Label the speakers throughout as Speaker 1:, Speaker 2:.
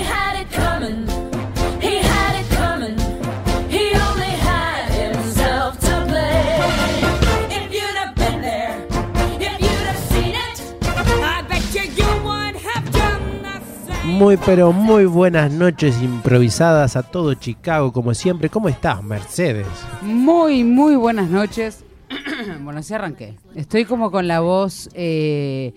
Speaker 1: had it coming. He had it coming. He only had himself to blame. If you'd have been there, if you'd have seen it, I bet you you would have done the same.
Speaker 2: Muy pero muy buenas noches improvisadas a todo Chicago, como siempre. ¿Cómo estás, Mercedes?
Speaker 3: Muy, muy buenas noches. bueno, sí arranqué. Estoy como con la voz eh,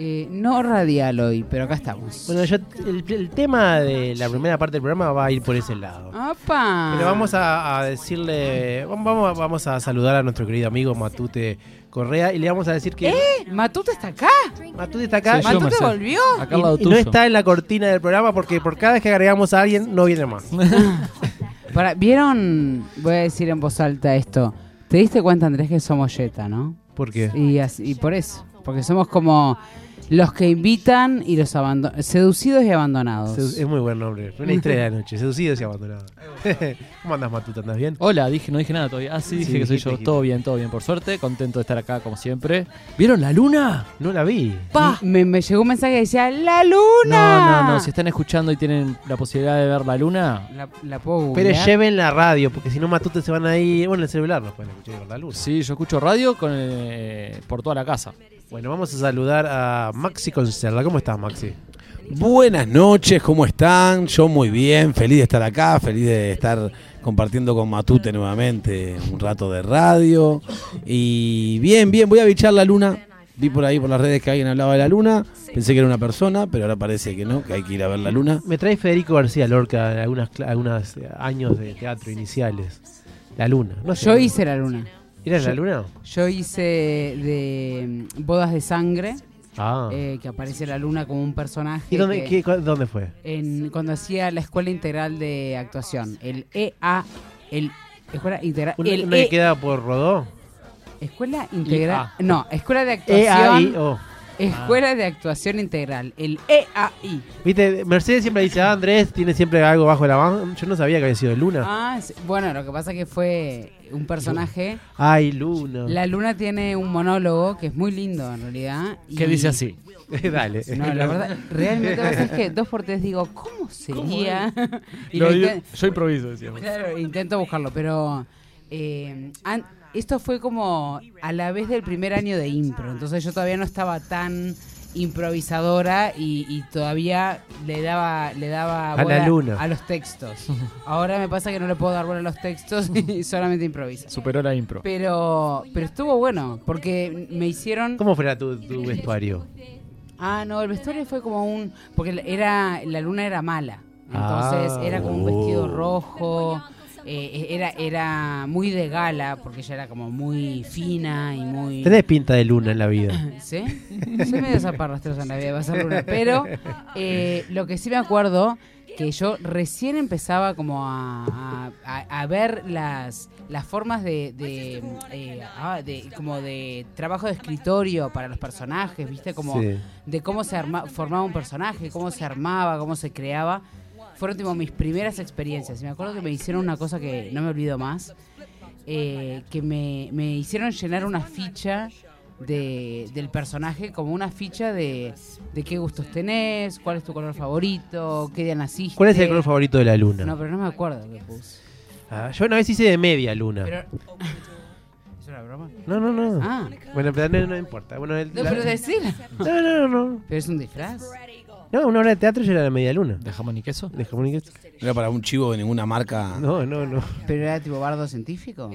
Speaker 3: eh, no radial hoy, pero acá estamos.
Speaker 2: Bueno, yo, el, el tema de la primera parte del programa va a ir por ese lado.
Speaker 3: ¡Apa!
Speaker 2: Pero vamos a, a decirle, vamos, vamos a saludar a nuestro querido amigo Matute Correa y le vamos a decir que
Speaker 3: ¿Eh? ¿Matute está acá?
Speaker 2: Matute está acá.
Speaker 4: Soy yo,
Speaker 3: ¿Matute
Speaker 4: Marcelo.
Speaker 3: volvió?
Speaker 4: Acá al lado
Speaker 2: y- y no
Speaker 4: tuyo.
Speaker 2: está en la cortina del programa porque por cada vez que agregamos a alguien no viene más.
Speaker 3: Pará, ¿Vieron? Voy a decir en voz alta esto. ¿Te diste cuenta, Andrés, que somos Jetta, no?
Speaker 2: ¿Por qué?
Speaker 3: Y, así- y por eso. Porque somos como los que invitan y los abandonados. Seducidos y abandonados.
Speaker 2: Sedu- Es muy buen nombre. Una estrella de la noche. Seducidos y abandonados. ¿Cómo andas, Matute? ¿Andas bien?
Speaker 4: Hola, dije, no dije nada todavía. Ah, sí, dije
Speaker 2: Sí,
Speaker 4: que soy
Speaker 2: dijiste,
Speaker 4: yo.
Speaker 2: dijiste.
Speaker 4: Todo bien, todo bien, por suerte. Contento de estar acá, como siempre. ¿Vieron la luna?
Speaker 2: No la vi.
Speaker 3: Pa, Me, me llegó un mensaje que decía ¡La luna!
Speaker 4: No, no, no. Si están escuchando y tienen la posibilidad de ver la luna,
Speaker 3: La, la puedo
Speaker 2: Pero
Speaker 3: googlear?
Speaker 2: lleven la radio, porque si no Matute se van ahí. Bueno, el celular nos pueden escuchar con la luz.
Speaker 4: sí, yo escucho radio con, eh, por toda la casa.
Speaker 2: Bueno, vamos a saludar a Maxi Concerla. ¿Cómo estás, Maxi?
Speaker 5: Buenas noches, ¿cómo están? Yo muy bien, feliz de estar acá, feliz de estar compartiendo con Matute nuevamente un rato de radio. Y bien, bien, voy a bichar la luna. Vi por ahí por las redes que alguien hablaba de la luna, pensé que era una persona, pero ahora parece que no, que hay que ir a ver la luna.
Speaker 2: Me trae Federico García Lorca de algunas, cla- algunos eh, años de teatro iniciales. La luna. No sé.
Speaker 3: Yo hice la luna.
Speaker 2: ¿Era la luna?
Speaker 3: Yo hice de mm, bodas de sangre,
Speaker 2: Ah.
Speaker 3: eh, que aparece la luna como un personaje.
Speaker 2: ¿Y dónde,
Speaker 3: que-
Speaker 2: qué- cu- dónde fue?
Speaker 3: en- cuando hacía la escuela integral de actuación, el EA, el escuela integral,
Speaker 2: ¿Una,
Speaker 3: el
Speaker 2: una
Speaker 3: E-
Speaker 2: que queda por Rodó? Ah.
Speaker 3: escuela integral,
Speaker 4: IA.
Speaker 3: no, escuela de
Speaker 2: EAI.
Speaker 3: actuación,
Speaker 2: Ah.
Speaker 3: escuela de actuación integral, el E EAI.
Speaker 2: Viste, Mercedes siempre dice, ah, Andrés tiene siempre algo bajo la mano. Yo no sabía que había sido Luna.
Speaker 3: Ah, es- bueno, lo que pasa que fue un personaje.
Speaker 2: Ay, Luna.
Speaker 3: La luna tiene un monólogo que es muy lindo en realidad. y-
Speaker 4: ¿Qué dice así?
Speaker 2: Dale.
Speaker 3: No, la verdad, realmente lo que pasa es que dos por tres digo, ¿cómo sería? Y lo inten-
Speaker 4: yo improviso, decíamos.
Speaker 3: claro, intento buscarlo, pero eh, an- esto fue como a la vez del primer año de impro, entonces yo todavía no estaba tan improvisadora y, y todavía le daba le daba
Speaker 2: A la
Speaker 3: bola
Speaker 2: luna.
Speaker 3: a los textos. Ahora me pasa que no le puedo dar bola a los textos y solamente improviso.
Speaker 4: Superó la impro.
Speaker 3: Pero pero estuvo bueno porque me hicieron
Speaker 2: ¿Cómo fue la- tu, tu vestuario?
Speaker 3: Ah, no, el vestuario fue como un. Porque era la luna era mala. Entonces
Speaker 2: Ah.
Speaker 3: era como un
Speaker 5: Oh.
Speaker 3: vestido rojo. eh, era, era muy de gala, porque ella era como muy fina y muy.
Speaker 2: Tenés pinta de Luna en la vida.
Speaker 3: ¿Sí? Soy medio zaparrastrosa en la vida, va a ser luna. Pero eh, lo que sí me acuerdo que yo recién empezaba como a, a- a- a ver las, las formas de, de, eh, ah, de- como de trabajo de escritorio para los personajes, ¿viste? Como
Speaker 2: Sí.
Speaker 3: de cómo se arma- formaba un personaje, cómo se armaba, cómo se creaba. Fueron tipo mis primeras experiencias. Y me acuerdo que me hicieron una cosa que no me olvido más, eh, que me, me hicieron llenar una ficha de- del personaje, como una ficha de, de qué gustos tenés, cuál es tu color favorito, qué día naciste.
Speaker 2: ¿Cuál es el color favorito de la luna?
Speaker 3: No, pero no me acuerdo qué puse.
Speaker 2: Ah, yo una vez hice de media luna.
Speaker 3: Pero... ¿Es una broma?
Speaker 2: No, no, no.
Speaker 3: Ah,
Speaker 2: Bueno, pero no, no importa. Bueno, el-
Speaker 3: no,
Speaker 2: la-
Speaker 3: pero decila.
Speaker 2: no, no, no, no.
Speaker 3: Pero es un disfraz.
Speaker 2: No, una hora de teatro yo era de media luna.
Speaker 4: ¿De jamón y queso?
Speaker 2: ¿De jamón y queso?
Speaker 5: No era para un chivo de ninguna marca.
Speaker 2: No, no, no.
Speaker 3: Pero era tipo bardo científico.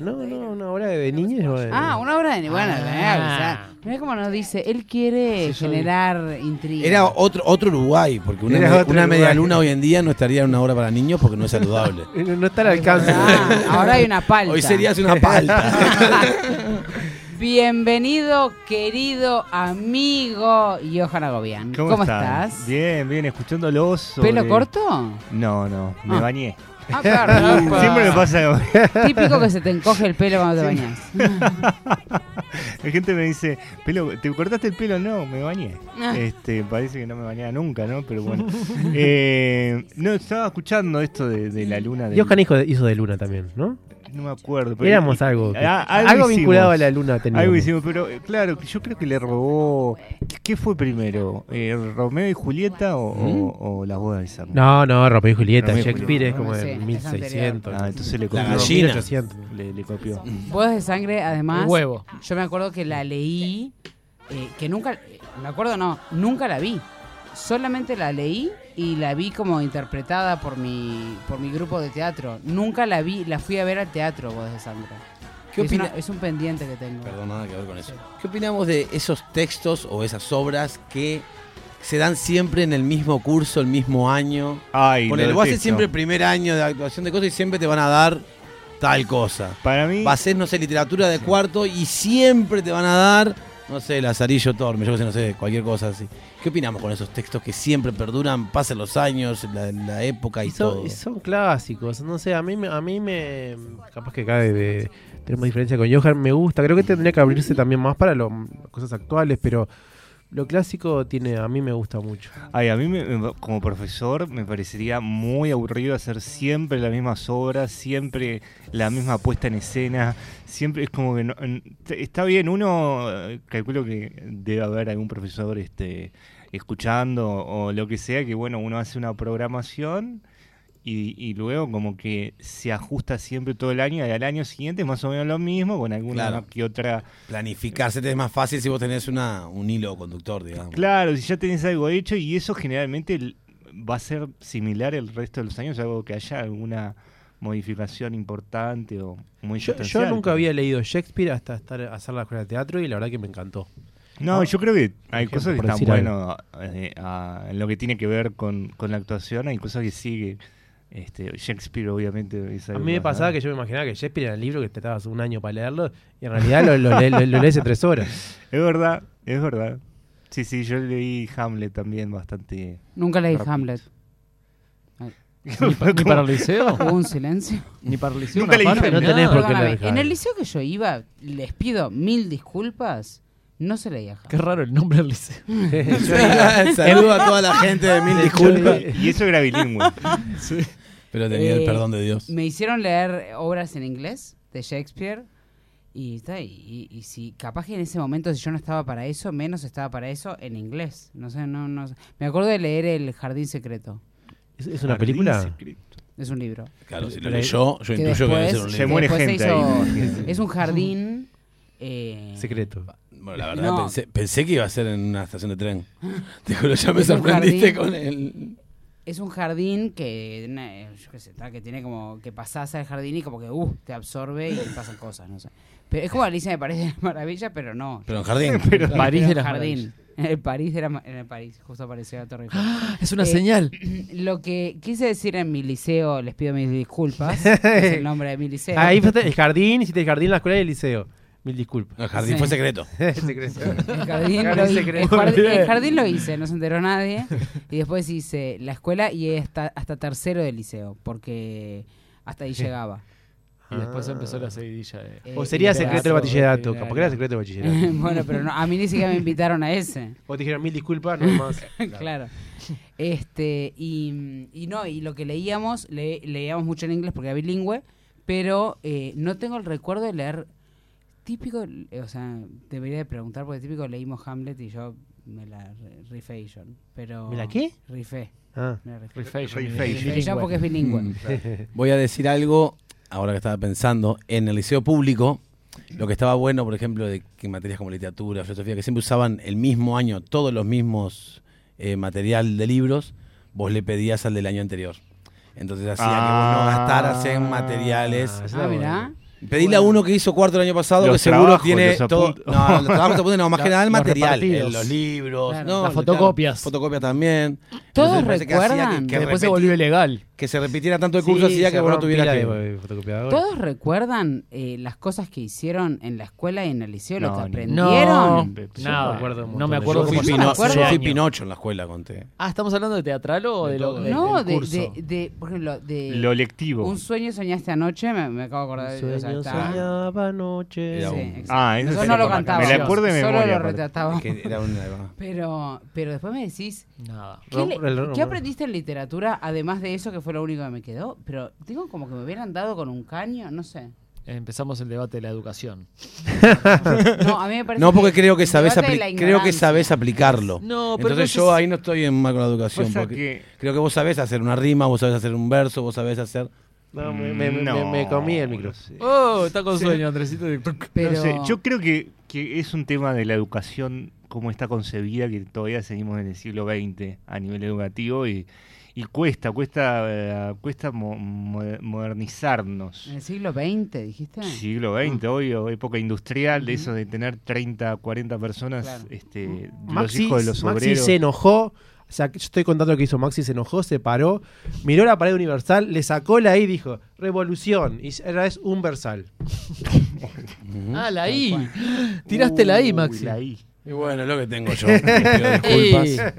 Speaker 2: No, no, una hora de niños. no, de-
Speaker 3: Ah, una obra de. Bueno,
Speaker 4: Ah.
Speaker 3: mira cómo nos dice. Él quiere
Speaker 2: Sí, yo-
Speaker 3: generar intriga.
Speaker 5: Era otro, otro Uruguay, porque una,
Speaker 2: Era
Speaker 5: me-
Speaker 2: otro
Speaker 5: una media
Speaker 2: Uruguay.
Speaker 5: luna hoy en día no estaría en una hora para niños porque no es saludable.
Speaker 2: No, no está al alcance.
Speaker 3: Ah, ahora hay una palta.
Speaker 5: Hoy serías una palta.
Speaker 3: Bienvenido, querido amigo Johan Agobian. ¿Cómo,
Speaker 6: están?
Speaker 3: estás?
Speaker 6: Bien, bien, escuchándolos. sobre-
Speaker 3: ¿Pelo corto?
Speaker 6: No, no, me
Speaker 3: Ah.
Speaker 6: bañé.
Speaker 3: Ah, claro. opa.
Speaker 6: Siempre me pasa.
Speaker 3: Típico que se te encoge el pelo cuando te bañas.
Speaker 6: La gente me dice, pelo, ¿te cortaste el pelo? No, me bañé.
Speaker 3: Ah.
Speaker 6: Este, parece que no me bañaba nunca, ¿no? Pero bueno. Eh, no, estaba escuchando esto de, de la luna. del-
Speaker 2: Johan hijo de- hizo de Luna también, ¿no?
Speaker 6: No me acuerdo. Pero
Speaker 2: Éramos algo. que-
Speaker 6: Ah,
Speaker 2: algo
Speaker 6: algo hicimos.
Speaker 2: vinculado a la Luna teníamos.
Speaker 6: Algo hicimos, pero eh, claro, yo creo que le robó. ¿Qué- ¿Qué fue primero? Eh, ¿Romeo y Julieta o, o- o la boda de Sam?
Speaker 2: ¿Mm? No, no, Romeo y Julieta.
Speaker 6: Romeo y
Speaker 2: Shakespeare es
Speaker 3: Julieta.
Speaker 2: como
Speaker 3: Sí,
Speaker 2: en
Speaker 3: es
Speaker 2: 1600.
Speaker 6: Ah, entonces le
Speaker 5: La
Speaker 6: copió.
Speaker 5: gallina.
Speaker 2: 1800.
Speaker 6: Le, le copió.
Speaker 2: Mm.
Speaker 3: Bodas de sangre, además.
Speaker 4: Huevo.
Speaker 3: Yo me acuerdo que la leí, eh, que nunca, eh, me acuerdo no, nunca la vi. Solamente la leí y la vi como interpretada por mi, por mi grupo de teatro. Nunca la vi, la fui a ver al teatro, Bodas de sangre.
Speaker 5: ¿Qué
Speaker 3: es, una-
Speaker 5: opina-
Speaker 3: es un pendiente que tengo.
Speaker 5: Perdón, nada que ver con eso. ¿Qué opinamos de esos textos o esas obras que se dan siempre en el mismo curso, el mismo año?
Speaker 6: Ay,
Speaker 5: Con
Speaker 6: lo
Speaker 5: el haces
Speaker 6: detesto.
Speaker 5: siempre el primer año de actuación de cosas y siempre te van a dar tal cosa.
Speaker 6: Para mí.
Speaker 5: Haces, no sé, literatura de cuarto y siempre te van a dar, no sé, Lazarillo Torme, yo qué sé, no sé, cualquier cosa así. ¿Qué opinamos con esos textos que siempre perduran, pasan los años, la, la época y,
Speaker 2: Y son,
Speaker 5: todo?
Speaker 2: y son clásicos, no sé, a mí, me- a mí me... Capaz que acá de- de- tenemos diferencia con Johan, me gusta, creo que tendría que abrirse también más para lo- cosas actuales, pero lo clásico tiene, a mí me gusta mucho.
Speaker 6: Ay, a mí me- me- como profesor me parecería muy aburrido hacer siempre las mismas obras, siempre la misma puesta en escena, siempre es como que no- n- t- está bien, uno eh, calculo que debe haber algún profesor este escuchando o lo que sea, que bueno, uno hace una programación y, y luego como que se ajusta siempre todo el año y al año siguiente es más o menos lo mismo con alguna
Speaker 5: Claro.
Speaker 6: que otra
Speaker 5: Planificarse te es más fácil si vos tenés una, un hilo conductor, digamos.
Speaker 6: Claro, si ya tenés algo hecho y eso generalmente l- va a ser similar el resto de los años, algo que haya alguna modificación importante o muy
Speaker 2: Yo, yo
Speaker 6: sustancial,
Speaker 2: nunca
Speaker 6: pero-
Speaker 2: había leído Shakespeare hasta estar, hacer la escuela de teatro y la verdad que me encantó.
Speaker 6: No, yo creo que hay
Speaker 2: ejemplo,
Speaker 6: cosas que
Speaker 2: Ah, por
Speaker 6: están
Speaker 2: decir
Speaker 6: buenas eh, a- en lo que tiene que ver con, con la actuación, hay cosas que sigue. Este, Shakespeare obviamente es
Speaker 2: A
Speaker 6: algo
Speaker 2: mí me
Speaker 6: más,
Speaker 2: pasaba
Speaker 6: ¿no?
Speaker 2: que yo me imaginaba que Shakespeare era el libro que te tardabas un año para leerlo y en realidad lo, lo, le- lo- lo lees en tres horas.
Speaker 6: Es verdad, es verdad. Sí, sí, yo leí Hamlet también bastante.
Speaker 3: Nunca leí
Speaker 6: Rápido.
Speaker 3: Hamlet.
Speaker 4: Ni, pa- ni para el liceo.
Speaker 3: Hubo un silencio.
Speaker 4: Ni para el liceo.
Speaker 6: Nunca
Speaker 4: una
Speaker 6: leí,
Speaker 4: parte,
Speaker 2: no
Speaker 4: nada.
Speaker 2: tenés por qué
Speaker 3: Perdóname,
Speaker 2: leer Hamlet.
Speaker 3: en el liceo que yo iba, les pido mil disculpas, no se leía Hamlet.
Speaker 4: Qué raro el nombre del liceo.
Speaker 5: Saludo a toda la gente de Mil Disculpas.
Speaker 6: Y eso era bilingüe.
Speaker 5: Pero tenía el
Speaker 3: Eh,
Speaker 5: perdón de Dios.
Speaker 3: Me hicieron leer obras en inglés de Shakespeare. Y, está, y, y- y si capaz que en ese momento si yo no estaba para eso, menos estaba para eso en inglés. No sé, no, no sé. Me acuerdo de leer El Jardín Secreto.
Speaker 2: ¿Es, es
Speaker 4: Ah,
Speaker 2: una
Speaker 6: Jardín
Speaker 2: película?
Speaker 6: secreto.
Speaker 3: Es un libro.
Speaker 5: Claro, si lo
Speaker 2: pero-
Speaker 5: leyó,
Speaker 3: que
Speaker 5: yo intuyo que debe
Speaker 3: después-
Speaker 5: ser un
Speaker 6: Se
Speaker 5: libro.
Speaker 6: muere
Speaker 3: Después se
Speaker 6: gente
Speaker 3: hizo-
Speaker 6: ahí. imagínate.
Speaker 3: Es un jardín... eh,
Speaker 2: Secreto.
Speaker 5: Bueno, la verdad,
Speaker 3: No.
Speaker 5: pensé, pensé que iba a ser en una estación de tren. Te juro, ya me
Speaker 3: Es un
Speaker 5: sorprendiste
Speaker 3: jardín.
Speaker 5: con el...
Speaker 3: Es un jardín que, na- yo qué sé, ta, que tiene como que pasás al jardín y como que uh, te absorbe y pasan cosas, no sé. Pero es como Alicia me parece maravilla, pero no.
Speaker 5: Pero en jardín.
Speaker 4: París
Speaker 3: Pero
Speaker 4: de
Speaker 3: en
Speaker 4: las
Speaker 3: jardín. En el París de la ma- en el París, justo apareció la Torre Eiffel.
Speaker 5: Ah,
Speaker 4: Es una
Speaker 3: Eh,
Speaker 4: señal.
Speaker 3: Lo que quise decir en mi liceo, les pido mis disculpas, es el nombre de mi liceo.
Speaker 2: Ahí fue el jardín, hiciste el jardín, la escuela y el liceo. Mil disculpas.
Speaker 5: No, el jardín
Speaker 3: Sí.
Speaker 5: fue secreto.
Speaker 2: Secreto.
Speaker 3: El jardín,
Speaker 2: Jardín
Speaker 3: lo, hi-
Speaker 2: secreto.
Speaker 3: el jardín-
Speaker 2: Bien.
Speaker 3: el jardín lo hice, no se enteró nadie. Y después hice la escuela y hasta, hasta tercero del liceo, porque hasta ahí llegaba.
Speaker 4: Y después empezó la seguidilla de...
Speaker 3: Eh,
Speaker 2: O sería
Speaker 3: y-
Speaker 2: secreto el bachillerato,
Speaker 4: eh,
Speaker 2: capaz que era secreto el bachillerato.
Speaker 3: bueno, pero no, a mí ni siquiera me invitaron a ese.
Speaker 2: O te dijeron mil disculpas, no hay más.
Speaker 3: claro. Este, y, y no, y lo que leíamos, le- leíamos mucho en inglés porque era bilingüe, pero eh, no tengo el recuerdo de leer típico, eh, o sea, debería de preguntar porque típico leímos Hamlet y yo me la re- rifé y yo, pero...
Speaker 2: ¿Me la qué?
Speaker 4: Eh,
Speaker 3: Rifé,
Speaker 2: Ah.
Speaker 3: me la rifé.
Speaker 4: Refation.
Speaker 6: Refation.
Speaker 3: Rifé yo porque es bilingüe.
Speaker 2: Mm,
Speaker 5: Voy a decir algo, ahora que estaba pensando, en el liceo público, lo que estaba bueno, por ejemplo, de que materias como literatura, filosofía, que siempre usaban el mismo año, todos los mismos eh, material de libros, vos le pedías al del año anterior. Entonces hacía que vos no gastaras en materiales.
Speaker 2: Ah,
Speaker 3: Ah, mirá.
Speaker 5: Pedíle a uno que hizo cuarto el año pasado,
Speaker 6: Los
Speaker 5: que seguro
Speaker 6: trabajos,
Speaker 5: tiene
Speaker 6: los
Speaker 5: todo.
Speaker 6: apuntes.
Speaker 5: No, los trabajos te ponen, no, más que
Speaker 4: Los-
Speaker 5: nada el
Speaker 4: los
Speaker 5: material.
Speaker 4: repartidos.
Speaker 5: eh, los libros,
Speaker 3: Claro.
Speaker 5: no,
Speaker 4: Las
Speaker 5: lo-
Speaker 4: fotocopias.
Speaker 5: Fotocopia también.
Speaker 3: Todos
Speaker 5: Entonces, me parece que hacía
Speaker 3: recuerdan.
Speaker 4: Que después se volvió ilegal.
Speaker 5: que se repitiera tanto el curso hacía que vos no tuvieras que...
Speaker 3: ¿Todos recuerdan eh, las cosas que hicieron en la escuela y en el liceo, lo
Speaker 6: No,
Speaker 3: que
Speaker 6: ni-
Speaker 4: No,
Speaker 3: aprendieron?
Speaker 6: Yo
Speaker 4: nada,
Speaker 2: me acuerdo un
Speaker 4: no
Speaker 2: montón
Speaker 4: me
Speaker 2: de
Speaker 4: acuerdo
Speaker 5: yo fui,
Speaker 4: cómo se
Speaker 5: Pino-
Speaker 4: llama.
Speaker 3: acuerdo.
Speaker 5: yo fui
Speaker 4: Año.
Speaker 5: Pinocho en la escuela, conté.
Speaker 4: Ah, ¿estamos hablando de teatral o
Speaker 5: De
Speaker 4: de, lo
Speaker 5: todo.
Speaker 4: de-
Speaker 3: No,
Speaker 4: del
Speaker 3: de,
Speaker 4: curso?
Speaker 3: de- de- por ejemplo, de
Speaker 6: Lo lectivo.
Speaker 3: Un sueño soñaste anoche, me, me acabo de acordar. de- o sea, estaba-
Speaker 2: anoche.
Speaker 5: Era
Speaker 3: Sí,
Speaker 5: un-
Speaker 3: exacto.
Speaker 6: Ah, eso
Speaker 3: Nosotros
Speaker 6: sí
Speaker 3: no lo
Speaker 6: conozco.
Speaker 3: cantábamos.
Speaker 6: Me la acuerdo de memoria.
Speaker 3: Solo lo
Speaker 6: aparte.
Speaker 3: retratábamos.
Speaker 5: Que era una-
Speaker 3: Pero, pero después me decís,
Speaker 4: Nada.
Speaker 3: ¿qué,
Speaker 2: Rom-
Speaker 3: le-
Speaker 2: el rom-
Speaker 3: qué aprendiste en literatura? Además de eso, que fue lo único que me quedó. Pero digo como que me hubieran dado con un caño, no sé.
Speaker 4: Empezamos el debate de la educación.
Speaker 3: No, a mí me parece
Speaker 5: No, porque creo que
Speaker 3: el
Speaker 5: sabes,
Speaker 3: debate de
Speaker 5: apli-
Speaker 3: la
Speaker 5: creo que
Speaker 3: ignorancia.
Speaker 5: sabes aplicarlo.
Speaker 4: No, pero
Speaker 5: Entonces
Speaker 4: no
Speaker 5: yo
Speaker 4: sé si-
Speaker 5: ahí no estoy en mal con la educación.
Speaker 6: Pasa
Speaker 5: Porque
Speaker 6: que-
Speaker 5: Creo que vos sabés hacer una rima, vos sabés hacer un verso, vos sabés hacer...
Speaker 2: No, me, me- me-
Speaker 6: No,
Speaker 2: me comí el
Speaker 6: no
Speaker 2: micro.
Speaker 6: sé.
Speaker 4: Oh, está con sueño, Andresito.
Speaker 3: Pero,
Speaker 6: No sé, yo creo que, que es un tema de la educación como está concebida, que todavía seguimos en el siglo XX a nivel educativo y, y cuesta, cuesta, eh, cuesta mo- mo- modernizarnos.
Speaker 3: En el siglo XX, dijiste.
Speaker 6: Siglo XX,
Speaker 3: Mm.
Speaker 6: obvio, época industrial, de eso de tener 30, 40 personas,
Speaker 3: Claro.
Speaker 6: este, los
Speaker 2: Maxi,
Speaker 6: hijos de los
Speaker 2: Maxi
Speaker 6: obreros.
Speaker 2: se enojó. O sea, que yo estoy contando lo que hizo Maxi, se enojó, se paró, miró la pared universal, le sacó la I y dijo, revolución, y era es un versal.
Speaker 4: Ah, la I. Tiraste la I,
Speaker 6: Uy,
Speaker 4: Maxi.
Speaker 6: la I.
Speaker 5: Y bueno, es lo que tengo yo. Les pido disculpas.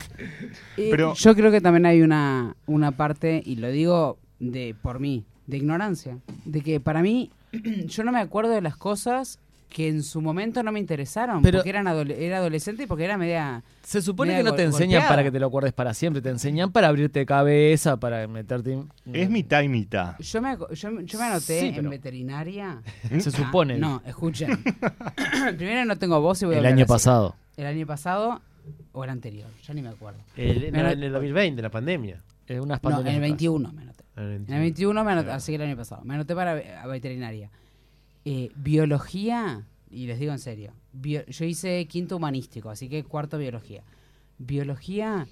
Speaker 3: Eh,
Speaker 6: Pero-
Speaker 3: yo creo que también hay una, una parte, y lo digo de por mí, de ignorancia. De que para mí, yo no me acuerdo de las cosas que en su momento no me interesaron.
Speaker 4: Pero-
Speaker 3: porque eran adole- era adolescente y porque era media...
Speaker 4: Se supone
Speaker 3: Mira,
Speaker 4: que no te
Speaker 3: gol-
Speaker 4: enseñan
Speaker 3: golpeada.
Speaker 4: para que te lo acuerdes para siempre, te enseñan para abrirte cabeza, para meterte... en-
Speaker 6: Es mitad y mitad.
Speaker 3: Yo me, aco- yo, yo me anoté
Speaker 4: Sí,
Speaker 3: en
Speaker 4: pero-
Speaker 3: veterinaria. Ah,
Speaker 4: Se supone.
Speaker 3: No, escuchen. Primero no tengo voz y voy a
Speaker 4: El
Speaker 3: hablar
Speaker 4: año
Speaker 3: así.
Speaker 4: pasado.
Speaker 3: El año pasado o el anterior, ya ni me acuerdo.
Speaker 2: El- en,
Speaker 3: Mira,
Speaker 2: en el 2020, la pandemia.
Speaker 4: Eh, unas
Speaker 3: No, en
Speaker 4: pandemias
Speaker 3: el
Speaker 4: atrás.
Speaker 3: 21 me anoté. En el 21 me
Speaker 4: Ah.
Speaker 3: anoté, así que el año pasado. Me anoté para ve- a veterinaria. Eh, biología, y les digo en serio, bio- yo hice quinto humanístico, así que cuarto biología. Biología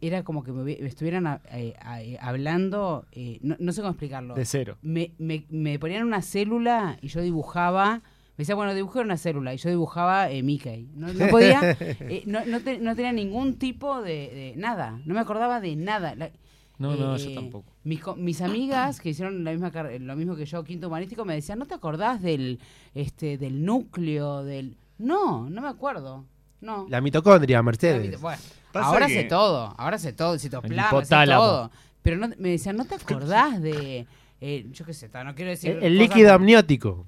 Speaker 3: era como que me, hubie- me estuvieran a- eh, a- eh, hablando, eh, no, no sé cómo explicarlo.
Speaker 4: De cero.
Speaker 3: Me, me- me ponían una célula y yo dibujaba. Me decía, bueno, dibujé una célula y yo dibujaba eh, Mickey. No, no podía, eh, no, no te- no tenía ningún tipo de, de nada. No me acordaba de nada. La-
Speaker 4: No, no, yo
Speaker 3: eh,
Speaker 4: tampoco.
Speaker 3: Mis, co- mis amigas que hicieron la misma car- lo mismo que yo, quinto humanístico, me decían, ¿no te acordás del, este, del núcleo? del No, no me acuerdo. No.
Speaker 2: La mitocondria,
Speaker 3: La
Speaker 2: Mercedes.
Speaker 3: vida- bueno,
Speaker 6: Pasa
Speaker 3: ahora
Speaker 6: que-
Speaker 3: sé todo, ahora sé todo, el citoplasma, sé
Speaker 4: hipotálamo.
Speaker 3: todo. Pero no, me decían, ¿no te acordás de...? eh, yo qué sé, ta, no quiero decir...
Speaker 2: El, el
Speaker 3: cosas
Speaker 2: líquido
Speaker 3: como-
Speaker 2: amniótico.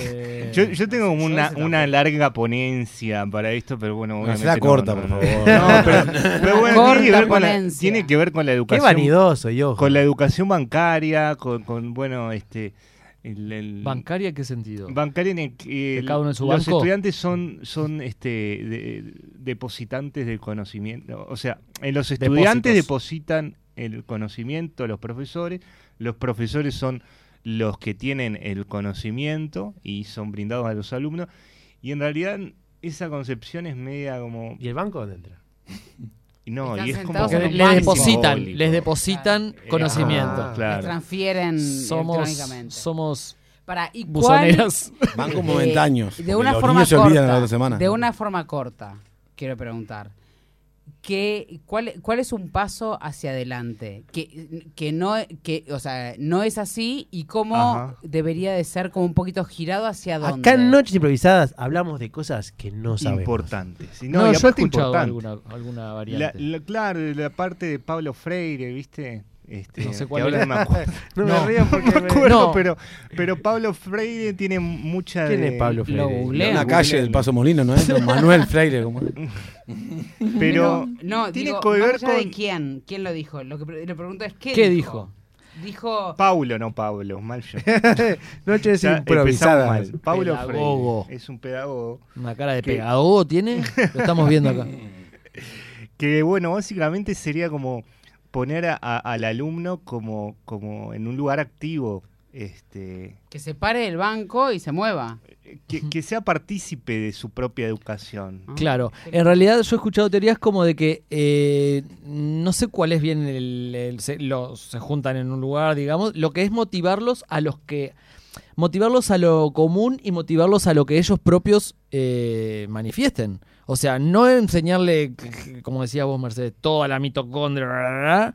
Speaker 4: Eh,
Speaker 6: Yo, yo tengo como una,
Speaker 4: ese
Speaker 6: una larga ponencia para esto, pero bueno,
Speaker 5: No,
Speaker 6: obviamente.
Speaker 5: se la corta,
Speaker 6: no,
Speaker 5: por
Speaker 6: no, no.
Speaker 5: favor.
Speaker 6: No, pero, pero bueno, tiene, que
Speaker 3: Corta
Speaker 6: ver con la,
Speaker 3: ponencia.
Speaker 6: tiene que ver con la
Speaker 2: Qué
Speaker 6: educación.
Speaker 2: vanidoso, yo.
Speaker 6: Con la educación bancaria, con, con, bueno, este. El, el-
Speaker 4: ¿Bancaria en qué sentido?
Speaker 6: bancaria en el que
Speaker 4: ¿Que
Speaker 6: el-
Speaker 4: cada uno en su
Speaker 6: los
Speaker 4: banco?
Speaker 6: estudiantes son, son este, de- depositantes del conocimiento. O sea, eh, los estudiantes
Speaker 4: Depósitos.
Speaker 6: depositan el conocimiento a los profesores, los profesores son los que tienen el conocimiento y son brindados a los alumnos. Y en realidad esa concepción es media como...
Speaker 2: ¿Y el banco dónde entra?
Speaker 6: No,
Speaker 3: Están
Speaker 6: y es como...
Speaker 3: sentados en
Speaker 4: Porque
Speaker 3: un
Speaker 4: les
Speaker 3: banco.
Speaker 4: depositan,
Speaker 6: simbólico.
Speaker 4: les depositan
Speaker 6: Eh,
Speaker 4: conocimiento.
Speaker 6: ah,
Speaker 3: Les
Speaker 6: claro.
Speaker 3: transfieren
Speaker 4: Somos,
Speaker 3: electrónicamente.
Speaker 4: somos
Speaker 3: Para, ¿y cuál-
Speaker 4: buzoneras.
Speaker 5: Van
Speaker 3: Eh,
Speaker 5: como momentáneos.
Speaker 3: De una
Speaker 5: los
Speaker 3: forma
Speaker 5: niños se
Speaker 3: corta.
Speaker 5: olvidan la otra semana.
Speaker 3: De una forma corta, quiero preguntar. ¿Qué, cuál, ¿Cuál es un paso hacia adelante? Que, que no, que, o sea, no es así y cómo
Speaker 6: Ajá.
Speaker 3: debería de ser como un poquito girado hacia dónde.
Speaker 2: Acá en Noches Improvisadas hablamos de cosas que no sabemos.
Speaker 6: Importantes. Y
Speaker 4: No,
Speaker 6: y
Speaker 4: yo he
Speaker 6: aparte
Speaker 4: escuchado
Speaker 6: importante.
Speaker 4: alguna, alguna
Speaker 6: La,
Speaker 4: variante.
Speaker 6: la- claro, la parte de Pablo Freire, ¿viste? Este,
Speaker 4: No sé
Speaker 6: que
Speaker 4: cuál
Speaker 6: habla
Speaker 4: era.
Speaker 6: de Macu-
Speaker 2: No, me
Speaker 4: No.
Speaker 2: río porque
Speaker 6: no me
Speaker 2: me-
Speaker 6: acuerdo,
Speaker 4: No.
Speaker 6: pero, pero Pablo Freire tiene mucha
Speaker 2: ¿Quién
Speaker 6: de-
Speaker 2: es Pablo
Speaker 3: Lo
Speaker 2: Freire?
Speaker 3: googleo.
Speaker 5: Una calle del Paso Molino, ¿no es? Don Manuel Freire. como-
Speaker 6: Pero,
Speaker 3: no,
Speaker 6: tiene
Speaker 3: digo,
Speaker 6: que ver
Speaker 3: más allá de
Speaker 6: con-
Speaker 3: quién, quién lo dijo. Lo que pre- le pregunto es qué,
Speaker 4: ¿Qué
Speaker 3: dijo. Dijo,
Speaker 6: Pablo, no Pablo, mal yo.
Speaker 2: Noches
Speaker 6: Ya empezamos
Speaker 2: Improvisadas.
Speaker 6: mal. Pablo
Speaker 4: Pedagogo.
Speaker 6: Freire es un pedagogo
Speaker 4: Una cara de
Speaker 6: ¿Qué?
Speaker 4: pegagogo tiene. Lo estamos viendo acá.
Speaker 6: que, bueno, básicamente sería como poner a- a- al alumno como, como en un lugar activo, este, eh,
Speaker 3: que se pare del banco y se mueva.
Speaker 6: que, que sea partícipe de su propia educación.
Speaker 4: Claro. En realidad yo he escuchado teorías como de que eh, no sé cuál es bien el, el- se, los- se juntan en un lugar, digamos, lo que es motivarlos a los que motivarlos a lo común y motivarlos a lo que ellos propios eh, manifiesten. O sea, no enseñarle, como decía vos, Mercedes, toda la mitocondria, bla, bla, bla,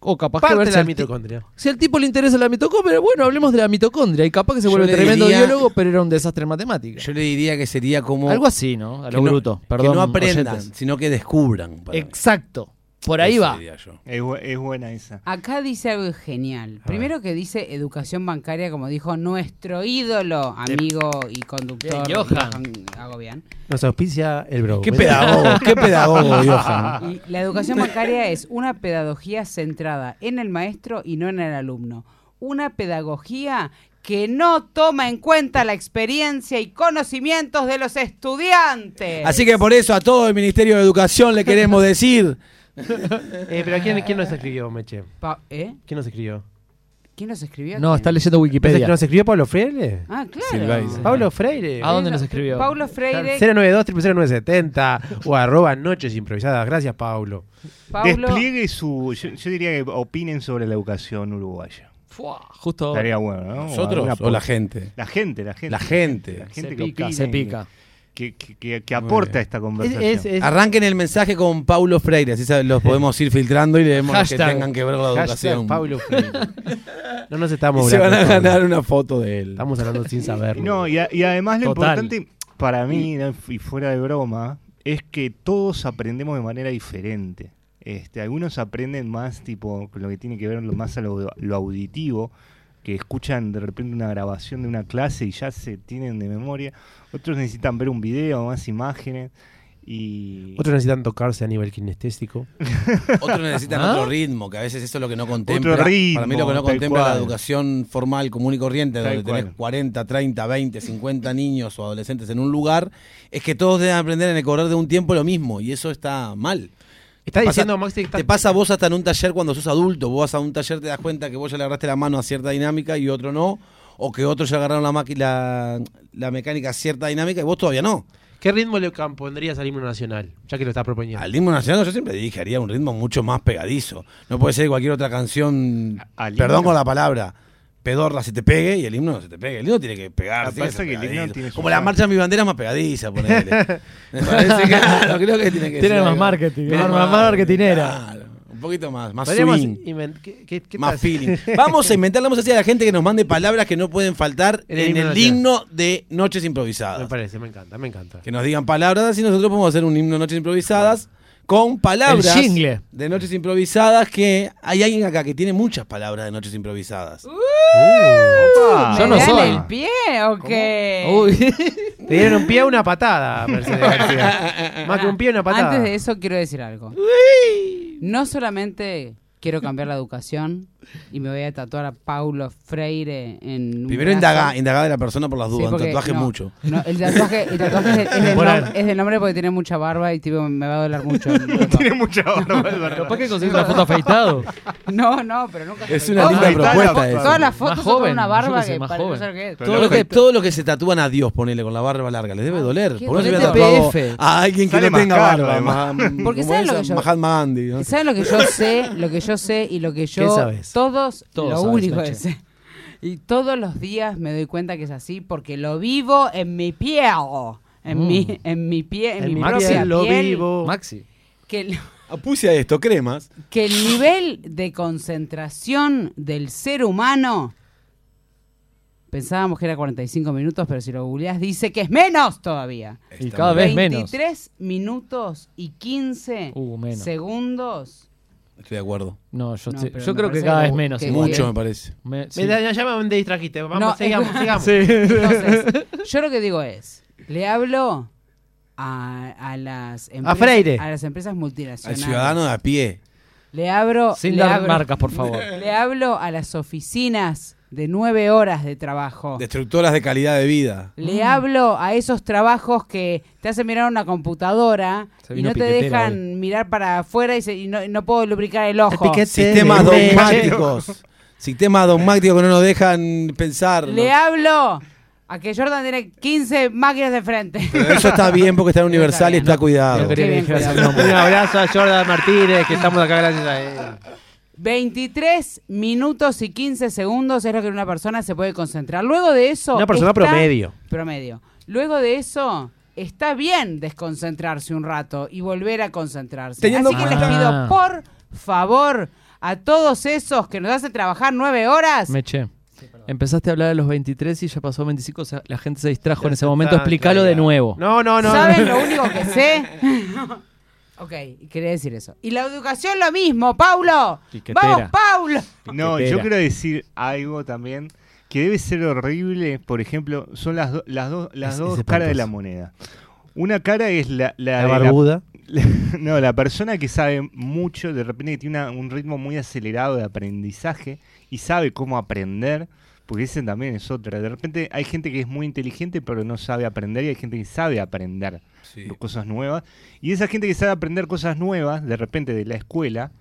Speaker 4: o capaz que
Speaker 2: Parte de
Speaker 4: verse
Speaker 2: la
Speaker 4: al ti-
Speaker 2: mitocondria.
Speaker 4: Si al tipo le interesa la mitocondria, bueno, hablemos de la mitocondria. Y capaz que se
Speaker 5: Yo
Speaker 4: vuelve
Speaker 5: le
Speaker 4: tremendo
Speaker 5: diría-
Speaker 4: biólogo, pero era un desastre en matemática.
Speaker 5: Yo le diría que sería como.
Speaker 4: Algo así, ¿no? A
Speaker 5: que
Speaker 4: lo
Speaker 5: no-
Speaker 4: bruto.
Speaker 5: que
Speaker 4: Perdón.
Speaker 5: no aprendan,
Speaker 4: oyentes.
Speaker 5: sino que descubran. para mí.
Speaker 4: Exacto. Por ahí
Speaker 5: Eso
Speaker 4: va.
Speaker 5: diría yo.
Speaker 6: Es, bu- es buena esa.
Speaker 3: Acá dice algo genial.
Speaker 2: A
Speaker 3: Primero que dice educación bancaria, como dijo nuestro ídolo, amigo y conductor
Speaker 4: Bien, Johan.
Speaker 3: Agobian.
Speaker 2: Nos auspicia el bro.
Speaker 5: Qué pedagogo, qué pedagogo, Johan.
Speaker 3: Y la educación bancaria es una pedagogía centrada en el maestro y no en el alumno. Una pedagogía que no toma en cuenta la experiencia y conocimientos de los estudiantes.
Speaker 5: Así que por eso a todo el Ministerio de Educación le queremos decir.
Speaker 2: Eh, pero ¿quién, ¿quién nos escribió, Meche?
Speaker 3: Pa- ¿Eh?
Speaker 2: ¿Quién nos escribió?
Speaker 3: ¿Quién nos escribió?
Speaker 4: No, está
Speaker 3: ¿Quién?
Speaker 4: leyendo
Speaker 2: ¿Pensás que
Speaker 4: Wikipedia.
Speaker 2: ¿Nos escribió Pablo Freire?
Speaker 3: Ah,
Speaker 5: Silva
Speaker 3: claro.
Speaker 5: dice.
Speaker 2: Pablo Freire.
Speaker 4: ¿A dónde nos escribió?
Speaker 3: Pablo Freire.
Speaker 2: 092-00970 o arroba noches improvisadas. Gracias, Pablo.
Speaker 3: Pablo,
Speaker 6: Despliegue su. Yo, yo diría que opinen sobre la educación uruguaya.
Speaker 4: Fua, justo ahora.
Speaker 6: Estaría bueno, ¿no?
Speaker 5: ¿Nosotros
Speaker 6: Alguna
Speaker 5: o la
Speaker 6: po-
Speaker 5: gente?
Speaker 6: La gente, la gente.
Speaker 5: La gente.
Speaker 6: La gente
Speaker 4: se
Speaker 6: que
Speaker 4: pica,
Speaker 6: opina
Speaker 4: se
Speaker 6: y
Speaker 4: pica.
Speaker 6: Que, que- que- que aporta
Speaker 5: bien.
Speaker 6: esta
Speaker 2: Es,
Speaker 6: conversación.
Speaker 2: es, es-
Speaker 5: Arranquen el mensaje con Paulo Freire, así sabe- los podemos ir filtrando y leemos los que
Speaker 4: Hashtag.
Speaker 5: tengan que ver con la
Speaker 2: hashtag
Speaker 5: educación.
Speaker 2: Pablo Freire. No nos estamos
Speaker 5: Y se van a
Speaker 2: burlando, Pablo.
Speaker 5: ganar una foto de él.
Speaker 2: Estamos hablando sin saberlo.
Speaker 6: No, y, a- y además lo
Speaker 4: Total.
Speaker 6: importante para mí, ¿no? y fuera de broma, es que todos aprendemos de manera diferente. Este, algunos aprenden más tipo con lo que tiene que ver lo más a lo, lo auditivo, que escuchan de repente una grabación de una clase y ya se tienen de memoria. Otros necesitan ver un video, más imágenes. Y
Speaker 2: Otros necesitan tocarse a nivel kinestésico.
Speaker 5: Otros necesitan
Speaker 4: ¿Ah?
Speaker 5: otro ritmo, que a veces eso es lo que no contempla.
Speaker 6: Otro ritmo,
Speaker 5: Para mí lo que no
Speaker 6: tal
Speaker 5: contempla la
Speaker 6: cual.
Speaker 5: educación formal, común y corriente,
Speaker 6: Tal
Speaker 5: donde tenés
Speaker 6: cual.
Speaker 5: 40, 30, 20, 50 niños o adolescentes en un lugar, es que todos deben aprender en el correr de un tiempo lo mismo, y eso está mal.
Speaker 2: Está
Speaker 5: Pasa-
Speaker 2: diciendo Maxi que está-
Speaker 5: Te pasa vos hasta en un taller cuando sos adulto, vos vas a un taller te das cuenta que vos ya le agarraste la mano a cierta dinámica y otro no, o que otros ya agarraron la, maqui- la, la mecánica a cierta dinámica y vos todavía no.
Speaker 2: ¿Qué ritmo le pondrías al himno nacional? Ya que lo estás proponiendo.
Speaker 5: Al ritmo nacional yo siempre dije, haría un ritmo mucho más pegadizo. No puede ser cualquier otra canción,
Speaker 6: A- al
Speaker 5: perdón
Speaker 6: himno.
Speaker 5: con la palabra, pedorra se te pegue y el himno no se te pegue. El himno tiene que pegar.
Speaker 6: Ah,
Speaker 5: tiene
Speaker 6: pasa
Speaker 5: ser
Speaker 6: que el himno
Speaker 5: pegadizo.
Speaker 6: tiene su
Speaker 5: Como la
Speaker 6: charme.
Speaker 5: marcha de mi bandera es más pegadiza, ponele. Me parece que, claro, creo que tiene que
Speaker 4: Tiene
Speaker 5: ser
Speaker 4: más
Speaker 5: algo-
Speaker 4: marketing, más- más
Speaker 5: marketing,
Speaker 4: marketinera.
Speaker 5: claro. un poquito más, más
Speaker 2: Podríamos
Speaker 5: swing.
Speaker 2: inven- ¿Qué, qué- qué
Speaker 5: Más
Speaker 2: tal?
Speaker 5: feeling. Vamos a inventar, vamos a decir a la gente que nos mande palabras que no pueden faltar en
Speaker 2: En el
Speaker 5: el,
Speaker 2: himno nacional.
Speaker 5: himno de Noches
Speaker 2: Me
Speaker 5: Improvisadas.
Speaker 2: parece, me encanta, me encanta.
Speaker 5: Que nos digan palabras, así nosotros podemos hacer un himno de Noches Improvisadas con palabras
Speaker 4: El jingle.
Speaker 5: de Noches Improvisadas que hay alguien acá que tiene muchas palabras de Noches
Speaker 2: Uh,
Speaker 5: Improvisadas. Ah.
Speaker 6: ¡Opa!
Speaker 4: Yo no
Speaker 3: ¿me dan
Speaker 4: soy.
Speaker 3: el pie o qué?
Speaker 4: Uy.
Speaker 2: Te dieron un pie a una patada, Mercedes García. Más que un pie a una patada.
Speaker 3: Antes de eso quiero decir algo. No solamente quiero cambiar la educación y me voy a tatuar a Paulo Freire en un
Speaker 5: Primero
Speaker 3: brazo.
Speaker 5: indaga, indaga de la persona por las
Speaker 3: Sí,
Speaker 5: dudas,
Speaker 3: porque
Speaker 5: tatuaje
Speaker 3: no,
Speaker 5: mucho.
Speaker 3: no, el tatuaje, el tatuaje es, de- es del
Speaker 2: Temporal.
Speaker 3: nom- es del nombre porque tiene mucha barba y tipo, me va a doler mucho.
Speaker 6: Tiene mucha barba, es verdad.
Speaker 4: Capaz que conseguís una foto afeitado.
Speaker 3: No, no, pero nunca. se
Speaker 5: Es
Speaker 3: me-
Speaker 5: una
Speaker 3: Oh,
Speaker 5: linda
Speaker 6: ahí está la
Speaker 5: propuesta
Speaker 6: foto.
Speaker 5: esa.
Speaker 3: Todas las fotos son
Speaker 4: Más
Speaker 3: con
Speaker 4: joven,
Speaker 3: una
Speaker 4: yo
Speaker 3: barba
Speaker 4: qué sé,
Speaker 3: que
Speaker 4: más
Speaker 3: parece
Speaker 4: joven.
Speaker 3: ser que es.
Speaker 6: Pero
Speaker 5: Todo lo,
Speaker 6: loco,
Speaker 5: que, todo lo que se tatúan a Dios, ponele con la barba larga, les debe doler.
Speaker 3: Ah, qué
Speaker 5: Por eso se
Speaker 3: dolor.
Speaker 5: tatuado
Speaker 4: PF.
Speaker 5: a alguien que
Speaker 6: Sale
Speaker 5: no
Speaker 6: más
Speaker 5: tenga
Speaker 6: caro,
Speaker 5: barba.
Speaker 6: además.
Speaker 5: más- mm,
Speaker 3: Porque
Speaker 5: como
Speaker 3: ¿sabes lo
Speaker 5: esa,
Speaker 3: que yo-
Speaker 5: Mahatma Gandhi. ¿no?
Speaker 3: ¿Sabes lo que yo sé? Lo que yo sé y lo que yo.
Speaker 2: sabes?
Speaker 3: Todos,
Speaker 4: Todo
Speaker 3: lo
Speaker 4: sabes,
Speaker 3: único
Speaker 4: Nacho.
Speaker 3: que sé. Y todos los días me doy cuenta que es así porque lo vivo en mi piel. En
Speaker 5: Mm.
Speaker 3: mi, en mi pie, en, mi, propia
Speaker 2: piel lo
Speaker 3: piel,
Speaker 2: vivo.
Speaker 4: Maxi.
Speaker 3: Que, el-
Speaker 5: Apuse Ah, a esto, cremas.
Speaker 3: que el nivel de concentración del ser humano. Pensábamos que era 45 minutos, pero si lo googleás dice que es menos todavía.
Speaker 4: Y
Speaker 5: Está
Speaker 4: cada
Speaker 5: muy
Speaker 4: vez menos.
Speaker 3: 23 minutos y 15
Speaker 4: Uh, menos.
Speaker 3: segundos.
Speaker 5: bien. Estoy de acuerdo.
Speaker 4: No, yo,
Speaker 3: No,
Speaker 4: sé-
Speaker 3: pero
Speaker 4: yo
Speaker 3: me
Speaker 4: creo que
Speaker 3: parece
Speaker 4: cada vez
Speaker 3: que-
Speaker 4: menos.
Speaker 3: que-
Speaker 4: igual.
Speaker 5: Mucho
Speaker 3: bien.
Speaker 5: me parece.
Speaker 4: Me- sí.
Speaker 2: Me da- ya me me distrajiste. Vamos,
Speaker 3: No,
Speaker 2: sigamos,
Speaker 3: es-
Speaker 2: sigamos.
Speaker 3: Entonces, yo lo que digo es, le hablo a, a las empresas,
Speaker 2: Freire.
Speaker 3: a las empresas
Speaker 5: Al
Speaker 3: multinacionales.
Speaker 5: ciudadano de a pie.
Speaker 3: Le abro,
Speaker 4: Sin
Speaker 3: le
Speaker 4: dar
Speaker 3: abro-
Speaker 4: marcas, por favor.
Speaker 3: Le hablo a las oficinas de nueve horas de trabajo.
Speaker 5: Destructoras de calidad de vida.
Speaker 3: le hablo a esos trabajos que te hacen mirar una computadora
Speaker 4: Se
Speaker 3: y
Speaker 4: vino
Speaker 3: no te
Speaker 4: piquetera
Speaker 3: dejan mirar para afuera y, se- y no, y no puedo lubricar el ojo.
Speaker 2: piquete. Sí,
Speaker 5: Sistemas
Speaker 2: de leche.
Speaker 5: dogmáticos. Sistemas dogmáticos que no nos dejan pensar.
Speaker 3: Le
Speaker 5: ¿no?
Speaker 3: hablo a que Jordan tiene 15 máquinas de frente.
Speaker 5: Pero eso está bien porque está en
Speaker 3: Está
Speaker 5: universal y
Speaker 3: bien,
Speaker 5: está
Speaker 3: ¿no?
Speaker 5: cuidado.
Speaker 2: No quería
Speaker 3: Qué
Speaker 2: que
Speaker 3: bien
Speaker 2: dijeras el
Speaker 3: cuidado.
Speaker 2: nombre. Un abrazo a Jordan Martínez, que estamos acá gracias a él.
Speaker 3: 23 minutos y 15 segundos es lo que una persona se puede concentrar. Luego de eso.
Speaker 2: Una persona
Speaker 3: está-
Speaker 2: promedio.
Speaker 3: Promedio. Luego de eso, está bien desconcentrarse un rato y volver a concentrarse.
Speaker 5: Teniendo
Speaker 3: Así que
Speaker 2: Ah.
Speaker 5: en cuenta-
Speaker 3: les pido, por favor, a todos esos que nos hacen trabajar nueve horas.
Speaker 4: Meche. Empezaste a hablar a los 23 y ya pasó 25, o sea, la gente se distrajo en ese momento.
Speaker 2: Está
Speaker 4: Explícalo de
Speaker 2: claro.
Speaker 4: nuevo.
Speaker 2: No, no, no.
Speaker 3: ¿Saben
Speaker 2: no.
Speaker 3: lo único que sé? ok, quería decir eso. Y la educación lo mismo, Paulo.
Speaker 4: Piquetera.
Speaker 3: Vamos, Paulo.
Speaker 6: No,
Speaker 4: Espera.
Speaker 6: yo quiero decir algo también que debe ser horrible, por ejemplo, son las, do- las, dos las
Speaker 2: Es- es
Speaker 6: dos
Speaker 2: espantoso.
Speaker 6: caras de la moneda. Una cara es la, la
Speaker 2: La
Speaker 6: de la-
Speaker 2: barbuda.
Speaker 6: no, la persona que sabe mucho, de repente que tiene una- un ritmo muy acelerado de aprendizaje y sabe cómo aprender, porque ese también es otra. De repente hay gente que es muy inteligente pero no sabe aprender y hay gente que sabe aprender cosas nuevas. Y esa gente que sabe aprender cosas nuevas, de repente de la escuela,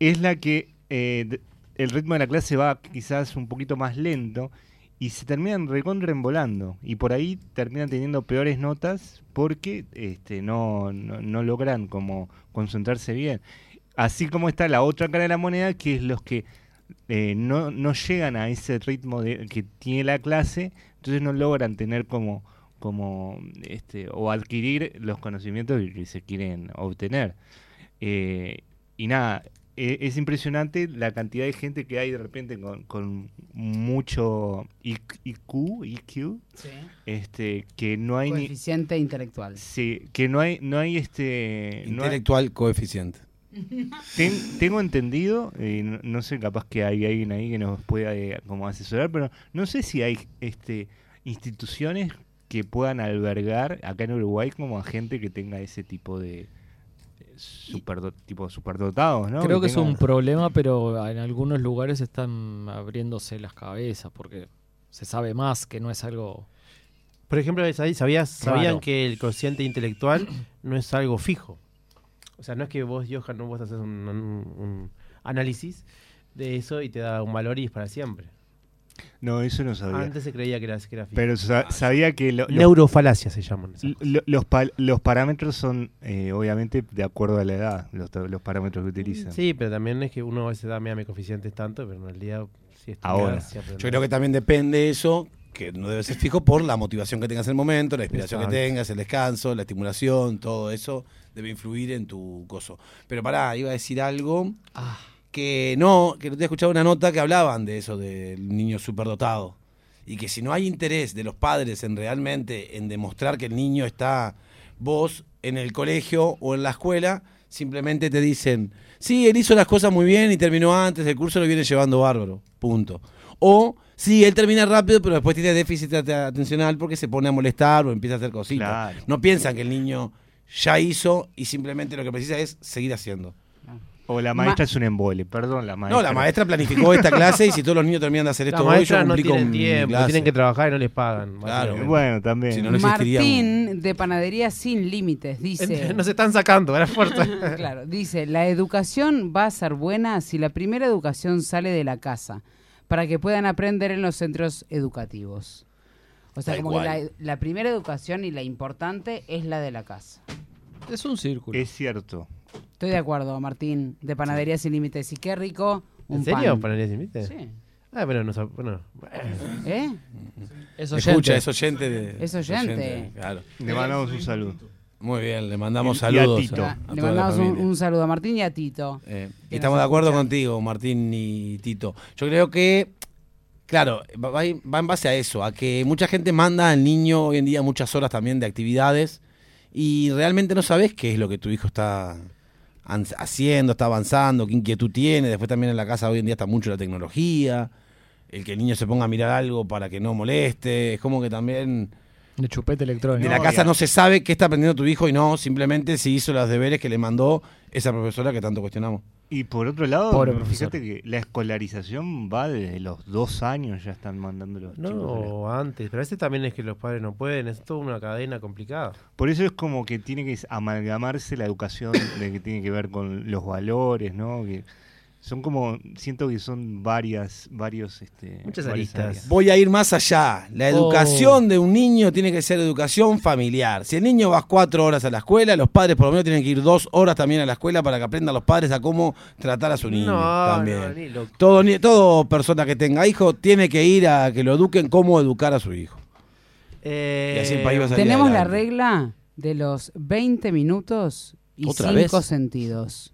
Speaker 6: es la que eh, de- el ritmo de la clase va quizás un poquito más lento y se terminan recontrembolando. Y por ahí terminan teniendo peores notas porque este, no, no, no logran como concentrarse bien. Así como está la otra cara de la moneda, que es los que eh, no, no llegan a ese ritmo de- que tiene la clase, entonces no logran tener como como este o adquirir los conocimientos que- que se quieren obtener. Eh, y nada, e- es impresionante la cantidad de gente que hay de repente con, con mucho IQ, IQ, este, que no hay ni,
Speaker 3: Coeficiente intelectual.
Speaker 6: sí, que no hay, no hay este, no hay-
Speaker 5: Intelectual coeficiente.
Speaker 6: Ten- tengo entendido, eh, no, no sé, capaz que hay alguien ahí que nos pueda eh, como asesorar, pero no sé si hay este instituciones que puedan albergar acá en Uruguay como a gente que tenga ese tipo de eh, superdo- tipo superdotados, ¿no?
Speaker 4: Creo que es
Speaker 6: tengan-
Speaker 4: un problema, pero en algunos lugares están abriéndose las cabezas porque se sabe más que no es algo.
Speaker 2: Por ejemplo, es ahí, ¿sabías, sabían
Speaker 4: Claro.
Speaker 2: que el cociente intelectual no es algo fijo. O sea, no es que vos, Johan, no vos haces un, un- un análisis de eso y te da un valor y es para siempre.
Speaker 6: No, eso no sabía.
Speaker 2: Antes se creía que era, que era fijo.
Speaker 6: pero sa- sabía que lo- los,
Speaker 2: Neurofalacia se llaman. esas cosas.
Speaker 6: lo- los pa- los parámetros son eh, obviamente de acuerdo a la edad, los, los parámetros que utilizan.
Speaker 2: Sí, pero también es que uno a veces da mira, mi coeficiente es tanto, pero en realidad sí estudiás,
Speaker 6: Ahora.
Speaker 2: sí aprendés.
Speaker 5: Yo creo que también depende eso, que no debe ser fijo por la motivación que tengas en el momento, la inspiración
Speaker 2: Exacto.
Speaker 5: que tengas, el descanso, la estimulación, todo eso debe influir en tu gozo. Pero pará, iba a decir algo que no, que no te he escuchado una nota que hablaban de eso, del niño superdotado. Y que si no hay interés de los padres en realmente en demostrar que el niño está vos en el colegio o en la escuela, simplemente te dicen, sí, él hizo las cosas muy bien y terminó antes, el curso lo viene llevando bárbaro, punto. O, sí, él termina rápido, pero después tiene déficit at- atencional porque se pone a molestar o empieza a hacer cositas.
Speaker 6: Claro.
Speaker 5: No piensan que el niño ya hizo y simplemente lo que precisa es seguir haciendo.
Speaker 6: O la maestra es un embole, perdón, la maestra.
Speaker 5: No, la maestra planificó esta clase y si todos los niños terminan de hacer
Speaker 2: Las
Speaker 5: esto hoy, yo
Speaker 2: maestras no
Speaker 5: cumplí
Speaker 2: tienen
Speaker 5: con mi
Speaker 2: tiempo,
Speaker 5: clase.
Speaker 2: tienen que trabajar y no les pagan.
Speaker 5: Claro.
Speaker 2: básicamente.
Speaker 6: Eh, Bueno, también.
Speaker 5: Si no, no existiría un-
Speaker 3: Martín de Panadería Sin Límites dice.
Speaker 2: Nos están sacando, era fuerte.
Speaker 3: Claro, dice, la educación va a ser buena si la primera educación sale de la casa, para que puedan aprender en los centros educativos. O sea,
Speaker 5: Tal
Speaker 3: como que la,
Speaker 5: cual.
Speaker 3: la primera educación y la importante es la de la casa.
Speaker 4: Es un círculo.
Speaker 6: Es cierto.
Speaker 3: Estoy de acuerdo, Martín, de Panadería Sin Límites. Y qué rico un
Speaker 2: ¿En serio?
Speaker 3: pan.
Speaker 2: ¿Panadería sin límites?
Speaker 3: Sí.
Speaker 2: Ah, pero no sab- bueno.
Speaker 3: ¿Eh?
Speaker 4: Es oyente.
Speaker 5: Escucha, es oyente. de-
Speaker 3: Es oyente.
Speaker 5: claro.
Speaker 6: Le mandamos un saludo.
Speaker 5: Muy bien, le mandamos
Speaker 6: Y- y
Speaker 5: saludos.
Speaker 6: a Tito.
Speaker 5: a-
Speaker 3: Ah,
Speaker 5: a toda
Speaker 3: Le
Speaker 5: la
Speaker 3: mandamos un,
Speaker 5: familia.
Speaker 3: un saludo a Martín y a Tito.
Speaker 5: Eh,
Speaker 3: que
Speaker 5: estamos
Speaker 3: nos
Speaker 5: de acuerdo
Speaker 3: escuchan.
Speaker 5: contigo, Martín y Tito. Yo creo que, claro, va, va- va en base a eso, a que mucha gente manda al niño hoy en día muchas horas también de actividades y realmente no sabes qué es lo que tu hijo está an- haciendo, está avanzando, qué inquietud tiene. Después también en la casa hoy en día está mucho la tecnología, el que el niño se ponga a mirar algo para que no moleste, es como que también...
Speaker 4: De chupete
Speaker 5: De
Speaker 4: electrónico.
Speaker 5: la
Speaker 6: No,
Speaker 5: casa
Speaker 6: ya.
Speaker 5: no se sabe qué está aprendiendo tu hijo y no, simplemente si hizo los deberes que le mandó esa profesora que tanto cuestionamos.
Speaker 6: Y por otro lado,
Speaker 4: Pobre
Speaker 6: fíjate que la escolarización va desde los dos años, ya están mandando los
Speaker 2: No,
Speaker 6: chicos. a la-
Speaker 2: o antes. Pero a veces también es que los padres no pueden. Es toda una cadena complicada.
Speaker 6: Por eso es como que tiene que amalgamarse la educación de que tiene que ver con los valores, ¿no? Que son como, siento que son varias, varios, este,
Speaker 2: Muchas
Speaker 6: varias
Speaker 2: aristas.
Speaker 6: áreas.
Speaker 5: Voy a ir más allá. La
Speaker 4: Oh.
Speaker 5: educación de un niño tiene que ser educación familiar. Si el niño va cuatro horas a la escuela, los padres por lo menos tienen que ir dos horas también a la escuela para que aprendan los padres a cómo tratar a su niño. también.
Speaker 2: no, ni loco.
Speaker 5: Todo, ni- todo persona que tenga hijo tiene que ir a que lo eduquen cómo educar a su hijo.
Speaker 2: Eh,
Speaker 5: Y así el país va a salir
Speaker 3: Tenemos la
Speaker 5: adelante.
Speaker 3: regla de los 20 minutos y
Speaker 5: ¿Otra
Speaker 3: 5
Speaker 5: vez?
Speaker 3: sentidos.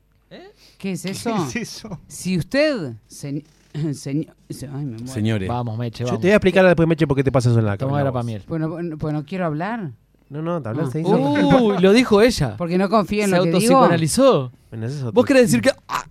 Speaker 3: ¿Qué es eso?
Speaker 6: ¿Qué es eso?
Speaker 3: Si usted, señ- señ- se- ay, me muero.
Speaker 5: Señores.
Speaker 4: Vamos, Meche,
Speaker 2: Yo
Speaker 4: vamos.
Speaker 2: te voy a explicar después, Meche, por qué te pasa eso en la
Speaker 4: Toma
Speaker 2: cabeza.
Speaker 4: grapa miel.
Speaker 3: Bueno, bueno, pues no quiero hablar,
Speaker 2: No, no, te
Speaker 3: Ah.
Speaker 2: hablas, se hizo.
Speaker 4: Uy, lo dijo ella.
Speaker 3: porque no confío en
Speaker 4: Se
Speaker 3: lo que digo.
Speaker 4: autopsicoanalizó.
Speaker 2: Bueno, eso es otro.
Speaker 4: Vos querés decir que. ah,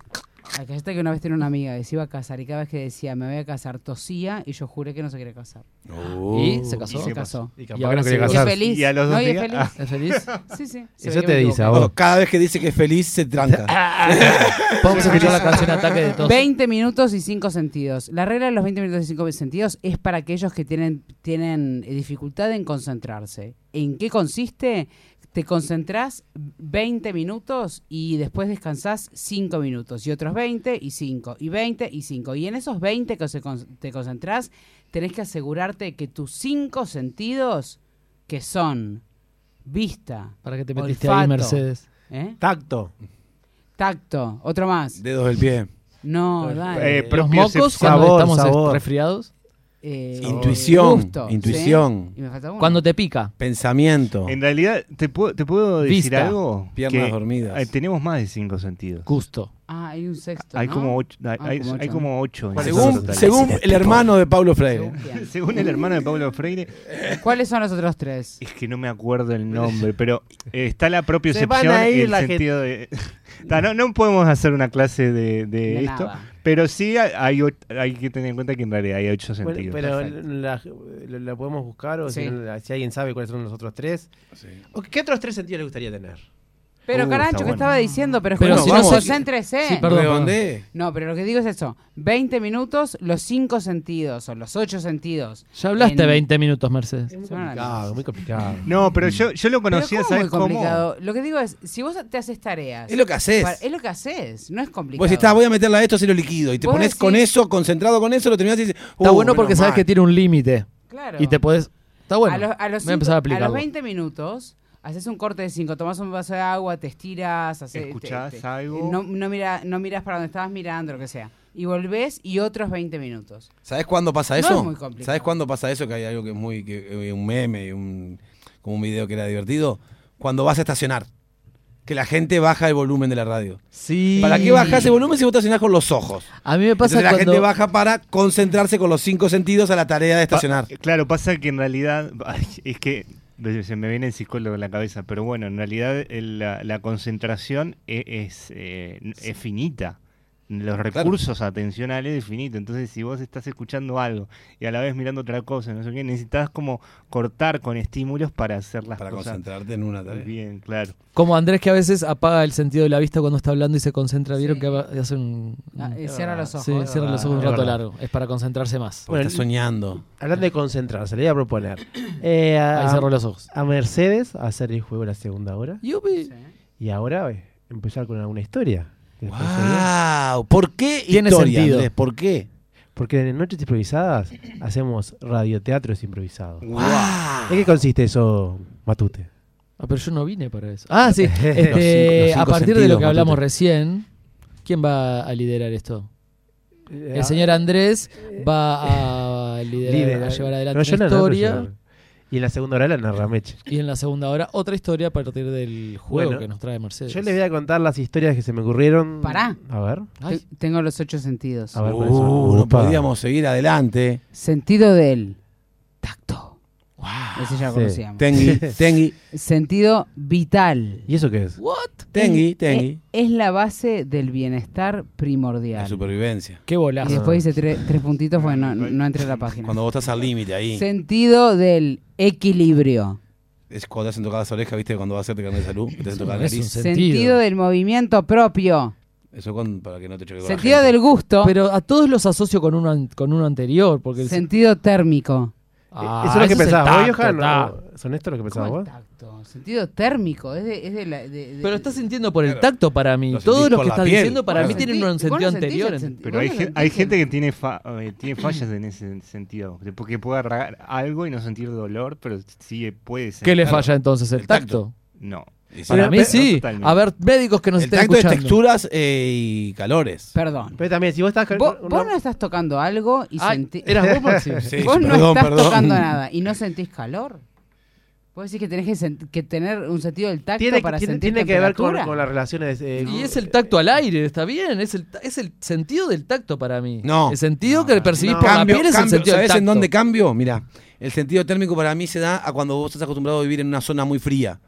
Speaker 3: Acá que una vez tenía una amiga que se iba a casar y cada vez que decía me voy a casar tosía y yo juré que no se quería casar.
Speaker 5: Oh.
Speaker 4: ¿Y se casó?
Speaker 6: Y
Speaker 3: Se
Speaker 6: se
Speaker 3: casó.
Speaker 2: Y
Speaker 4: Y
Speaker 2: capaz que
Speaker 4: ahora
Speaker 2: no quería
Speaker 4: sí.
Speaker 3: Y es
Speaker 2: casarse.
Speaker 3: feliz.
Speaker 6: Y a los dos
Speaker 3: no, y es
Speaker 6: días-
Speaker 3: feliz.
Speaker 6: ah.
Speaker 4: ¿Es feliz?
Speaker 3: Sí, sí. se
Speaker 2: Eso
Speaker 3: veía
Speaker 2: te
Speaker 3: que me
Speaker 2: dice a
Speaker 3: equivocaba.
Speaker 2: vos.
Speaker 5: Oh, cada vez que dice que es feliz se tranca.
Speaker 4: Podemos escuchar la canción Ataque de Tos.
Speaker 3: 20 minutos y 5 sentidos. La regla de los 20 minutos y 5 sentidos es para aquellos que tienen, tienen eh, dificultad en concentrarse. ¿En qué consiste? Te concentrás 20 minutos y después descansás 5 minutos. Y otros 20 y 5. Y 20 y 5. Y en esos 20 que se con- te concentrás, tenés que asegurarte que tus 5 sentidos, que son vista,
Speaker 4: ¿Para qué te metiste ahí,
Speaker 3: Olfato.
Speaker 4: Mercedes?
Speaker 3: ¿eh?
Speaker 2: Tacto.
Speaker 3: tacto, otro más.
Speaker 5: Dedos del pie.
Speaker 3: No, dale.
Speaker 6: Eh,
Speaker 4: ¿Los
Speaker 6: propio
Speaker 4: mocos
Speaker 6: sexo.
Speaker 4: cuando
Speaker 2: Sabor,
Speaker 4: estamos
Speaker 2: sabor.
Speaker 4: resfriados?
Speaker 3: Eh,
Speaker 5: Intuición,
Speaker 3: gusto,
Speaker 5: intuición.
Speaker 3: ¿sí? Y me falta uno.
Speaker 4: Cuando te pica.
Speaker 5: Pensamiento.
Speaker 6: En realidad, ¿te puedo, te puedo decir
Speaker 4: Vista,
Speaker 6: algo?
Speaker 5: piernas
Speaker 6: Que,
Speaker 5: dormidas.
Speaker 6: eh, tenemos más de cinco sentidos.
Speaker 4: Gusto.
Speaker 3: Ah, hay un sexto.
Speaker 6: Hay
Speaker 3: ¿no?
Speaker 6: como ocho. Hay,
Speaker 3: Ah,
Speaker 6: hay-
Speaker 3: como ocho,
Speaker 6: hay
Speaker 3: ¿no?
Speaker 6: como ocho en
Speaker 5: Según,
Speaker 6: total.
Speaker 5: según el hermano de Pablo Freire.
Speaker 3: Según quién.
Speaker 6: Según el hermano de Pablo Freire,
Speaker 3: ¿Cuáles son los otros tres?
Speaker 6: es que no me acuerdo el nombre, pero eh, está la
Speaker 2: Se van
Speaker 6: propiocepción
Speaker 2: a ir
Speaker 6: y el
Speaker 2: la
Speaker 6: sentido de. Ta, no, no podemos hacer una clase de, de
Speaker 3: De
Speaker 6: esto,
Speaker 3: nada.
Speaker 6: pero sí hay, hay o- hay que tener en cuenta que en realidad hay ocho
Speaker 2: Bueno,
Speaker 6: sentidos.
Speaker 2: pero
Speaker 3: Perfecto.
Speaker 2: la, la- la podemos buscar o
Speaker 3: Sí.
Speaker 2: si, no, si alguien sabe cuáles son los otros tres. ¿O ¿Qué otros tres sentidos le gustaría tener?
Speaker 3: Pero
Speaker 6: Uh,
Speaker 3: Carancho,
Speaker 6: está
Speaker 3: que
Speaker 6: bueno.
Speaker 3: estaba diciendo, pero,
Speaker 4: Pero
Speaker 3: pero
Speaker 4: si
Speaker 3: si
Speaker 5: Ah,
Speaker 4: no
Speaker 3: no
Speaker 4: sos-
Speaker 3: concéntrese.
Speaker 4: Sí, Perdón,
Speaker 5: Redondee.
Speaker 3: No, pero lo que digo es eso. 20 minutos, los 5 sentidos o los 8 sentidos.
Speaker 4: Ya hablaste
Speaker 3: En-
Speaker 4: 20 minutos, Mercedes.
Speaker 2: Es muy
Speaker 3: Son
Speaker 2: complicado,
Speaker 3: análisis.
Speaker 2: muy complicado.
Speaker 6: No, pero yo, yo lo
Speaker 3: Pero
Speaker 6: conocía,
Speaker 3: ¿cómo
Speaker 6: ¿sabes
Speaker 3: muy
Speaker 6: cómo?
Speaker 3: complicado? Lo que digo es, si vos te haces tareas.
Speaker 5: Es lo que haces.
Speaker 3: para- es lo que haces, no es complicado.
Speaker 5: Vos decís, "Tá, voy a meterla a esto, si lo liquido. Y te
Speaker 3: Vos
Speaker 5: pones
Speaker 3: decís-
Speaker 5: con eso, concentrado con eso, lo terminás y dices.
Speaker 4: Está
Speaker 5: "Uh,
Speaker 4: bueno porque
Speaker 5: menos
Speaker 4: sabes
Speaker 5: mal".
Speaker 4: que tiene un límite.
Speaker 3: Claro.
Speaker 4: Y te podés. Está bueno.
Speaker 3: A los, a los
Speaker 4: Voy a empezar a
Speaker 3: cinco- a los
Speaker 4: aplicarlo.
Speaker 3: 20 minutos, haces un corte de 5, tomás un vaso de agua, te estiras, haces,
Speaker 6: Escuchás
Speaker 3: te- te-
Speaker 6: algo.
Speaker 3: No, no, mira, no miras para donde estabas mirando, lo que sea. Y volvés y otros 20 minutos.
Speaker 5: ¿Sabés cuándo pasa
Speaker 3: No
Speaker 5: eso?
Speaker 3: es muy complicado.
Speaker 5: ¿Sabés cuándo pasa eso? Que hay algo que es muy. que- eh, un meme, un, como un video que era divertido. Cuando vas a estacionar. Que la gente baja el volumen de la radio.
Speaker 4: Sí.
Speaker 5: ¿Para qué bajas el volumen si vos estacionás con los ojos?
Speaker 4: A mí me pasa
Speaker 5: Entonces la
Speaker 4: cuando.
Speaker 5: gente baja para concentrarse con los cinco sentidos a la tarea de estacionar.
Speaker 6: Claro, pasa que en realidad, ay, es que se me viene el psicólogo en la cabeza, pero bueno, en realidad el- la, la concentración e- es, eh, n- es finita. Los recursos atencionales es finito. Entonces, si vos estás escuchando algo y a la vez mirando otra cosa, no sé qué, necesitas como cortar con estímulos para hacer las
Speaker 5: Para
Speaker 6: cosas
Speaker 5: concentrarte en una tarea.
Speaker 6: bien, claro.
Speaker 4: Como Andrés que a veces apaga el sentido de la vista cuando está hablando y se concentra. ¿Vieron
Speaker 3: Sí.
Speaker 4: que va- hace un.
Speaker 3: Ah, eh, cierra los ojos.
Speaker 4: Sí, cierra los ojos
Speaker 6: Ah,
Speaker 4: un
Speaker 2: Es
Speaker 4: rato
Speaker 2: verdad.
Speaker 4: largo. Es para concentrarse más.
Speaker 5: Porque estás soñando.
Speaker 2: Hablando de concentrarse, le voy a proponer eh,
Speaker 4: Ahí cerró
Speaker 2: a,
Speaker 4: los ojos.
Speaker 2: a Mercedes a hacer el juego la segunda hora
Speaker 4: Yupi.
Speaker 2: y ahora eh, empezar con alguna historia. ¿Les parece bien?
Speaker 5: ¡Wow! ¿Por qué
Speaker 4: Tiene
Speaker 5: historia,
Speaker 4: sentido.
Speaker 5: Andrés? ¿Por qué?
Speaker 2: Porque en Noches Improvisadas hacemos radioteatros improvisados.
Speaker 5: ¡Guau!
Speaker 2: ¿En qué consiste eso, Matute?
Speaker 4: Ah, pero yo no vine para eso. Ah, sí.
Speaker 2: Los
Speaker 4: Este,
Speaker 5: cinco- los cinco
Speaker 4: a partir de lo
Speaker 5: sentidos,
Speaker 4: que hablamos
Speaker 5: Matute.
Speaker 4: recién, ¿quién va a liderar esto?
Speaker 3: Eh,
Speaker 4: El
Speaker 3: ah,
Speaker 4: señor Andrés va a liderar,
Speaker 2: Líder.
Speaker 4: a
Speaker 3: eh,
Speaker 4: llevar
Speaker 2: No,
Speaker 4: adelante
Speaker 2: yo
Speaker 4: una
Speaker 2: la narro,
Speaker 4: historia.
Speaker 2: yo la narro. Y en la segunda hora la narra Meche.
Speaker 4: Y en la segunda hora, otra historia a partir del juego
Speaker 2: Bueno,
Speaker 4: que nos trae Mercedes.
Speaker 2: Yo les voy a contar las historias que se me ocurrieron.
Speaker 3: Pará.
Speaker 2: A ver.
Speaker 4: Ay,
Speaker 3: Te- Tengo los 8 sentidos.
Speaker 2: A ver,
Speaker 5: Uh,
Speaker 2: cuáles son.
Speaker 5: no
Speaker 2: Upa.
Speaker 5: podíamos seguir adelante.
Speaker 3: Sentido del tacto. Ese ya lo
Speaker 2: Sí.
Speaker 3: conocíamos.
Speaker 5: Tengui, tengui,
Speaker 3: Sentido vital.
Speaker 2: ¿Y eso qué es?
Speaker 5: tengui,
Speaker 3: Es,
Speaker 5: tengui.
Speaker 3: es la base del bienestar
Speaker 5: La
Speaker 3: primordial.
Speaker 5: supervivencia.
Speaker 4: qué
Speaker 3: Y
Speaker 4: bolazo.
Speaker 3: después dice tre- tres puntitos, bueno, no, no entré a la página.
Speaker 5: Cuando vos estás al límite ahí.
Speaker 3: Sentido del equilibrio.
Speaker 5: Es cuando te hacen tocar las orejas, ¿viste? Cuando vas a hacerte carne de salud. Te hacen tocar la
Speaker 4: Es un
Speaker 5: nariz.
Speaker 4: sen-
Speaker 3: Sentido.
Speaker 4: Sentido.
Speaker 3: del movimiento propio.
Speaker 5: Eso cuando, para que no te choque con la
Speaker 3: Sentido
Speaker 5: gente.
Speaker 3: del gusto.
Speaker 4: Pero a todos los asocio con uno, an- con uno anterior. Porque el-
Speaker 3: sentido térmico.
Speaker 4: Ah,
Speaker 2: Eh, ¿Eso es lo que
Speaker 4: ese el
Speaker 2: pensabas vos,
Speaker 4: tacto,
Speaker 2: Johan?
Speaker 4: ta.
Speaker 2: ¿O- ¿Son esto lo que pensabas
Speaker 3: ¿Cómo el
Speaker 2: vos?
Speaker 3: tacto? Sentido térmico. Es de, es de la, de- de-
Speaker 4: Pero estás sintiendo por el
Speaker 5: Claro.
Speaker 4: tacto para mí.
Speaker 5: Lo
Speaker 4: Todos
Speaker 5: sentís
Speaker 4: los
Speaker 5: por
Speaker 4: que
Speaker 5: la
Speaker 4: estás
Speaker 5: piel.
Speaker 4: diciendo para
Speaker 3: Vos
Speaker 4: mí
Speaker 3: lo
Speaker 4: tienen
Speaker 3: sentís- vos
Speaker 4: un
Speaker 3: lo
Speaker 4: sentido
Speaker 3: sentís el
Speaker 4: anterior.
Speaker 3: sentido.
Speaker 6: Pero
Speaker 3: Vos
Speaker 6: hay,
Speaker 3: lo
Speaker 6: gen-
Speaker 3: sentís
Speaker 6: hay
Speaker 3: el-
Speaker 6: gente que tiene, fa- eh, tiene fallas en ese sentido. de- Porque puede agarrar algo y no sentir dolor, pero sí puede ser.
Speaker 4: ¿Qué le
Speaker 5: Claro.
Speaker 4: falla entonces? ¿El
Speaker 5: El tacto.
Speaker 4: tacto?
Speaker 6: No.
Speaker 5: Y sí,
Speaker 4: Para
Speaker 5: el
Speaker 4: mí
Speaker 5: pe-
Speaker 4: sí.
Speaker 6: totalmente.
Speaker 4: A ver, médicos que nos
Speaker 5: El
Speaker 4: estén
Speaker 5: tacto
Speaker 4: escuchando.
Speaker 5: es texturas eh, y calores.
Speaker 3: Perdón.
Speaker 2: Pero también, si vos estás. con-
Speaker 3: Vos,
Speaker 2: no-
Speaker 3: vos no estás tocando algo y
Speaker 4: Ay,
Speaker 3: sentís.
Speaker 4: ¿Eras vos, Maxi?
Speaker 5: Sí,
Speaker 3: Vos no
Speaker 5: perdón,
Speaker 3: estás
Speaker 5: perdón.
Speaker 3: tocando nada y no sentís calor. Vos decís que tenés que, sen- que tener un sentido del tacto
Speaker 2: Tiene,
Speaker 3: para
Speaker 2: tiene-
Speaker 3: sentir
Speaker 2: tiene que ver con,
Speaker 3: temperatura?
Speaker 2: con las relaciones. eh,
Speaker 4: Y es el tacto al aire, está bien, es el, ta- es el sentido del tacto para mí.
Speaker 5: No.
Speaker 4: El sentido que percibís
Speaker 2: No.
Speaker 4: por
Speaker 5: Cambio,
Speaker 4: la piel es el
Speaker 5: cambio.
Speaker 4: sentido del
Speaker 5: ¿Sabés
Speaker 4: tacto.
Speaker 5: en dónde cambio? Mirá, el sentido térmico para mí se da a cuando vos estás acostumbrado a vivir en una zona muy fría.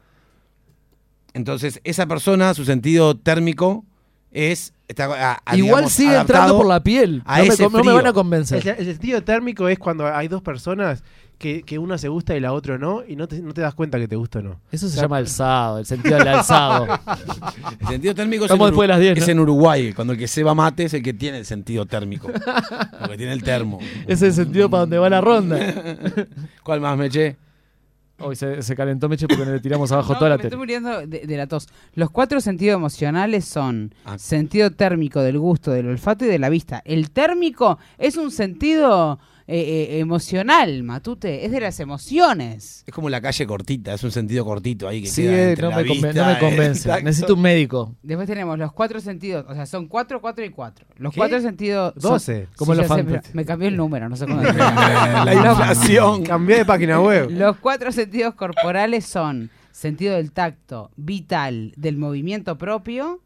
Speaker 5: Entonces, esa persona, su sentido térmico es. está, a- a,
Speaker 4: Igual
Speaker 5: digamos,
Speaker 4: sigue entrando
Speaker 5: adaptado
Speaker 4: por la piel.
Speaker 5: a
Speaker 4: no, me,
Speaker 5: ese
Speaker 4: con- no me
Speaker 5: frío.
Speaker 4: van a
Speaker 2: El,
Speaker 4: convencer.
Speaker 2: el sentido térmico es cuando hay dos personas que, que una se gusta y la otra no, y no te, no te das cuenta que te gusta o no.
Speaker 4: Eso se llama alzado, el sentido del alzado.
Speaker 5: El sentido térmico es, en,
Speaker 4: Estamos después de las 10,
Speaker 5: es
Speaker 4: ¿no?
Speaker 5: en Uruguay. Cuando el que se va mate es el que tiene el sentido térmico. el que tiene el termo.
Speaker 4: es el sentido para donde va la ronda.
Speaker 5: ¿Cuál más, Meche?
Speaker 4: Hoy se, se calentó Meche porque le tiramos abajo
Speaker 3: No,
Speaker 4: toda la
Speaker 3: me estoy
Speaker 4: tele.
Speaker 3: muriendo de, de la tos. Los cuatro sentidos emocionales son
Speaker 5: Ah.
Speaker 3: sentido térmico del gusto, del olfato y de la vista. El térmico es un sentido eh, eh, emocional, Matute, es de las emociones.
Speaker 5: Es como la calle cortita, es un sentido cortito ahí que
Speaker 4: Sí,
Speaker 5: queda
Speaker 4: eh,
Speaker 5: entre
Speaker 4: no
Speaker 5: la
Speaker 4: me, conven-
Speaker 5: vista,
Speaker 4: no me
Speaker 5: el
Speaker 4: convence.
Speaker 5: tacto.
Speaker 4: Necesito un médico.
Speaker 3: Después tenemos los cuatro sentidos, o sea, son cuatro, cuatro y cuatro. Los
Speaker 5: ¿Qué?
Speaker 3: cuatro sentidos... son-
Speaker 2: Doce.
Speaker 4: Como
Speaker 3: ya
Speaker 4: los
Speaker 3: sé,
Speaker 4: fantas.
Speaker 3: pero Me cambió el número, no sé cómo...
Speaker 5: La inflación.
Speaker 2: Cambié de página web.
Speaker 3: Los cuatro sentidos corporales son sentido del tacto, vital, del movimiento propio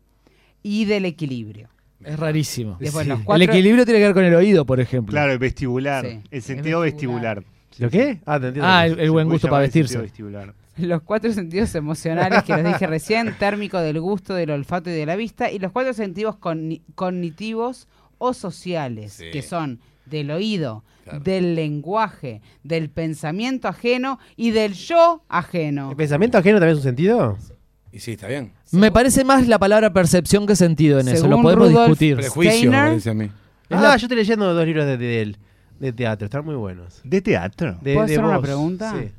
Speaker 3: y del equilibrio.
Speaker 4: Es rarísimo.
Speaker 3: Después, los
Speaker 4: El
Speaker 3: cuatro-
Speaker 4: equilibrio tiene que ver con el oído, por ejemplo.
Speaker 6: Claro, el vestibular.
Speaker 3: Sí,
Speaker 6: El sentido
Speaker 3: el vestibular.
Speaker 6: vestibular.
Speaker 2: ¿Lo qué? Ah, te entiendo.
Speaker 4: Ah, el, el
Speaker 6: Se
Speaker 4: buen
Speaker 6: puede
Speaker 4: gusto
Speaker 6: llamar
Speaker 4: para
Speaker 6: el sentido
Speaker 4: vestirse.
Speaker 6: vestibular.
Speaker 3: Los cuatro sentidos emocionales que les dije recién, térmico del gusto, del olfato y de la vista, y los cuatro sentidos cogni- cognitivos o sociales,
Speaker 5: Sí.
Speaker 3: que son del oído, del lenguaje, del pensamiento ajeno y del yo ajeno.
Speaker 2: ¿El pensamiento ajeno también es un sentido?
Speaker 5: Y sí, está bien.
Speaker 4: Me parece más la palabra percepción que sentido en eso.
Speaker 3: Según
Speaker 4: Lo podemos
Speaker 3: Rudolf-
Speaker 4: discutir.
Speaker 5: Prejuicio, me
Speaker 3: Steiner.
Speaker 5: parece a mí.
Speaker 2: Ah,
Speaker 4: la-
Speaker 2: yo estoy leyendo dos libros de, de él, de teatro, están muy buenos.
Speaker 6: ¿De teatro?
Speaker 2: De,
Speaker 3: ¿Puedo
Speaker 2: de
Speaker 3: hacer una
Speaker 2: voz,
Speaker 3: pregunta?
Speaker 2: sí.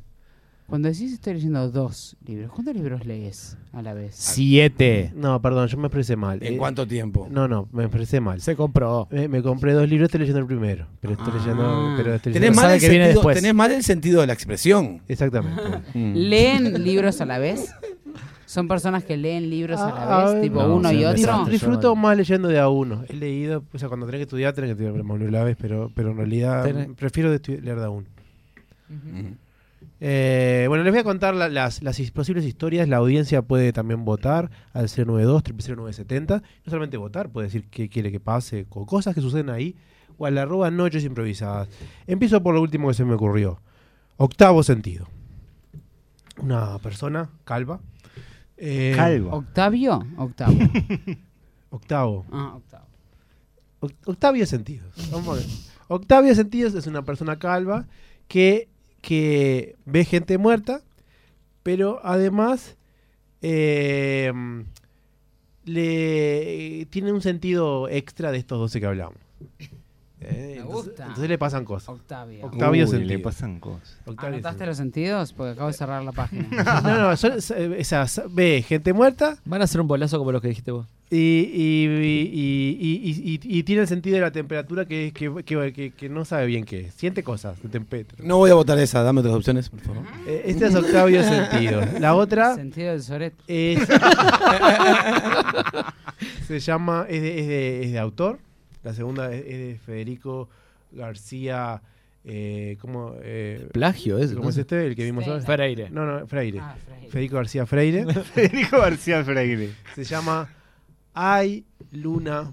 Speaker 3: Cuando decís estoy leyendo dos libros, ¿cuántos libros lees a la vez?
Speaker 4: Siete.
Speaker 2: No, perdón, yo me expresé mal.
Speaker 5: ¿En
Speaker 2: Eh,
Speaker 5: cuánto tiempo?
Speaker 2: No, no, me expresé mal.
Speaker 4: Se compró.
Speaker 2: Me, me compré dos libros, estoy leyendo el primero. Pero estoy leyendo. Pero estoy
Speaker 5: Ah. Tenés
Speaker 2: leyendo-
Speaker 5: mal,
Speaker 4: Sabe
Speaker 5: el
Speaker 4: que viene
Speaker 5: sentido,
Speaker 4: después.
Speaker 5: tenés mal el sentido de la expresión. Mm.
Speaker 2: Exactamente.
Speaker 3: ¿Leen libros a la vez? ¿Son personas que leen libros a
Speaker 2: Ah,
Speaker 3: la
Speaker 2: ah,
Speaker 3: vez? ¿Tipo
Speaker 4: no,
Speaker 3: uno
Speaker 4: sí,
Speaker 3: y
Speaker 4: me
Speaker 3: otro?
Speaker 4: desastre.
Speaker 2: Disfruto
Speaker 4: Yo-
Speaker 2: más leyendo de a uno. He leído, o sea, cuando tenés que estudiar, tenés que estudiar por manual la vez, pero, pero en realidad
Speaker 4: Tenés-
Speaker 2: prefiero de estu- leer de a uno. Eh, bueno, les voy a contar la- las, las his- posibles historias. La audiencia puede también votar al 092 0970 No solamente votar, puede decir qué quiere que pase, o cosas que suceden ahí, o al arroba noches improvisadas. Empiezo por lo último que se me ocurrió. Octavo sentido. Una persona calva. eh,
Speaker 6: Calvo.
Speaker 3: ¿Octavio? Octavo.
Speaker 2: Octavo.
Speaker 3: Ah, octavo.
Speaker 2: Oc- Octavio Sentidos. Vamos a ver. Octavio Sentidos es una persona calva que, que ve gente muerta, pero además eh, le tiene un sentido extra de estos 12 que hablamos. Eh,
Speaker 3: Me
Speaker 2: entonces,
Speaker 3: gusta.
Speaker 2: entonces le pasan cosas.
Speaker 3: Ah. Octavio.
Speaker 2: Octavio
Speaker 6: Uy,
Speaker 2: sentido.
Speaker 6: le pasan cosas.
Speaker 2: Octavio
Speaker 3: ¿Anotaste
Speaker 2: Sentidos.
Speaker 3: los sentidos? Porque acabo de cerrar la página.
Speaker 2: No, no, son- eh, o sea, sa- ve gente muerta
Speaker 4: Van a hacer un bolazo como los que dijiste vos.
Speaker 2: y, y, y- y- y- y- y tiene el sentido de la temperatura que, que- que- que- que no sabe bien qué es. Siente cosas de temperatura.
Speaker 5: No voy a votar esa, dame otras opciones, por favor.
Speaker 2: Eh, Este es Octavio Sentido. La otra
Speaker 3: Sentido del soreto.
Speaker 2: es. se llama. Es de, es de- es de autor. La segunda es, es de Federico García. Eh, ¿Cómo, eh,
Speaker 4: Plagio, eso.
Speaker 2: ¿cómo es este? El que vimos ahora.
Speaker 4: Freire.
Speaker 2: No, no, Freire.
Speaker 3: Ah, Freire.
Speaker 2: Federico García Freire.
Speaker 6: Federico García Freire.
Speaker 2: se llama Hay Luna.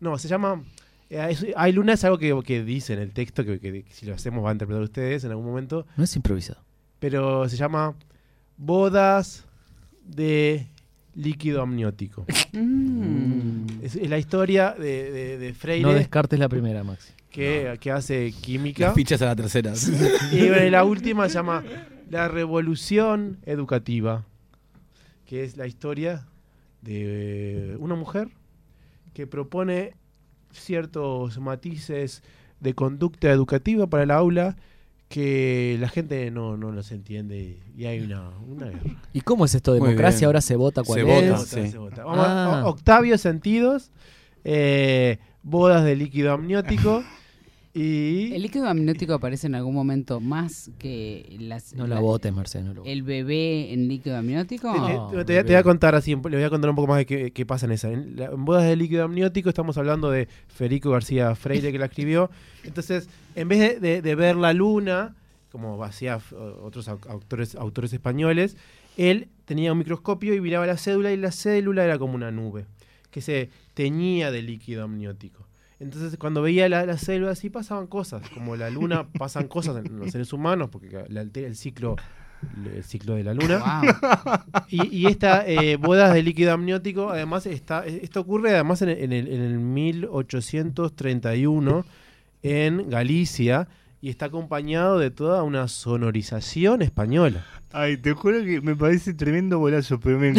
Speaker 2: No, se llama. eh, es- Hay Luna es algo que, que dice en el texto, que, que si lo hacemos va a interpretar ustedes en algún momento.
Speaker 4: No es improvisado.
Speaker 2: pero se llama Bodas de líquido amniótico.
Speaker 3: Mm.
Speaker 2: Es, es la historia de, de- de Freire
Speaker 4: No descartes la primera, Maxi.
Speaker 2: que, que hace
Speaker 5: Las
Speaker 2: química.
Speaker 5: fichas a la tercera.
Speaker 2: Y bueno, y la última se llama La Revolución Educativa, que es la historia de una mujer que propone ciertos matices de conducta educativa para el aula que la gente no, no los entiende y hay una, una guerra.
Speaker 4: ¿Y cómo es esto?
Speaker 5: Muy bien.
Speaker 4: ¿Democracia ahora se vota cuál
Speaker 5: Se
Speaker 4: es?
Speaker 5: vota.
Speaker 2: Se vota,
Speaker 5: sí.
Speaker 2: se vota. Vamos a-
Speaker 4: Ah.
Speaker 2: o- Octavio Sentidos, eh, bodas de líquido amniótico
Speaker 3: ¿El
Speaker 2: y...
Speaker 3: líquido amniótico aparece en algún momento más que las,
Speaker 4: No la
Speaker 3: la-
Speaker 4: votes, Marcelo. no la votes.
Speaker 3: el bebé en líquido amniótico?
Speaker 2: Te-
Speaker 4: No.
Speaker 2: te, te voy a- te voy a contar así, le voy a contar un poco más de qué, qué pasa en esa. En, la- en bodas de líquido amniótico estamos hablando de Federico García Freire que la escribió. Entonces, en vez de, de- de ver la luna como hacía f- otros au- autores, autores españoles, él tenía un microscopio y miraba la cédula y la célula era como una nube que se teñía de líquido amniótico. Entonces, cuando veía la, la célula así, pasaban cosas. Como la luna, pasan cosas en los seres humanos, porque la altera el ciclo, el ciclo de la luna. Y, y esta eh, bodas de líquido amniótico, además, está, esto ocurre además en el, en el- en el 1831 en Galicia y está acompañado de toda una sonorización española.
Speaker 6: Ay, te juro que me parece tremendo bolazo, pero me,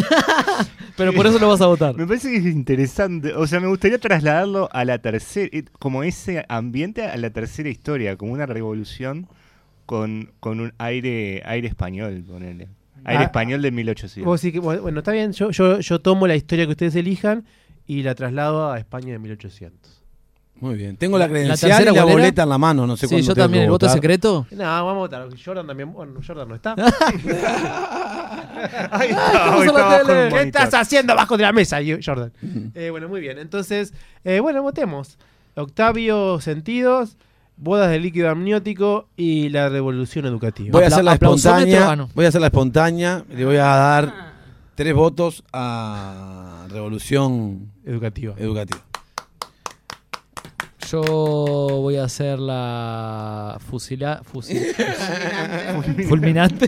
Speaker 4: Pero por eso lo vas a votar.
Speaker 6: me parece que es interesante. O sea, me gustaría trasladarlo a la tercera, eh, como ese ambiente a la tercera historia, como una revolución con, con un aire aire español, ponele. Aire
Speaker 2: Ah,
Speaker 6: español de 1800.
Speaker 2: Vos decís que, bueno, bueno, está bien, yo, yo, yo tomo la historia que ustedes elijan y la traslado a España de 1800.
Speaker 5: Muy bien. Tengo la credencial
Speaker 4: tercera
Speaker 5: y la
Speaker 4: cuál era?
Speaker 5: boleta en la mano, no sé
Speaker 4: sí,
Speaker 5: cuándo
Speaker 4: yo
Speaker 5: tengo
Speaker 4: también.
Speaker 5: que
Speaker 4: ¿El voto
Speaker 5: votar.
Speaker 4: secreto?
Speaker 2: No, vamos a votar. Jordan también. Bueno, Jordan no está.
Speaker 6: Ahí está, ahí
Speaker 4: puso la
Speaker 6: está, bajo
Speaker 4: tele.
Speaker 6: el
Speaker 2: ¿Qué
Speaker 6: monitor.
Speaker 2: estás haciendo abajo de la mesa, yo- Jordan? Eh, bueno, muy bien. Entonces, eh, bueno, votemos. Octavio Sentidos, bodas de líquido amniótico y la revolución educativa.
Speaker 5: Voy a hacer la
Speaker 4: Aplausómetro,
Speaker 5: espontánea.
Speaker 4: ah, no.
Speaker 5: Voy a hacer la espontánea. Le voy a
Speaker 3: Ah.
Speaker 5: dar tres votos a Revolución
Speaker 2: Educativa.
Speaker 5: Educativa.
Speaker 4: Yo voy a hacer la fusila, fusil, fulminante,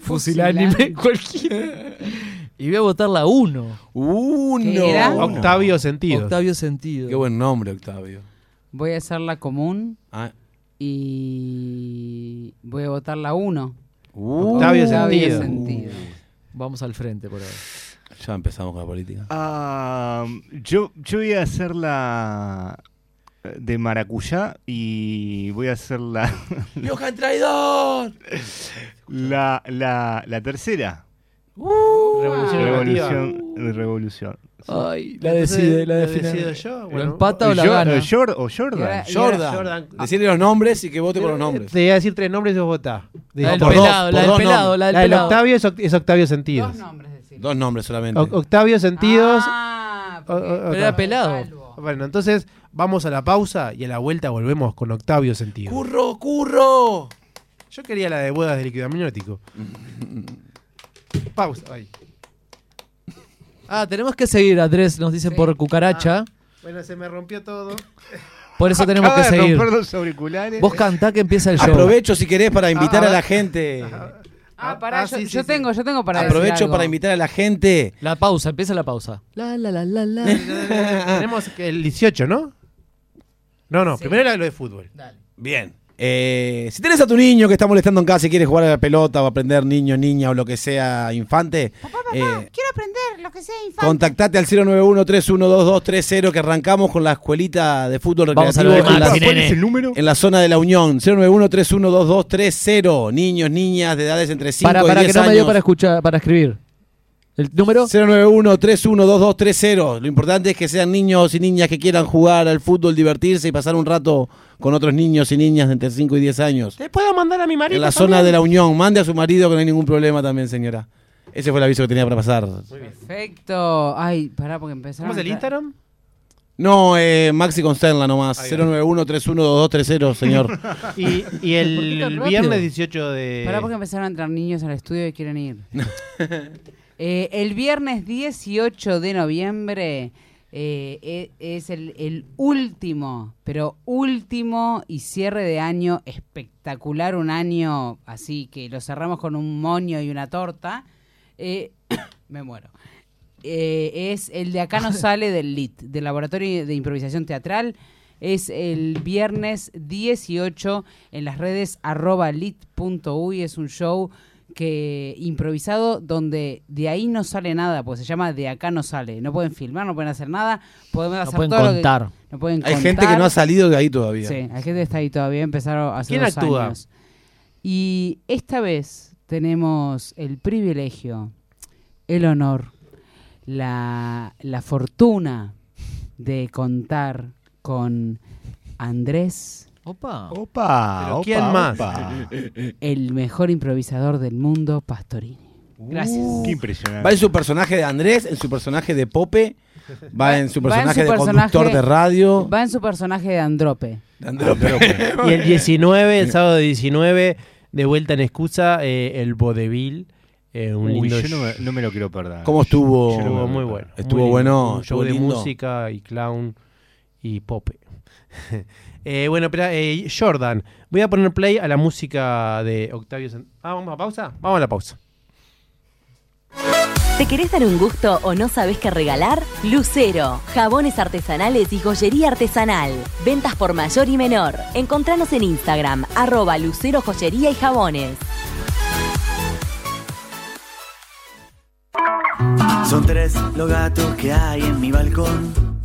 Speaker 4: fusilánime,
Speaker 3: Fusilánime.
Speaker 4: cualquiera. Y voy a votar la 1.
Speaker 3: ¿Qué era?
Speaker 5: Uno.
Speaker 2: Octavio Sentidos.
Speaker 4: Octavio Sentido.
Speaker 5: Qué buen nombre, Octavio.
Speaker 3: Voy a hacer la común
Speaker 5: Ah,
Speaker 3: y voy a votar la 1.
Speaker 5: uh,
Speaker 2: Octavio
Speaker 3: Octavio
Speaker 2: Sentido.
Speaker 3: Sentido.
Speaker 4: Uh, Vamos al frente por ahora.
Speaker 5: ya empezamos con la política.
Speaker 6: Ah, yo, yo voy a hacer la eh, de maracuyá y voy a hacer la,
Speaker 5: ¡Johan traidor!
Speaker 4: Ah.
Speaker 6: la, la, la tercera.
Speaker 2: Revolución educativa.
Speaker 6: Revolución. Revolución.
Speaker 4: Ay, la
Speaker 2: Entonces,
Speaker 4: decide, la
Speaker 2: ¿la
Speaker 4: decide.
Speaker 2: decido yo?
Speaker 4: ¿Lo
Speaker 2: Bueno,
Speaker 4: empata o la
Speaker 6: Jor-
Speaker 4: gana?
Speaker 6: eh, Jor- o
Speaker 3: Y ahora-
Speaker 6: Jordan.
Speaker 3: y ahora-
Speaker 5: Jordan.
Speaker 2: Jordan.
Speaker 5: Decirle los nombres y que vote por los nombres.
Speaker 2: eh, Te voy a decir tres nombres y vos votás.
Speaker 4: La del
Speaker 5: por dos,
Speaker 4: pelado,
Speaker 5: por
Speaker 4: la del
Speaker 5: dos
Speaker 4: pelado,
Speaker 5: nombres.
Speaker 4: la del
Speaker 2: La del
Speaker 4: pelado.
Speaker 2: Octavio es, Oct- es Octavio Sentidos.
Speaker 3: Dos nombres decir.
Speaker 5: Dos nombres solamente.
Speaker 2: O- Octavio Sentidos.
Speaker 3: Ah,
Speaker 2: O- o-
Speaker 3: porque-
Speaker 2: Pero era
Speaker 4: pelado.
Speaker 3: Salvo.
Speaker 2: Bueno, entonces vamos a la pausa y a la vuelta volvemos con Octavio Sentidos.
Speaker 5: ¡Curro, curro!
Speaker 2: Yo quería la de bodas de líquido amniótico. Pausa. Ahí.
Speaker 4: Ah, tenemos que seguir, Andrés, nos dicen por
Speaker 3: Ah.
Speaker 4: cucaracha.
Speaker 2: Bueno, se me rompió todo.
Speaker 4: Por eso tenemos que
Speaker 6: Acaba de
Speaker 4: seguir.
Speaker 6: romper los auriculares.
Speaker 4: Vos cantá que empieza el show.
Speaker 5: Aprovecho si querés para invitar
Speaker 2: Ah,
Speaker 5: a
Speaker 2: ah,
Speaker 5: la gente.
Speaker 3: Ah, pará,
Speaker 2: Ah,
Speaker 3: yo,
Speaker 2: sí,
Speaker 3: yo
Speaker 2: sí,
Speaker 3: tengo, yo tengo para decir
Speaker 5: Aprovecho
Speaker 3: algo.
Speaker 5: para invitar a la gente.
Speaker 4: La pausa, empieza la pausa. La, la, la, la, la.
Speaker 2: Tenemos que el 18, ¿no? No, no, primero era lo de fútbol.
Speaker 5: Bien. Eh, si tenés a tu niño que está molestando en casa y quiere jugar a la pelota o aprender niño, niña o lo que sea, infante. eh,
Speaker 7: Quiero aprender lo que sea infante.
Speaker 5: Contactate al 091-312230 que arrancamos con la escuelita de fútbol
Speaker 4: Vamos a
Speaker 5: recreativo
Speaker 4: hablar de
Speaker 5: en la,
Speaker 4: Martín,
Speaker 6: ¿Cuál
Speaker 4: nene.
Speaker 6: es el número?
Speaker 5: en la zona de la Unión. 091-312230. Niños, niñas de edades entre 5
Speaker 4: Para,
Speaker 5: y
Speaker 4: para,
Speaker 5: 10
Speaker 4: que no me dio
Speaker 5: años.
Speaker 4: para escuchar, para escribir. ¿El número?
Speaker 5: 091-312230. Lo importante es que sean niños y niñas que quieran jugar al fútbol, divertirse y pasar un rato con otros niños y niñas de entre 5 y 10 años.
Speaker 2: Te puedo mandar a mi marido.
Speaker 5: En la zona de la Unión. Mande a su marido que no hay ningún problema también, señora. Ese fue el aviso que tenía para pasar.
Speaker 3: Perfecto. Ay, pará, porque empezaron.
Speaker 2: ¿Cómo es el
Speaker 3: a-
Speaker 2: Instagram?
Speaker 5: No, eh, Maxi Consterla nomás. 091-312230, señor.
Speaker 2: Y, y
Speaker 4: ¿Por qué
Speaker 2: el,
Speaker 4: tan rápido?
Speaker 2: viernes 18 de.
Speaker 3: Pará, porque empezaron a entrar niños al estudio y quieren ir. Eh, el viernes 18 de noviembre eh, e- es el, el último, pero último y cierre de año espectacular. Un año así que lo cerramos con un moño y una torta. Eh, me muero. Eh, es el de Acá no sale del LIT, del Laboratorio de Improvisación Teatral. Es el viernes 18 en las redes arroba lit.uy. Es un show que improvisado donde de ahí no sale nada, pues se llama De acá no sale. No pueden filmar, no pueden hacer nada. Podemos
Speaker 4: No
Speaker 3: hacer
Speaker 4: pueden
Speaker 3: todo lo que-
Speaker 4: contar.
Speaker 3: no pueden
Speaker 5: Hay
Speaker 3: contar.
Speaker 5: gente que no ha salido de ahí todavía.
Speaker 3: Sí, hay gente que está ahí todavía, empezaron hace
Speaker 2: ¿Quién
Speaker 3: dos
Speaker 2: actúa?
Speaker 3: años. Y esta vez tenemos el privilegio, el honor, la, la fortuna de contar con Andrés,
Speaker 4: Opa.
Speaker 6: Opa,
Speaker 2: ¿Pero
Speaker 6: opa,
Speaker 2: quién más?
Speaker 6: opa.
Speaker 3: el mejor improvisador del mundo, Pastorini.
Speaker 2: Uh.
Speaker 3: Gracias.
Speaker 6: Qué
Speaker 5: Va en
Speaker 6: impresionante.
Speaker 5: su personaje de Andrés, en su personaje de Pope, va en su
Speaker 3: Va en
Speaker 5: personaje
Speaker 3: su
Speaker 5: de
Speaker 3: personaje-
Speaker 5: conductor de radio.
Speaker 3: Va en su personaje de Andrope.
Speaker 5: Andrés Pérez.
Speaker 2: Y el 19, el sábado 19, de vuelta en excusa, eh, el Vodevil. eh, un
Speaker 6: Uy,
Speaker 2: lindo
Speaker 6: yo no me,
Speaker 2: sh-
Speaker 6: no me lo quiero perder.
Speaker 5: ¿Cómo estuvo?
Speaker 6: Yo no
Speaker 2: estuvo
Speaker 6: me-
Speaker 2: muy bueno.
Speaker 5: Estuvo
Speaker 2: muy lindo.
Speaker 5: bueno,
Speaker 2: Un show
Speaker 5: estuvo
Speaker 2: de
Speaker 5: lindo.
Speaker 2: música y clown y pop. Eh, bueno, pero eh, Jordan, voy a poner play a la música de Octavio Sant- Ah, vamos a pausa. Vamos a la pausa.
Speaker 7: ¿Te querés dar un gusto o no sabes qué regalar? Lucero, jabones artesanales y joyería artesanal. Ventas por mayor y menor. Encontranos en Instagram, arroba Lucero Joyería y Jabones.
Speaker 8: Son tres los gatos que hay en mi balcón.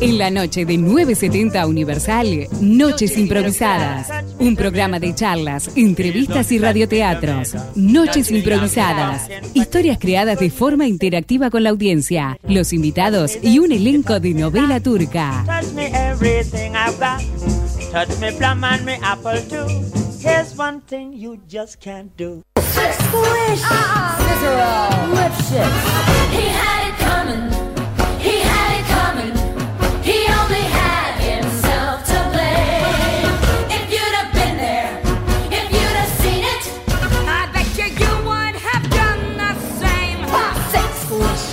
Speaker 9: En la noche de 970 Universal, Noches Improvisadas. Un programa de charlas, entrevistas y radioteatros. Noches Improvisadas. Historias creadas de forma interactiva con la audiencia, los invitados y un elenco de novela turca.
Speaker 10: Touch me everything I've got. Touch me plum and me apple too. Here's one thing you just can't do.
Speaker 1: He had it coming. He had it coming. He only had himself to blame. If you'd have been there, if you'd have seen it, I bet you you would have done the same. Six squish,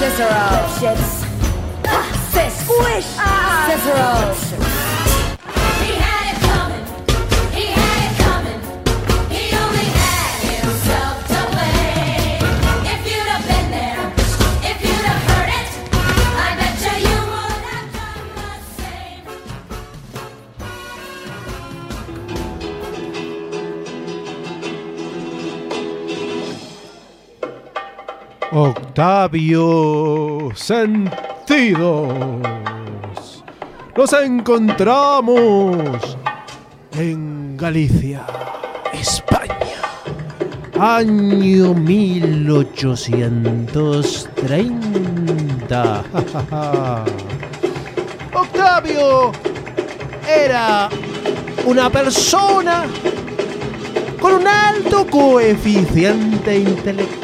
Speaker 1: Cicero. Six squish, Cicero. He had it coming. He had it coming. He only had himself to blame. If you'd have been there, if you'd have heard it, I bet you you would have done the same.
Speaker 2: Octavio Sentidos. Nos encontramos en Galicia, España. Año 1830. Octavio era una persona con un alto coeficiente intelectual.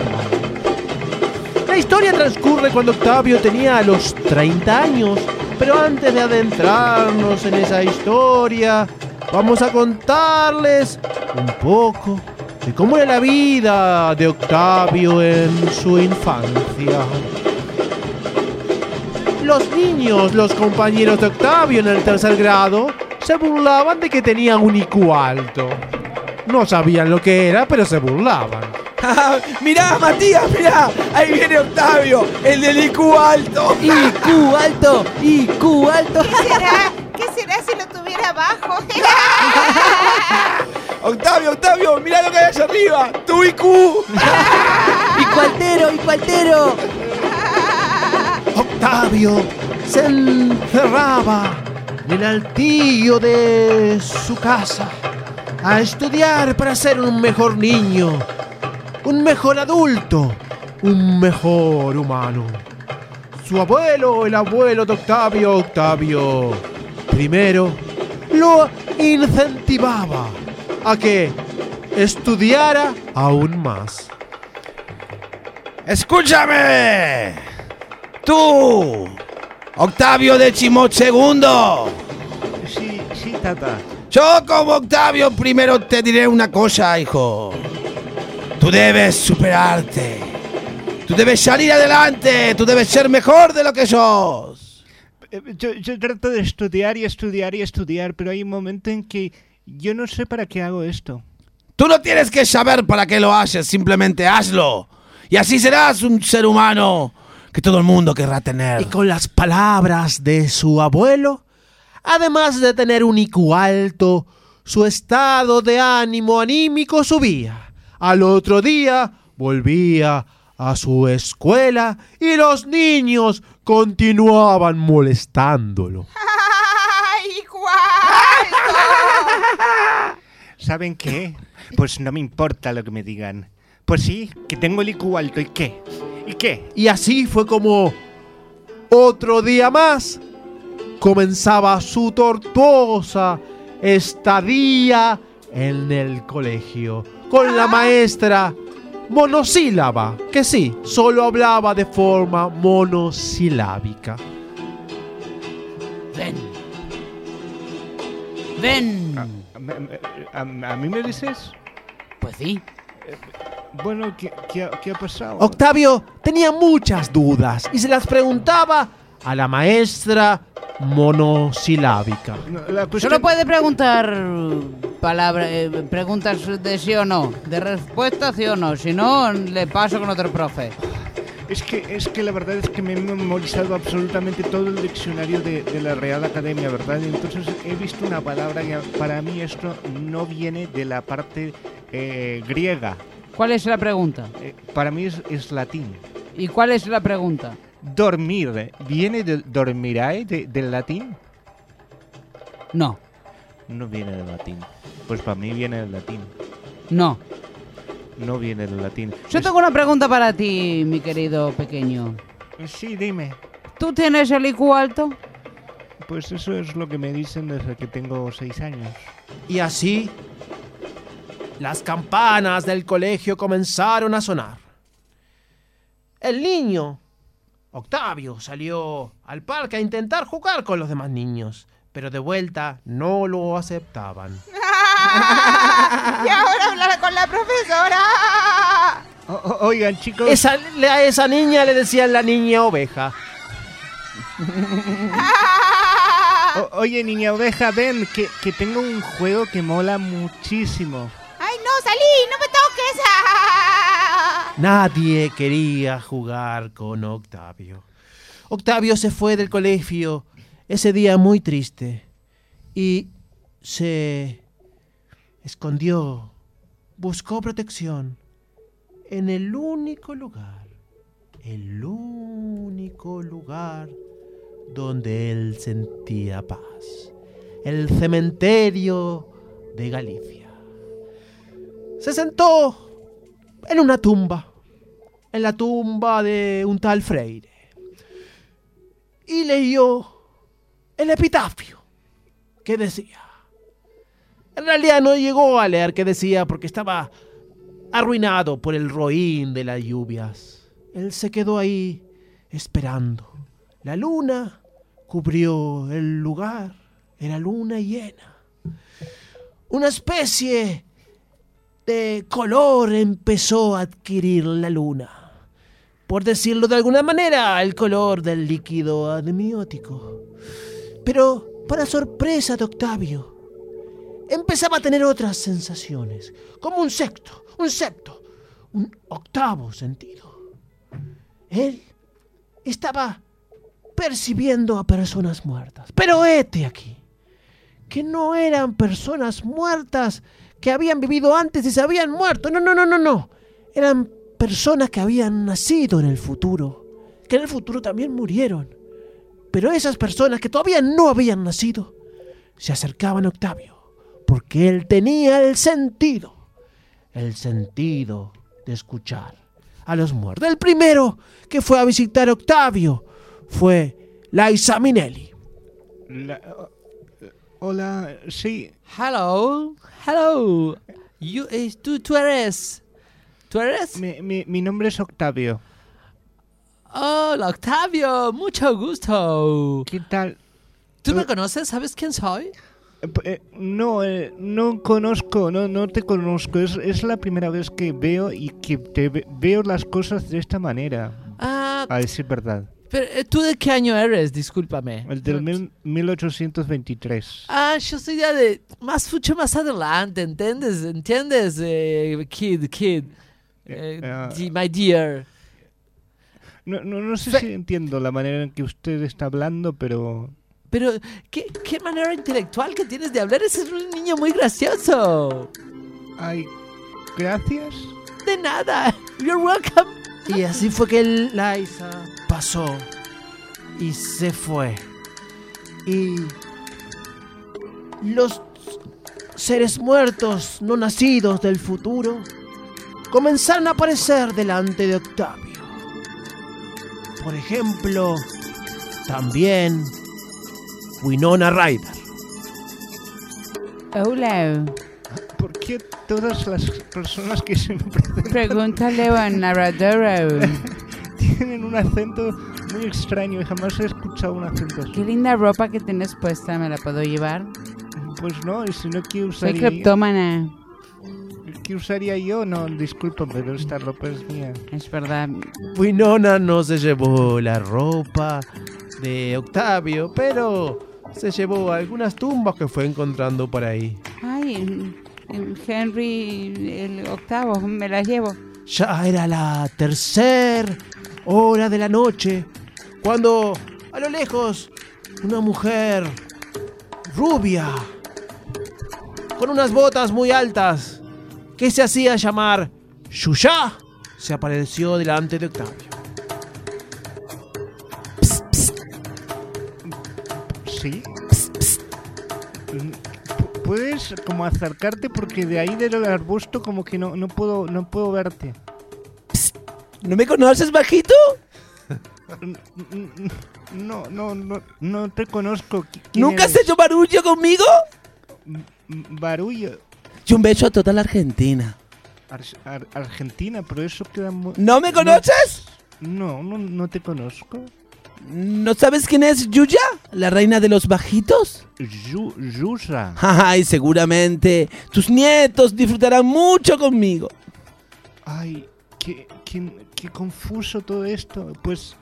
Speaker 2: La historia transcurre cuando Octavio tenía a los 30 años, pero antes de adentrarnos en esa historia, vamos a contarles un poco de cómo era la vida de Octavio en su infancia. Los niños, los compañeros de Octavio en el tercer grado, se burlaban de que tenía un IQ alto. No sabían lo que era, pero se burlaban.
Speaker 5: Ah, mirá, Matías, mirá. Ahí viene Octavio, el del IQ alto.
Speaker 4: IQ alto, IQ alto.
Speaker 11: será? ¿Qué será si lo tuviera abajo?
Speaker 5: Octavio, Octavio, mirá lo que hay allá arriba. Tu IQ.
Speaker 4: IQ altero, IQ altero.
Speaker 2: Octavio se encerraba en el altillo de su casa a estudiar para ser un mejor niño, un mejor adulto, un mejor humano. Su abuelo, el abuelo de Octavio, Octavio primero, lo incentivaba a que estudiara aún más.
Speaker 5: Escúchame. Tú, Octavio de Chimot segundo.
Speaker 6: Sí, sí, tata.
Speaker 5: Yo como Octavio primero te diré una cosa, hijo. Tú debes superarte. Tú debes salir adelante. Tú debes ser mejor de lo que sos.
Speaker 6: Eh, Yo, yo trato de estudiar y estudiar y estudiar, pero hay un momento en que Yo no sé para qué hago esto.
Speaker 5: Tú no tienes que saber para qué lo haces, simplemente hazlo. Y así serás un ser humano que todo el mundo querrá tener.
Speaker 12: Y con las palabras de su abuelo, además de tener un IQ alto, su estado de ánimo anímico subía. Al otro día volvía a su escuela y los niños continuaban molestándolo.
Speaker 11: ¡Ay, Waldo!
Speaker 6: ¿Saben qué? Pues no me importa lo que me digan. Pues sí, que tengo el IQ alto. ¿Y qué? ¿Y qué?
Speaker 12: Y así fue como otro día más comenzaba su tortuosa estadía en el colegio con la maestra monosílaba, que sí, solo hablaba de forma monosilábica.
Speaker 3: Ven. Ven.
Speaker 6: ¿A, Ah, a- a mí me dices? Eh,
Speaker 3: Pues sí.
Speaker 6: Bueno, ¿qué, qué ha- qué ha pasado?
Speaker 12: Octavio tenía muchas dudas y se las preguntaba a la maestra monosilábica.
Speaker 6: No, la cuestión-
Speaker 3: Solo puede preguntar palabra, eh, preguntas de sí o no, de respuesta sí o no, si no le paso con otro profe.
Speaker 6: Es que, es que la verdad es que me he memorizado absolutamente todo el diccionario de, de la Real Academia, ¿verdad? Y entonces he visto una palabra que para mí esto no viene de la parte eh, griega.
Speaker 3: ¿Cuál es la pregunta?
Speaker 6: Eh, para mí es, es latín.
Speaker 3: ¿Y cuál es la pregunta?
Speaker 6: Dormir, ¿viene de dormirae, de- del latín?
Speaker 3: No,
Speaker 6: No viene del latín. Pues para mí viene del latín.
Speaker 3: no.
Speaker 6: No viene del latín.
Speaker 3: Yo tengo una pregunta para ti, mi querido pequeño.
Speaker 6: Es- Eh, Sí, dime.
Speaker 3: ¿Tú tienes el IQ alto?
Speaker 6: Pues eso es lo que me dicen desde que tengo seis años.
Speaker 12: Y así, las campanas del colegio comenzaron a sonar. El niño, Octavio, salió al parque a intentar jugar con los demás niños, pero de vuelta no lo aceptaban.
Speaker 11: ¡Ah! Y ahora hablar con la profesora.
Speaker 6: O- o- oigan, chicos.
Speaker 12: Esa- le- a esa niña le decían la niña oveja.
Speaker 11: ¡Ah!
Speaker 6: O- oye, niña oveja, ven, que, que tengo un juego que mola muchísimo.
Speaker 11: ¡Ay, no, salí! ¡No me toques! ¡Ah!
Speaker 12: Nadie quería jugar con Octavio. Octavio se fue del colegio ese día muy triste y se escondió, buscó protección en el único lugar, el único lugar donde él sentía paz, el cementerio de Galicia. Se sentó en una tumba. En la tumba de un tal Freire. Y leyó el epitafio que decía. En realidad no llegó a leer que decía porque estaba arruinado por el roín de las lluvias. Él se quedó ahí esperando. La luna cubrió el lugar. Era luna llena. Una especie de color empezó a adquirir la luna. Por decirlo de alguna manera, el color del líquido amniótico. Pero, para sorpresa de Octavio, empezaba a tener otras sensaciones, como un sexto, un septo, un octavo sentido. Él estaba percibiendo a personas muertas. Pero este aquí que no eran personas muertas que habían vivido antes y se habían muerto. No, no, no, no, no. Eran personas que habían nacido en el futuro, que en el futuro también murieron. Pero esas personas que todavía no habían nacido se acercaban a Octavio, porque él tenía el sentido, el sentido de escuchar a los muertos. El primero que fue a visitar a Octavio fue Liza Minelli.
Speaker 6: La- o- hola, sí,
Speaker 4: Hello, hello. You, eh, tú, tú eres. ¿Tú eres?
Speaker 6: mi, mi- mi nombre es Octavio.
Speaker 4: Hola, Octavio, mucho gusto.
Speaker 6: ¿Qué tal?
Speaker 4: ¿Tú me conoces? ¿Sabes quién soy?
Speaker 6: Eh, p- eh, no, eh, no conozco, no, no te conozco. Es, es la primera vez que veo y que te ve- veo las cosas de esta manera,
Speaker 4: Ah,
Speaker 6: a decir verdad.
Speaker 4: Pero, eh, ¿tú de qué año eres? Discúlpame.
Speaker 6: El del mil- 1823.
Speaker 4: Ah, yo soy ya de más mucho más adelante, ¿entiendes? ¿Entiendes, eh, kid, kid? Eh, di- my dear.
Speaker 6: No, no, no sé si entiendo la manera en que usted está hablando, pero
Speaker 4: Pero, ¿qué, qué manera intelectual que tienes de hablar? Ese es un niño muy gracioso.
Speaker 6: Ay, gracias.
Speaker 4: De nada. You're welcome.
Speaker 12: Y así fue que Liza pasó y se fue. Y los seres muertos no nacidos del futuro comenzaron a aparecer delante de Octavio. Por ejemplo, también Winona Ryder.
Speaker 3: Hola.
Speaker 6: ¿Por qué todas las personas que se me presentan
Speaker 3: Pregúntale eh. a narradora.
Speaker 6: tienen un acento muy extraño y jamás he escuchado un acento así?
Speaker 3: Qué linda ropa que tienes puesta, ¿me la puedo llevar?
Speaker 6: Pues no, y si no quiero usar...
Speaker 3: Soy cleptómana.
Speaker 6: ¿Qué usaría yo? No, disculpa, pero esta ropa es mía.
Speaker 3: Es verdad.
Speaker 12: Winona no se llevó la ropa de Octavio, pero se llevó algunas tumbas que fue encontrando por ahí.
Speaker 3: Ay, eh, Henry el octavo, me la llevo.
Speaker 12: Ya era la tercera hora de la noche cuando a lo lejos una mujer rubia con unas botas muy altas que se hacía llamar Yuya se apareció delante de Octavio.
Speaker 6: ¿Sí? Mm, Pu- ¿Puedes como acercarte? Porque de ahí del arbusto como que no, no, puedo, no puedo verte.
Speaker 5: ¿No me conoces, bajito?
Speaker 6: No, no, no, no te conozco. ¿Qui- quién
Speaker 5: ¿Nunca has
Speaker 6: eres?
Speaker 5: hecho barullo conmigo?
Speaker 6: M- Barullo.
Speaker 5: Y un beso a toda la Argentina.
Speaker 6: Ar- Ar- Argentina, pero eso queda muy...
Speaker 5: ¿No me conoces?
Speaker 6: No, no, no te conozco.
Speaker 5: ¿No sabes quién es Yuya? ¿La reina de los bajitos?
Speaker 6: Yu- Yusa.
Speaker 5: Ay, seguramente tus nietos disfrutarán mucho conmigo.
Speaker 6: Ay, qué, qué- qué confuso todo esto. Pues,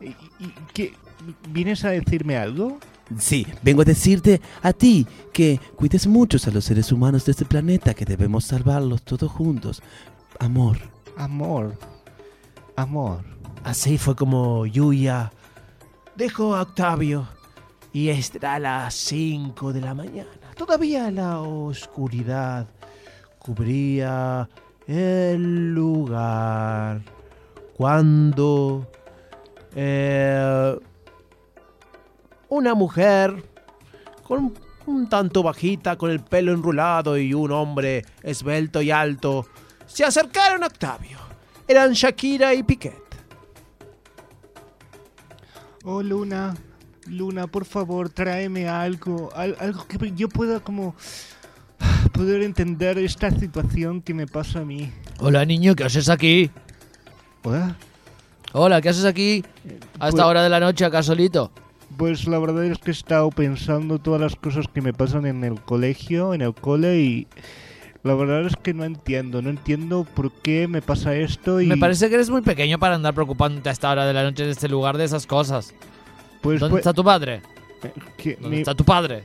Speaker 6: y, y- ¿qué? ¿vienes a decirme algo?
Speaker 5: Sí, vengo a decirte a ti que cuides muchos a los seres humanos de este planeta, que debemos salvarlos todos juntos. Amor.
Speaker 6: Amor. Amor.
Speaker 12: Así fue como Yuya dejó a Octavio y estará a las 5 de la mañana. Todavía la oscuridad cubría el lugar cuando eh, una mujer con un tanto bajita, con el pelo enrulado y un hombre esbelto y alto, se acercaron a Octavio. Eran Shakira y Piquet.
Speaker 6: Oh, Luna. Luna, por favor, tráeme algo. al- algo que yo pueda como... ah, Poder entender esta situación que me pasa a mí.
Speaker 4: Hola, niño, ¿qué haces aquí?
Speaker 6: Hola.
Speaker 4: Hola, ¿qué haces aquí? A esta
Speaker 6: pues-
Speaker 4: hora de la noche, acá solito.
Speaker 6: Pues la verdad es que he estado pensando todas las cosas que me pasan en el colegio, en el cole y la verdad es que no entiendo, no entiendo por qué me pasa esto y
Speaker 4: Me parece que eres muy pequeño para andar preocupándote a esta hora de la noche en este lugar de esas cosas.
Speaker 6: Pues,
Speaker 4: ¿Dónde
Speaker 6: pues-
Speaker 4: está tu padre?
Speaker 6: que
Speaker 4: ¿Dónde
Speaker 6: mi-
Speaker 4: está tu padre?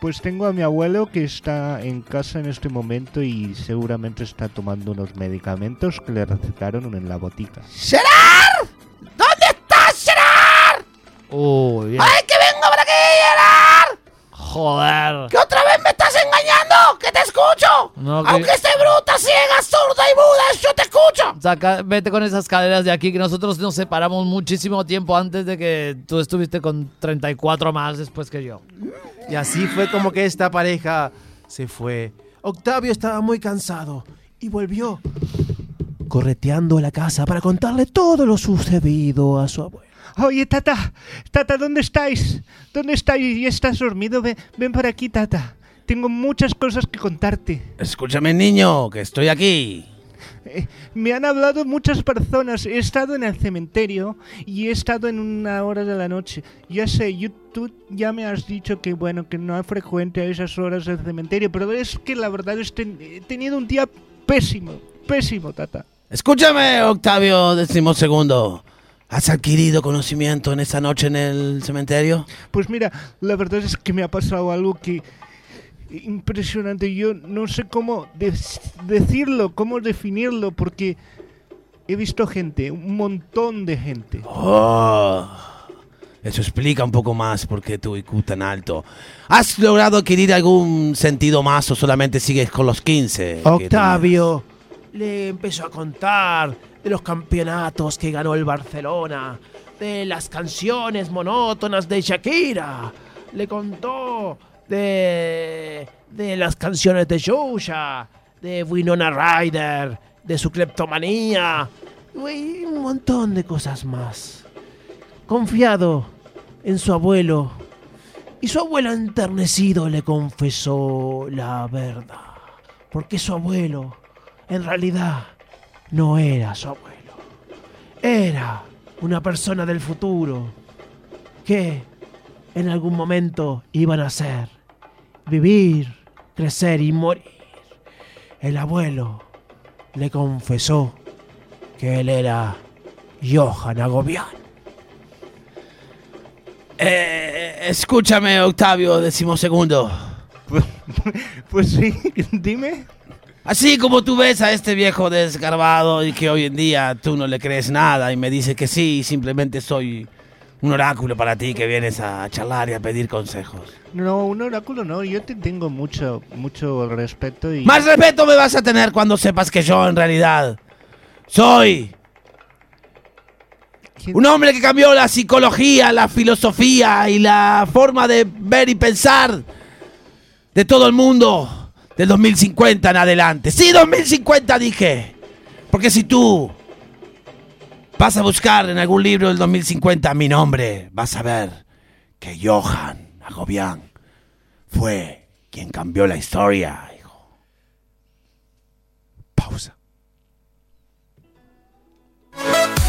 Speaker 6: pues tengo a mi abuelo que está en casa en este momento y seguramente está tomando unos medicamentos que le recetaron en la botica.
Speaker 1: ¡Gerard! ¿Dónde estás, Gerard?
Speaker 4: Uy, bien.
Speaker 1: ¡Ay, que vengo por aquí, Gerard!
Speaker 4: Joder.
Speaker 1: ¡Que otra vez me estás engañando! ¡Que te escucho!
Speaker 4: Ah. No, que-
Speaker 1: Aunque esté bruta, ciega, zurda y muda, yo te escucho.
Speaker 4: Saca- vete con esas caderas de aquí que nosotros nos separamos muchísimo tiempo antes de que tú estuviste con 34 más después que yo.
Speaker 12: Y así fue como que esta pareja se fue. Octavio estaba muy cansado y volvió correteando a la casa para contarle todo lo sucedido a su abuelo.
Speaker 6: Oye, tata, tata, ¿dónde estáis? ¿Dónde estáis? ¿Ya estás dormido? Ven, ven para aquí, tata. Tengo muchas cosas que contarte.
Speaker 5: Escúchame, niño, que estoy aquí.
Speaker 6: Eh, Me han hablado muchas personas. He estado en el cementerio y he estado en una hora de la noche. Ya sé, yo- tú ya me has dicho que bueno, que no es frecuente a esas horas del cementerio, pero es que la verdad es que he tenido un día pésimo, pésimo, tata.
Speaker 5: Escúchame, Octavio, decimosegundo. ¿Has adquirido conocimiento en esa noche en el cementerio?
Speaker 6: Pues mira, la verdad es que me ha pasado algo que impresionante. Yo no sé cómo des- decirlo, cómo definirlo, porque he visto gente, un montón de gente.
Speaker 5: Oh, eso explica un poco más por qué tu IQ tan alto. ¿Has logrado adquirir algún sentido más o solamente sigues con los 15? que
Speaker 12: Octavio le empezó a contar de los campeonatos que ganó el Barcelona, de las canciones monótonas de Shakira. Le contó de, de las canciones de Yuya, de Winona Ryder, de su cleptomanía. y un montón de cosas más. Confiado en su abuelo. Y su abuelo enternecido le confesó la verdad. Porque su abuelo, en realidad, no era su abuelo. Era una persona del futuro que en algún momento iban a ser, vivir, crecer y morir. El abuelo le confesó que él era Johan Agobián.
Speaker 5: Eh, escúchame, Octavio, decimosegundo.
Speaker 6: Pues sí, dime.
Speaker 5: Así como tú ves a este viejo desgarbado y que hoy en día tú no le crees nada y me dices que sí, simplemente soy un oráculo para ti que vienes a charlar y a pedir consejos.
Speaker 6: No, un oráculo no, yo te tengo mucho, mucho respeto y...
Speaker 5: Más respeto me vas a tener cuando sepas que yo en realidad soy un hombre que cambió la psicología, la filosofía y la forma de ver y pensar de todo el mundo del 2050 en adelante. Sí, 2050 dije. Porque si tú vas a buscar en algún libro del 2050 mi nombre, vas a ver que Johan Agobián fue quien cambió la historia.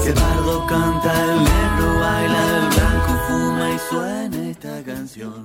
Speaker 8: Si el pardo canta, el negro baila, el blanco fuma y suena esta canción.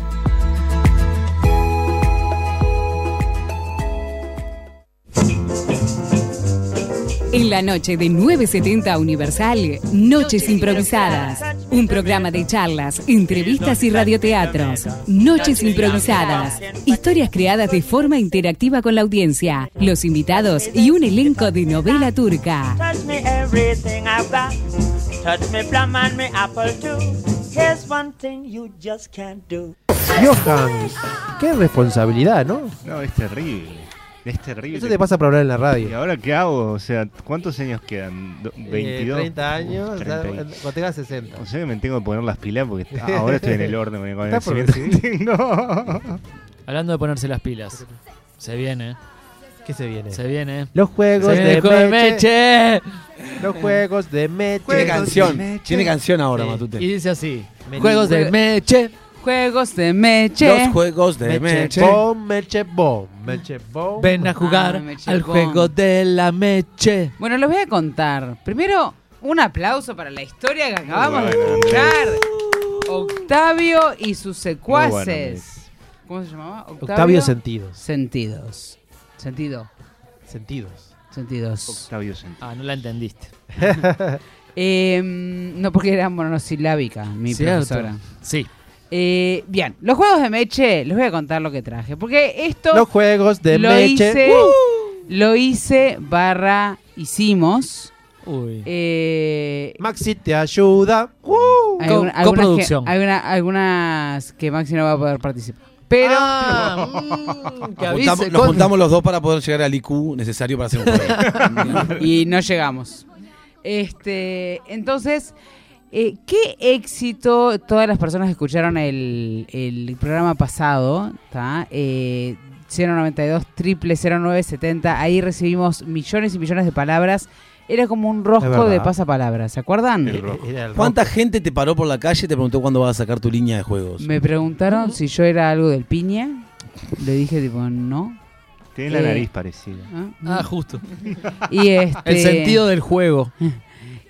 Speaker 9: En la noche de 970 Universal, Noches Improvisadas. Un programa de charlas, entrevistas y radioteatros. Noches Improvisadas. Historias creadas de forma interactiva con la audiencia, los invitados y un elenco de novela turca.
Speaker 10: Touch me everything I've got. Touch me plum and me apple too. Here's one thing you just can't do.
Speaker 2: Johan, qué responsabilidad, ¿no?
Speaker 6: No, es terrible. Es terrible.
Speaker 2: Eso te pasa por hablar en la radio.
Speaker 6: ¿Y ahora qué hago? O sea, ¿cuántos años quedan? Do-
Speaker 13: Eh,
Speaker 6: 22.
Speaker 13: 30 años, o sea,
Speaker 6: 30 y-
Speaker 13: cuando tengas 60.
Speaker 6: O sea que me tengo que poner las pilas porque ah, ahora estoy en el horno con el
Speaker 13: Está por
Speaker 6: conocimiento que
Speaker 13: recibir.
Speaker 6: tengo.
Speaker 4: Hablando de ponerse las pilas. Se viene.
Speaker 2: ¿Qué se viene?
Speaker 4: Se viene.
Speaker 2: Los juegos
Speaker 4: Se viene
Speaker 2: de
Speaker 4: el juego de
Speaker 2: Meche.
Speaker 4: Meche.
Speaker 2: Los juegos de Meche.
Speaker 5: Tiene canción, tiene canción ahora, Matute.
Speaker 4: Y dice así.
Speaker 2: Meche.
Speaker 4: Juegos de
Speaker 2: Juego-
Speaker 4: Meche.
Speaker 3: Juegos de Meche.
Speaker 5: Los juegos de Meche.
Speaker 2: Bom, Meche Bom, Meche Bom.
Speaker 4: Ven a jugar
Speaker 3: Ah, Meche
Speaker 4: al
Speaker 3: Bom.
Speaker 4: juego de la Meche.
Speaker 3: Bueno, los voy a contar. Primero, un aplauso para la historia que acabamos
Speaker 4: bueno,
Speaker 3: de escuchar. Octavio y sus
Speaker 2: Muy bueno,
Speaker 3: secuaces.
Speaker 2: Andrés.
Speaker 3: ¿Cómo se llamaba? Octavio,
Speaker 2: Octavio Sentidos.
Speaker 3: Sentidos. Sentido.
Speaker 2: Sentidos.
Speaker 3: Sentidos.
Speaker 6: Octavio Sentidos.
Speaker 4: Ah, no la entendiste.
Speaker 3: Em, no, porque era monosilábica mi
Speaker 4: Cierto.
Speaker 3: profesora.
Speaker 4: Sí.
Speaker 3: Eh, bien, los juegos de Meche, les voy a contar lo que traje. Porque esto
Speaker 2: Los juegos de Uh.
Speaker 3: lo
Speaker 2: Meche.
Speaker 3: hice, Lo hice barra hicimos.
Speaker 4: Uy.
Speaker 3: Maxi te ayuda.
Speaker 4: Co- coproducción.
Speaker 3: Que, hay una- algunas que Maxi no va a poder participar. Pero Ah,
Speaker 5: Nos juntamos- nos juntamos los dos para poder llegar al IQ necesario para hacer un juego.
Speaker 3: y no llegamos. Este, entonces, eh, qué éxito todas las personas que escucharon el, el programa pasado, ¿tá? Eh, 092 triple 0970, ahí recibimos millones y millones de palabras. Era como un rosco de pasapalabras, ¿se acuerdan?
Speaker 5: Eh, ¿Cuánta gente te paró por la calle y te preguntó cuándo vas a sacar tu línea de juegos?
Speaker 3: Me preguntaron si yo era algo del piña. Le dije, tipo, no.
Speaker 6: Tiene la
Speaker 3: Eh, Mm.
Speaker 6: nariz parecida.
Speaker 4: Ah, justo.
Speaker 3: Y este-
Speaker 4: El sentido del juego. Del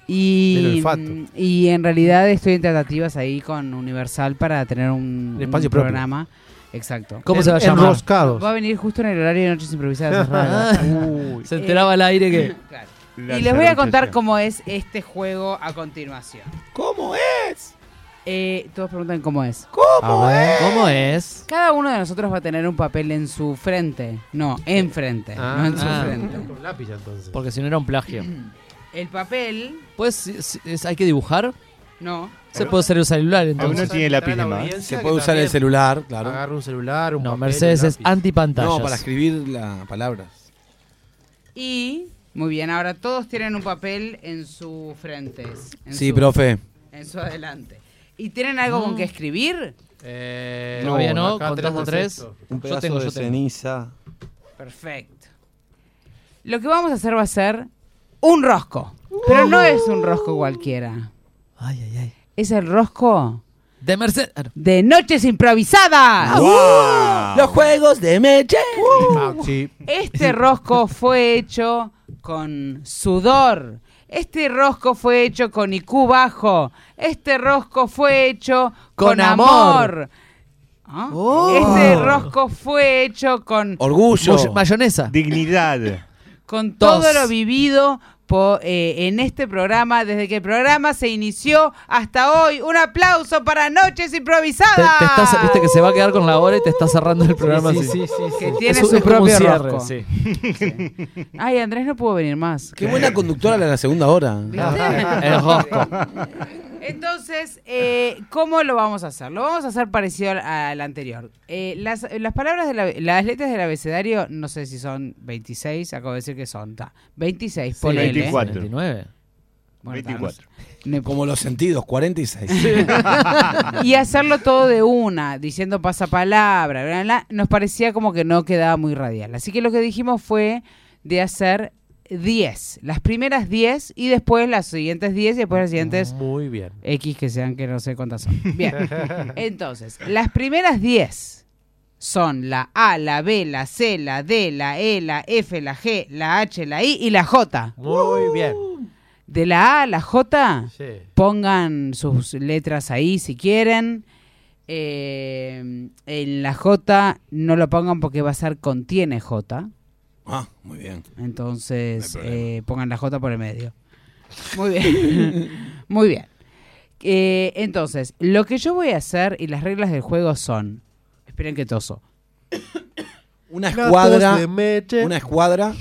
Speaker 3: Y,
Speaker 4: olfato.
Speaker 3: y en realidad estoy en tratativas ahí con Universal para tener un,
Speaker 4: El
Speaker 3: un
Speaker 4: espacio propio.
Speaker 3: programa. Exacto.
Speaker 4: ¿Cómo En- se va a llamar? enroscados.
Speaker 3: Va a venir justo en el horario de noches improvisadas. es raro.
Speaker 4: Se enteraba al aire que-
Speaker 3: y les voy a contar cómo es este juego a continuación.
Speaker 5: ¿Cómo es?
Speaker 3: Eh, todos preguntan cómo es.
Speaker 4: A ver, ¿Cómo es?
Speaker 3: Cada uno de nosotros va a tener un papel en su frente. No, enfrente. no en su frente.
Speaker 2: Con lápiz entonces.
Speaker 4: Ah, Porque si no era un plagio.
Speaker 3: El papel,
Speaker 4: Pues si- si- es- hay que dibujar.
Speaker 3: no.
Speaker 4: Se puede usar el celular entonces.
Speaker 6: Alguno tiene lápiz de más.
Speaker 5: Se puede usar el celular, claro.
Speaker 2: Agarra un celular, un
Speaker 4: No,
Speaker 2: papel,
Speaker 4: Mercedes
Speaker 2: un
Speaker 4: es
Speaker 2: lápiz.
Speaker 4: antipantallas.
Speaker 5: No, para escribir las palabras.
Speaker 3: Y, muy bien, ahora todos tienen un papel en su frente. en
Speaker 5: Sí,
Speaker 3: su-
Speaker 5: profe.
Speaker 3: En su adelante. ¿Y tienen algo con que escribir?
Speaker 2: Eh,
Speaker 4: Todavía no,
Speaker 2: acá
Speaker 4: contás
Speaker 2: tenemos
Speaker 4: a tres.
Speaker 2: esto.
Speaker 5: Un
Speaker 4: Yo tengo, yo tengo.
Speaker 5: ceniza.
Speaker 3: Perfecto. Lo que vamos a hacer va a ser un rosco. Pero no es un rosco cualquiera.
Speaker 4: Uh. Ay, ay, ay.
Speaker 3: Es el rosco
Speaker 4: De Mercedes.
Speaker 3: de Noches Improvisadas.
Speaker 5: Los juegos de Meche.
Speaker 4: Ah,
Speaker 3: Este rosco fue hecho con sudor. Este rosco fue hecho con IQ bajo. Este rosco fue hecho con,
Speaker 4: Con amor.
Speaker 3: amor. ¿Ah? Este rosco fue hecho con,
Speaker 5: Orgullo.
Speaker 4: Moy- Mayonesa.
Speaker 6: Dignidad.
Speaker 3: con todo
Speaker 4: Tos.
Speaker 3: lo vivido po- eh, en este programa, desde que el programa se inició hasta hoy. Un aplauso para Noches Improvisadas.
Speaker 4: Te, te estás, viste que se va a quedar con la hora y te está cerrando el programa.
Speaker 2: Sí,
Speaker 4: así.
Speaker 2: sí, sí, sí.
Speaker 3: Que tiene
Speaker 4: Es un-
Speaker 3: su
Speaker 4: es como un
Speaker 3: propio
Speaker 4: cierre,
Speaker 3: rosco.
Speaker 4: sí.
Speaker 3: Ay, Andrés no pudo venir más.
Speaker 5: Qué buena conductora la de la segunda hora.
Speaker 4: El rosco.
Speaker 3: Entonces, eh, ¿cómo lo vamos a hacer? Lo vamos a hacer parecido al, al anterior. Eh, las, las palabras de la- las letras del abecedario, no sé si son 26, acabo de decir que son. ta, 26,
Speaker 4: Sí,
Speaker 3: ponele.
Speaker 6: 24.
Speaker 4: 29.
Speaker 3: Bueno, ta,
Speaker 6: 24.
Speaker 3: no sé.
Speaker 5: Como los sentidos, 46.
Speaker 3: Y hacerlo todo de una, diciendo pasapalabra, bla, bla, bla, nos parecía como que no quedaba muy radial. Así que lo que dijimos fue de hacer 10, las primeras 10 y después las siguientes 10 y después las siguientes
Speaker 2: Muy bien.
Speaker 3: X que sean que no sé cuántas son. Bien. Entonces, las primeras 10 son la A, la B, la C, la D, la E, la F, la G, la H, la I y la J.
Speaker 2: Muy bien.
Speaker 3: De la A a la J,
Speaker 2: Sí.
Speaker 3: pongan sus letras ahí si quieren. Eh, en la J no lo pongan porque va a ser contiene J.
Speaker 5: Ah, muy bien.
Speaker 3: Entonces,
Speaker 5: No hay problema.
Speaker 3: eh, pongan la J por el medio. Muy bien. Muy bien. Eh, entonces, lo que yo voy a hacer y las reglas del juego son. Esperen que toso.
Speaker 5: Una
Speaker 2: Platos
Speaker 5: escuadra.
Speaker 2: de Meche.
Speaker 5: Una escuadra.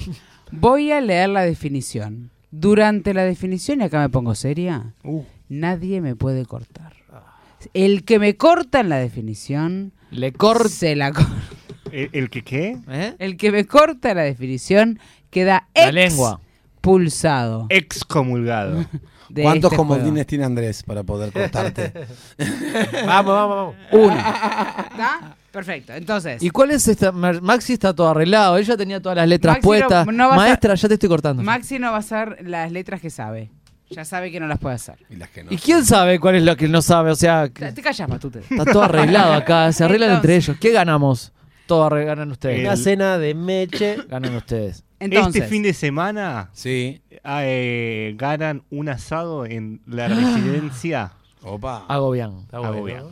Speaker 3: Voy a leer la definición. Durante la definición, y acá me pongo seria,
Speaker 6: Uh,
Speaker 3: nadie me puede cortar. El que me corta en la definición,
Speaker 4: Le corto.
Speaker 3: se la cor-
Speaker 6: ¿el, el que qué?
Speaker 4: ¿Eh?
Speaker 3: El que me corta en la definición queda
Speaker 4: La lengua.
Speaker 3: expulsado.
Speaker 6: Excomulgado.
Speaker 3: de
Speaker 5: ¿Cuántos
Speaker 3: este
Speaker 5: comodines
Speaker 3: juego.
Speaker 5: tiene Andrés para poder cortarte?
Speaker 2: Vamos, vamos, vamos.
Speaker 3: Uno. ¿Está? Perfecto. Entonces.
Speaker 4: ¿Y cuál es esta? Mer- Maxi está todo arreglado. Ella tenía todas las letras
Speaker 3: Maxi no-
Speaker 4: puestas.
Speaker 3: no va a
Speaker 4: Maestra, ya te estoy cortando.
Speaker 3: Maxi no va a hacer las letras que sabe. Ya sabe que no las puede hacer.
Speaker 5: y las que no.
Speaker 4: ¿Y quién sabe cuál es la que no sabe? O sea, que-
Speaker 3: Te callas, Matute.
Speaker 4: está todo arreglado acá. Se arreglan
Speaker 3: Entonces-
Speaker 4: entre ellos. ¿Qué ganamos? Todo arre- ganan
Speaker 2: Una
Speaker 6: El-
Speaker 4: ustedes.
Speaker 2: cena de Meche.
Speaker 4: Ganan ustedes.
Speaker 3: Entonces,
Speaker 6: este fin de semana
Speaker 5: Sí.
Speaker 6: ah, eh, ganan un asado en la residencia.
Speaker 5: Opa.
Speaker 4: Hago bien.
Speaker 2: Está bueno.
Speaker 6: Agobia.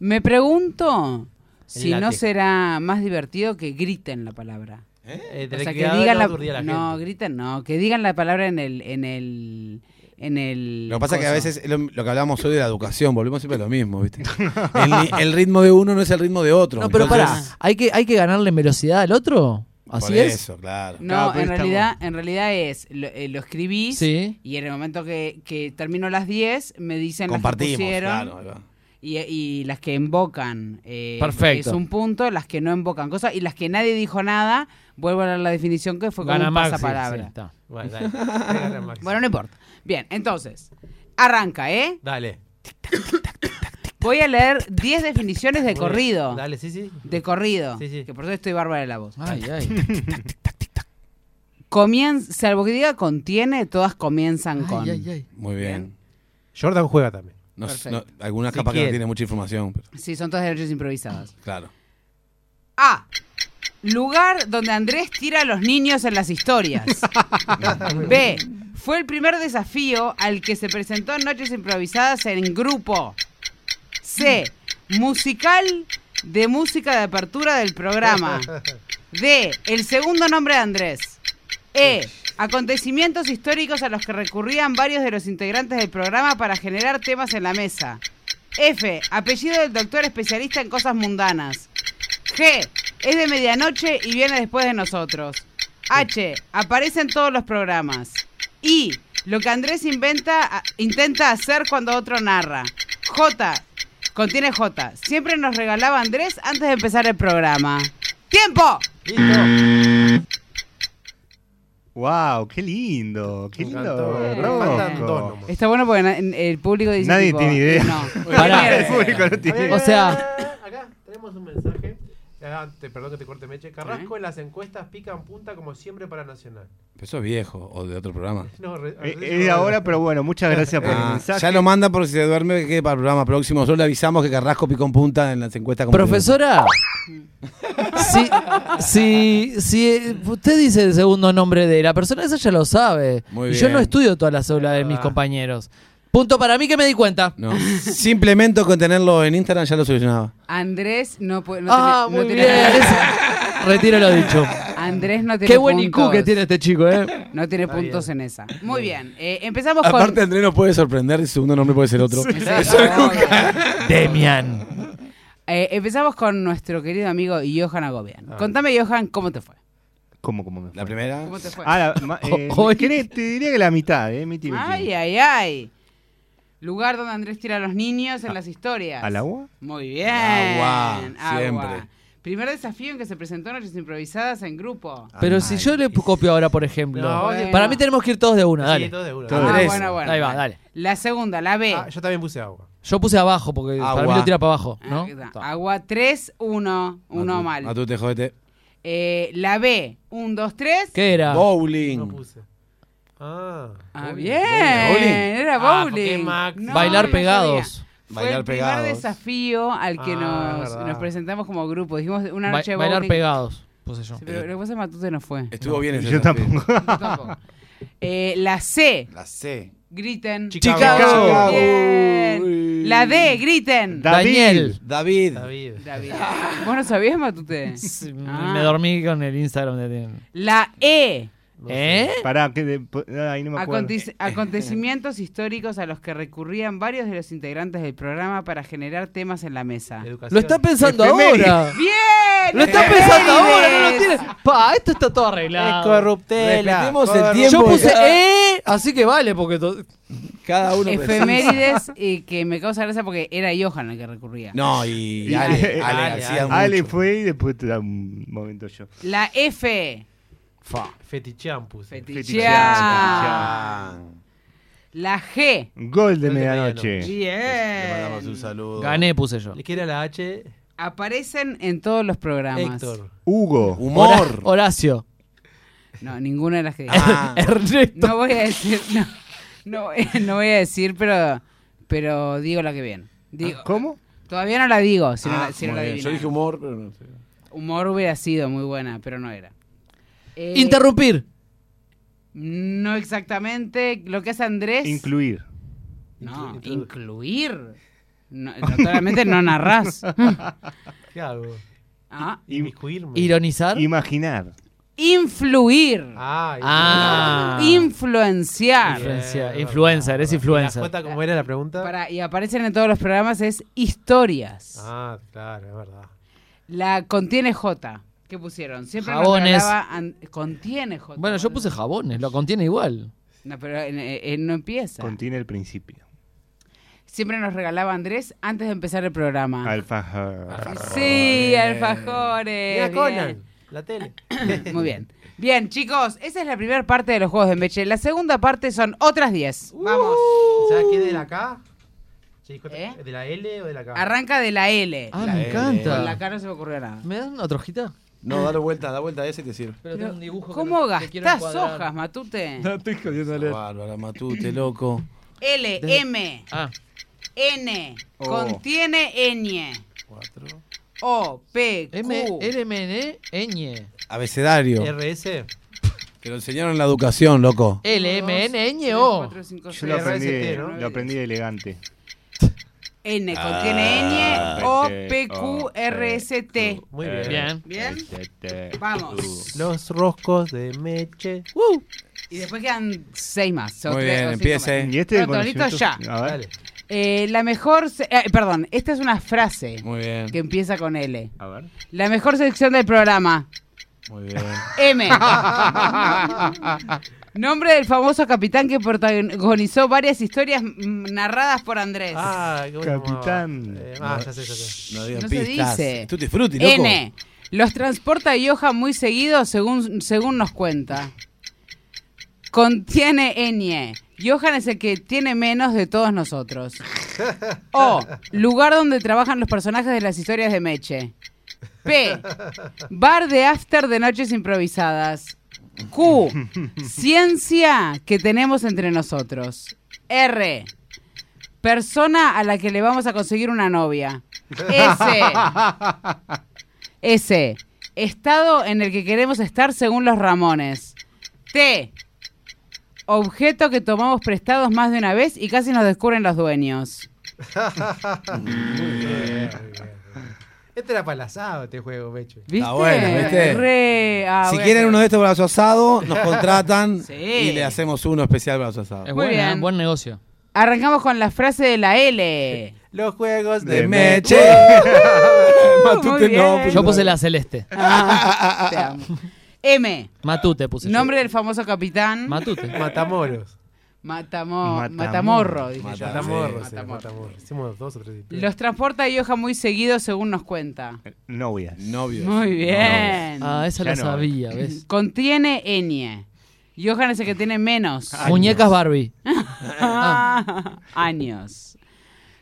Speaker 3: me pregunto si
Speaker 2: El
Speaker 3: no
Speaker 2: látex.
Speaker 3: será más divertido que griten la palabra.
Speaker 2: Eh,
Speaker 3: O
Speaker 2: tenés
Speaker 3: sea, que
Speaker 2: darle
Speaker 3: digan la,
Speaker 2: otro día a la
Speaker 3: No,
Speaker 2: gente.
Speaker 3: griten no, que digan la palabra en el en el en el
Speaker 5: Lo que pasa es que a
Speaker 3: coso.
Speaker 5: veces es lo, lo que hablábamos hoy de la educación, volvemos siempre a lo mismo, ¿viste? El, ni- el ritmo de uno no es el ritmo de otro.
Speaker 4: No, pero
Speaker 5: Entonces,
Speaker 4: pará. ¿Hay que, ¿Hay que ganarle velocidad al otro? Así
Speaker 5: Por
Speaker 4: es.
Speaker 5: eso, claro. pues,
Speaker 3: No,
Speaker 6: pues,
Speaker 3: en realidad, en realidad es, lo, eh, lo escribís
Speaker 4: Sí.
Speaker 3: y en el momento que, que termino las 10 me dicen
Speaker 5: Compartimos,
Speaker 3: las que pusieron
Speaker 5: claro, ahí va.
Speaker 3: y, y las que invocan eh,
Speaker 4: Perfecto.
Speaker 3: es un punto, las que no invocan cosas y las que nadie dijo nada, vuelvo a leer la definición que fue como
Speaker 4: Gana
Speaker 3: un
Speaker 4: Maxi, sí,
Speaker 3: pasapalabra.
Speaker 4: está.
Speaker 2: Bueno, dale. Gana Maxi.
Speaker 3: Bueno, no importa. Bien, entonces, arranca, ¿eh?
Speaker 2: Dale.
Speaker 3: Voy a leer 10 definiciones de
Speaker 2: Muy
Speaker 3: corrido.
Speaker 2: bien. Dale, sí, sí.
Speaker 3: De corrido.
Speaker 2: Sí, sí.
Speaker 3: Que por eso estoy bárbara de la voz.
Speaker 4: Ay, ay.
Speaker 3: Comienza, salvo que diga contiene, todas comienzan con.
Speaker 4: Ay, ay, ay.
Speaker 5: Muy bien.
Speaker 2: Jordan juega también.
Speaker 5: No s-
Speaker 3: Perfecto.
Speaker 5: no- algunas
Speaker 2: Si
Speaker 5: capas que no
Speaker 2: quiere.
Speaker 5: tienen mucha información, pero-
Speaker 3: Sí, son todas derechos improvisadas.
Speaker 5: claro.
Speaker 3: A. Lugar donde Andrés tira a los niños en las historias. B. Fue el primer desafío al que se presentó en Noches Improvisadas en grupo. C. Musical de música de apertura del programa. D. El segundo nombre de Andrés. E. Acontecimientos históricos a los que recurrían varios de los integrantes del programa para generar temas en la mesa. F. Apellido del doctor especialista en cosas mundanas. G. Es de medianoche y viene después de nosotros. H. Aparece en todos los programas. I. Lo que Andrés inventa, a- intenta hacer cuando otro narra. J. Contiene J. Siempre nos regalaba Andrés antes de empezar el programa. ¡Tiempo!
Speaker 2: Listo.
Speaker 6: ¡Wow! ¡Qué lindo! ¡Qué
Speaker 2: Me
Speaker 6: lindo!
Speaker 2: encantó.
Speaker 6: Rocco.
Speaker 2: Faltan dos nomás.
Speaker 3: Está bueno porque na- el público dice.
Speaker 6: Nadie
Speaker 3: tipo,
Speaker 6: tiene idea.
Speaker 3: No.
Speaker 4: Pará.
Speaker 6: El público no tiene-
Speaker 4: O sea-
Speaker 2: Acá tenemos un mensaje. Ah, te- perdón que te corte, Meche. Carrasco en las encuestas pican punta como siempre para Nacional.
Speaker 5: Pero eso es viejo o de otro programa.
Speaker 2: No, re-
Speaker 6: Eh,
Speaker 2: re-
Speaker 6: Es de ahora, pero bueno, muchas gracias por el
Speaker 5: Ah,
Speaker 6: mensaje.
Speaker 5: ya lo manda por si se duerme que quede para el programa próximo. Nosotros le avisamos que Carrasco picó en punta en las encuestas. como-
Speaker 4: Profesora, si, si, si Eh, usted dice el segundo nombre de la persona, esa ya lo sabe.
Speaker 5: Muy
Speaker 4: Y yo
Speaker 5: bien.
Speaker 4: no estudio todas las células de mis compañeros. Punto para mí que me di cuenta.
Speaker 5: No. Simplemente con tenerlo en Instagram ya lo solucionaba.
Speaker 3: Andrés no puede. No
Speaker 4: ah,
Speaker 3: tiene- no
Speaker 4: muy
Speaker 3: tiene-
Speaker 4: bien. Retiro lo dicho.
Speaker 3: Andrés no tiene
Speaker 4: Qué buen IQ
Speaker 3: puntos.
Speaker 4: que tiene este chico, ¿eh?
Speaker 3: No tiene
Speaker 2: Está
Speaker 3: puntos en esa. Muy bien. eh, empezamos
Speaker 5: Aparte,
Speaker 3: con.
Speaker 5: Andrés nos puede sorprender y su segundo nombre puede ser otro.
Speaker 3: Eso
Speaker 4: Demian.
Speaker 3: Eh, empezamos con nuestro querido amigo Johan Agobian. Contame, Johan, ¿cómo te fue?
Speaker 6: ¿Cómo, cómo me fue?
Speaker 5: La primera.
Speaker 3: ¿Cómo te fue?
Speaker 6: Ah, la- ma- eh,
Speaker 4: Hoy-
Speaker 6: ¿querés? te diría que la mitad, ¿eh? Miti, miti.
Speaker 3: ay, ay, ay. Lugar donde Andrés tira a los niños en las historias.
Speaker 6: ¿Al agua?
Speaker 3: Muy bien.
Speaker 5: Agua,
Speaker 3: Agua.
Speaker 5: siempre.
Speaker 3: Primer desafío en que se presentó en Noches Improvisadas en grupo.
Speaker 4: Pero si yo le copio ahora, por ejemplo.
Speaker 2: No,
Speaker 3: bueno.
Speaker 4: para mí tenemos que ir todos de una,
Speaker 2: Sí,
Speaker 4: dale.
Speaker 2: dos de uno.
Speaker 6: Todo
Speaker 3: Ah,
Speaker 6: Andrés.
Speaker 3: bueno, bueno.
Speaker 4: Ahí va, dale.
Speaker 3: La segunda, la B.
Speaker 2: Ah, yo también puse agua.
Speaker 4: Yo puse abajo porque para mí
Speaker 5: Agua.
Speaker 4: lo tira para abajo, ¿no?
Speaker 3: Ah, ahí está. Agua 3, 1, 1 mal.
Speaker 5: A tu te jodete.
Speaker 3: Eh, la B, 1, 2, 3.
Speaker 4: ¿Qué era?
Speaker 2: No
Speaker 5: Bowling.
Speaker 2: puse. Ah.
Speaker 3: Ah,
Speaker 2: bowling.
Speaker 3: bien.
Speaker 5: Bowling.
Speaker 3: Era
Speaker 2: Ah, porque
Speaker 3: bowling.
Speaker 2: Max-
Speaker 4: Bailar
Speaker 3: no sabía.
Speaker 4: pegados.
Speaker 3: Fue
Speaker 5: Bailar
Speaker 3: el primer
Speaker 5: pegados.
Speaker 3: desafío al que
Speaker 2: Ah, es
Speaker 3: nos,
Speaker 2: verdad.
Speaker 3: nos presentamos como grupo. Dijimos una
Speaker 4: Ba-
Speaker 3: noche de
Speaker 4: bailar
Speaker 3: bowling.
Speaker 4: pegados, puse yo.
Speaker 3: Sí, pero lo que pasa es que Matute no fue.
Speaker 5: Eh, Estuvo bien ese
Speaker 6: Yo
Speaker 5: desafío.
Speaker 6: tampoco.
Speaker 3: Yo tampoco. Eh, la C,
Speaker 5: La C.
Speaker 3: griten.
Speaker 2: Chicago.
Speaker 5: Chicago.
Speaker 3: Bien. La D, griten.
Speaker 6: Da- David.
Speaker 4: Daniel.
Speaker 5: David. Ah,
Speaker 2: David.
Speaker 3: David. ¿Vos no sabías, Matute?
Speaker 4: Sí,
Speaker 3: Ah.
Speaker 4: Me dormí con el Instagram de Daniel.
Speaker 3: La E,
Speaker 4: ¿Eh?
Speaker 6: Pará, que de- po- ay, no me acuerdo.
Speaker 3: Aconte- acontecimientos históricos a los que recurrían varios de los integrantes del programa para generar temas en la mesa.
Speaker 2: Educación.
Speaker 4: Lo está pensando
Speaker 6: Efemérides.
Speaker 4: ahora.
Speaker 3: ¡Bien!
Speaker 4: Lo está pensando ahora, no lo
Speaker 3: efemérides.
Speaker 4: tiene. Pa, esto está todo
Speaker 2: Es
Speaker 4: arreglado.
Speaker 2: corruptela.
Speaker 5: Repetimos el tiempo.
Speaker 4: Yo puse
Speaker 5: de cada,
Speaker 4: E, así que vale, porque to-
Speaker 5: cada uno.
Speaker 3: Efemérides eh, que me causa gracia porque era Johan el que recurría.
Speaker 5: No, y, Ale. Ale,
Speaker 2: Ale,
Speaker 5: hacía mucho.
Speaker 6: Ale fue y después te da un momento yo.
Speaker 3: La F,
Speaker 5: Fa.
Speaker 2: Fetichán puse.
Speaker 3: fetichear. La G,
Speaker 6: Gol de
Speaker 2: Gol de
Speaker 6: medianoche.
Speaker 3: bien.
Speaker 5: saludo.
Speaker 4: gané, puse yo.
Speaker 2: Le quiere a la H.
Speaker 3: Aparecen en todos los programas.
Speaker 2: Héctor.
Speaker 6: Hugo.
Speaker 4: Hora-
Speaker 5: Humor.
Speaker 4: Horacio.
Speaker 3: No, ninguna de las que dije.
Speaker 5: Ah.
Speaker 4: Ernesto.
Speaker 3: No voy a decir, no, no, voy a- no voy a decir, pero, pero digo la que viene. Digo,
Speaker 6: ¿Cómo?
Speaker 3: Todavía no la digo, si no
Speaker 5: Ah,
Speaker 3: la, si no
Speaker 5: muy
Speaker 3: la
Speaker 5: bien. Yo
Speaker 3: adivinan.
Speaker 5: dije humor, pero no sé.
Speaker 3: Humor hubiera sido muy buena, pero no era. Eh,
Speaker 4: Interrumpir.
Speaker 3: No exactamente. Lo que hace Andrés.
Speaker 6: Incluir.
Speaker 3: no, incluir. No, claramente no narrás.
Speaker 2: ¿Qué hago?
Speaker 3: Ah,
Speaker 2: Inmiscuirme.
Speaker 4: Ironizar.
Speaker 6: Imaginar.
Speaker 3: influir.
Speaker 2: Ah,
Speaker 4: Ah.
Speaker 3: Influenciar.
Speaker 2: Bien,
Speaker 4: Influencia-
Speaker 2: verdad.
Speaker 4: influencer,
Speaker 2: Ah, eh, ¿Y
Speaker 4: es
Speaker 2: la
Speaker 4: influencer.
Speaker 2: J cómo era la pregunta?
Speaker 3: Para- y aparecen en todos los programas es historias.
Speaker 2: Ah, claro, es verdad.
Speaker 3: La contiene J. ¿Qué pusieron? Siempre nos
Speaker 4: Jabones.
Speaker 3: regalaba an- contiene J.
Speaker 4: Bueno, yo puse jabones, lo contiene igual.
Speaker 3: No, pero en- en- no empieza.
Speaker 6: Contiene el principio.
Speaker 3: Siempre nos regalaba Andrés antes de empezar el programa.
Speaker 6: Alfajor.
Speaker 3: Sí, alfajores.
Speaker 12: Mira Conan,
Speaker 3: bien.
Speaker 12: la tele.
Speaker 3: Muy bien. Bien, chicos, esa es la primera parte de los juegos de Meche. La segunda parte son otras 10.
Speaker 4: Uh.
Speaker 3: Vamos.
Speaker 12: ¿Sabes qué es de la K? Sí,
Speaker 3: Uh. ¿Eh?
Speaker 12: ¿De la L o de la K?
Speaker 3: Arranca de la L.
Speaker 4: Ah,
Speaker 3: La
Speaker 4: me
Speaker 3: L.
Speaker 4: encanta.
Speaker 3: Con la K no se me ocurrió nada.
Speaker 4: ¿Me dan otra hojita?
Speaker 13: No, dale vuelta, da vuelta a ese y te sirve.
Speaker 4: Pero tengo un dibujo.
Speaker 3: ¿Cómo
Speaker 4: que quiero
Speaker 3: gastás
Speaker 4: encuadrar.
Speaker 3: hojas, Matute?
Speaker 5: estoy jodiendo Bárbara Matute, loco.
Speaker 3: L,
Speaker 5: Desde-
Speaker 3: M,
Speaker 4: Ah,
Speaker 3: N,
Speaker 5: Oh.
Speaker 3: contiene ñ. O, P, Q.
Speaker 4: M, L, M, N, Ñ.
Speaker 5: Abecedario.
Speaker 12: RS.
Speaker 5: Te lo enseñaron en la educación, loco.
Speaker 4: L, M, N, oh. Ñ, O.
Speaker 6: Yo lo aprendí, lo aprendí de elegante.
Speaker 3: N, contiene
Speaker 6: Ah,
Speaker 3: ñ. O,
Speaker 6: T,
Speaker 3: P, Q, R, S, T.
Speaker 12: Muy
Speaker 6: Eh,
Speaker 12: bien.
Speaker 3: Bien.
Speaker 6: eh, eh,
Speaker 3: Vamos.
Speaker 12: Los roscos de Meche.
Speaker 3: Uh. Y después quedan seis más. o
Speaker 5: Muy
Speaker 3: tres,
Speaker 5: bien,
Speaker 3: o cinco
Speaker 5: empiece.
Speaker 3: más.
Speaker 5: Y este
Speaker 3: Pronto, listo,
Speaker 5: conocimiento-
Speaker 3: ya.
Speaker 5: A ver.
Speaker 12: Dale.
Speaker 3: Eh, la mejor. se- eh, perdón, esta es una frase
Speaker 5: Muy bien.
Speaker 3: que empieza con L.
Speaker 6: A ver.
Speaker 3: La mejor sección del programa.
Speaker 5: Muy bien.
Speaker 3: M. Nombre del famoso capitán que protagonizó varias historias mm, narradas por Andrés.
Speaker 12: Ah, qué bueno.
Speaker 6: Capitán.
Speaker 12: Eh, ah, ya sé, ya sé.
Speaker 5: No
Speaker 3: no
Speaker 5: digan
Speaker 3: se
Speaker 5: pistas.
Speaker 3: dice.
Speaker 5: Tutti frutti, loco.
Speaker 3: N. Los transporta Yoja muy seguido según, según nos cuenta. Contiene Ñ. Johan es el que tiene menos de todos nosotros. O. Lugar donde trabajan los personajes de las historias de Meche. P. Bar de after de noches improvisadas. Q. Ciencia que tenemos entre nosotros. R. Persona a la que le vamos a conseguir una novia. S. S. Estado en el que queremos estar según los Ramones. T. Objeto que tomamos prestados más de una vez y casi nos descubren los dueños.
Speaker 12: Este era para el asado, este juego, Meche.
Speaker 3: ¿Viste?
Speaker 5: Ah, bueno, ¿viste?
Speaker 3: Re- ah,
Speaker 5: si
Speaker 3: bueno.
Speaker 5: quieren uno de estos brazos asados, nos contratan
Speaker 3: Sí.
Speaker 5: y le hacemos uno especial brazo asado.
Speaker 4: Es
Speaker 3: Muy
Speaker 4: buena,
Speaker 3: bien.
Speaker 4: buen negocio.
Speaker 3: Arrancamos con la frase de la L.
Speaker 12: Los juegos de,
Speaker 5: De
Speaker 12: Meche.
Speaker 5: Meche. Uh,
Speaker 3: Muy
Speaker 5: Matute
Speaker 3: bien.
Speaker 5: no.
Speaker 4: Yo puse la celeste.
Speaker 3: Ah, te amo. M.
Speaker 4: Matute puse. yo.
Speaker 3: Nombre del famoso capitán.
Speaker 4: Matute.
Speaker 12: Matamoros.
Speaker 3: Matamo-
Speaker 6: Matamor-
Speaker 3: Matamorro, dije yo.
Speaker 5: Matamor-
Speaker 12: Matamoros.
Speaker 3: Sí.
Speaker 12: era, Matamoros. Hicimos dos o tres.
Speaker 3: Los transporta Yoja muy seguido según nos cuenta.
Speaker 6: Novias.
Speaker 5: Novios.
Speaker 3: Muy bien.
Speaker 4: Ah, esa
Speaker 6: Ya
Speaker 4: la
Speaker 6: no.
Speaker 4: sabía, ¿ves?
Speaker 3: Contiene ñ. Johan es el que tiene menos Ah,
Speaker 4: Muñecas Barbie.
Speaker 3: años.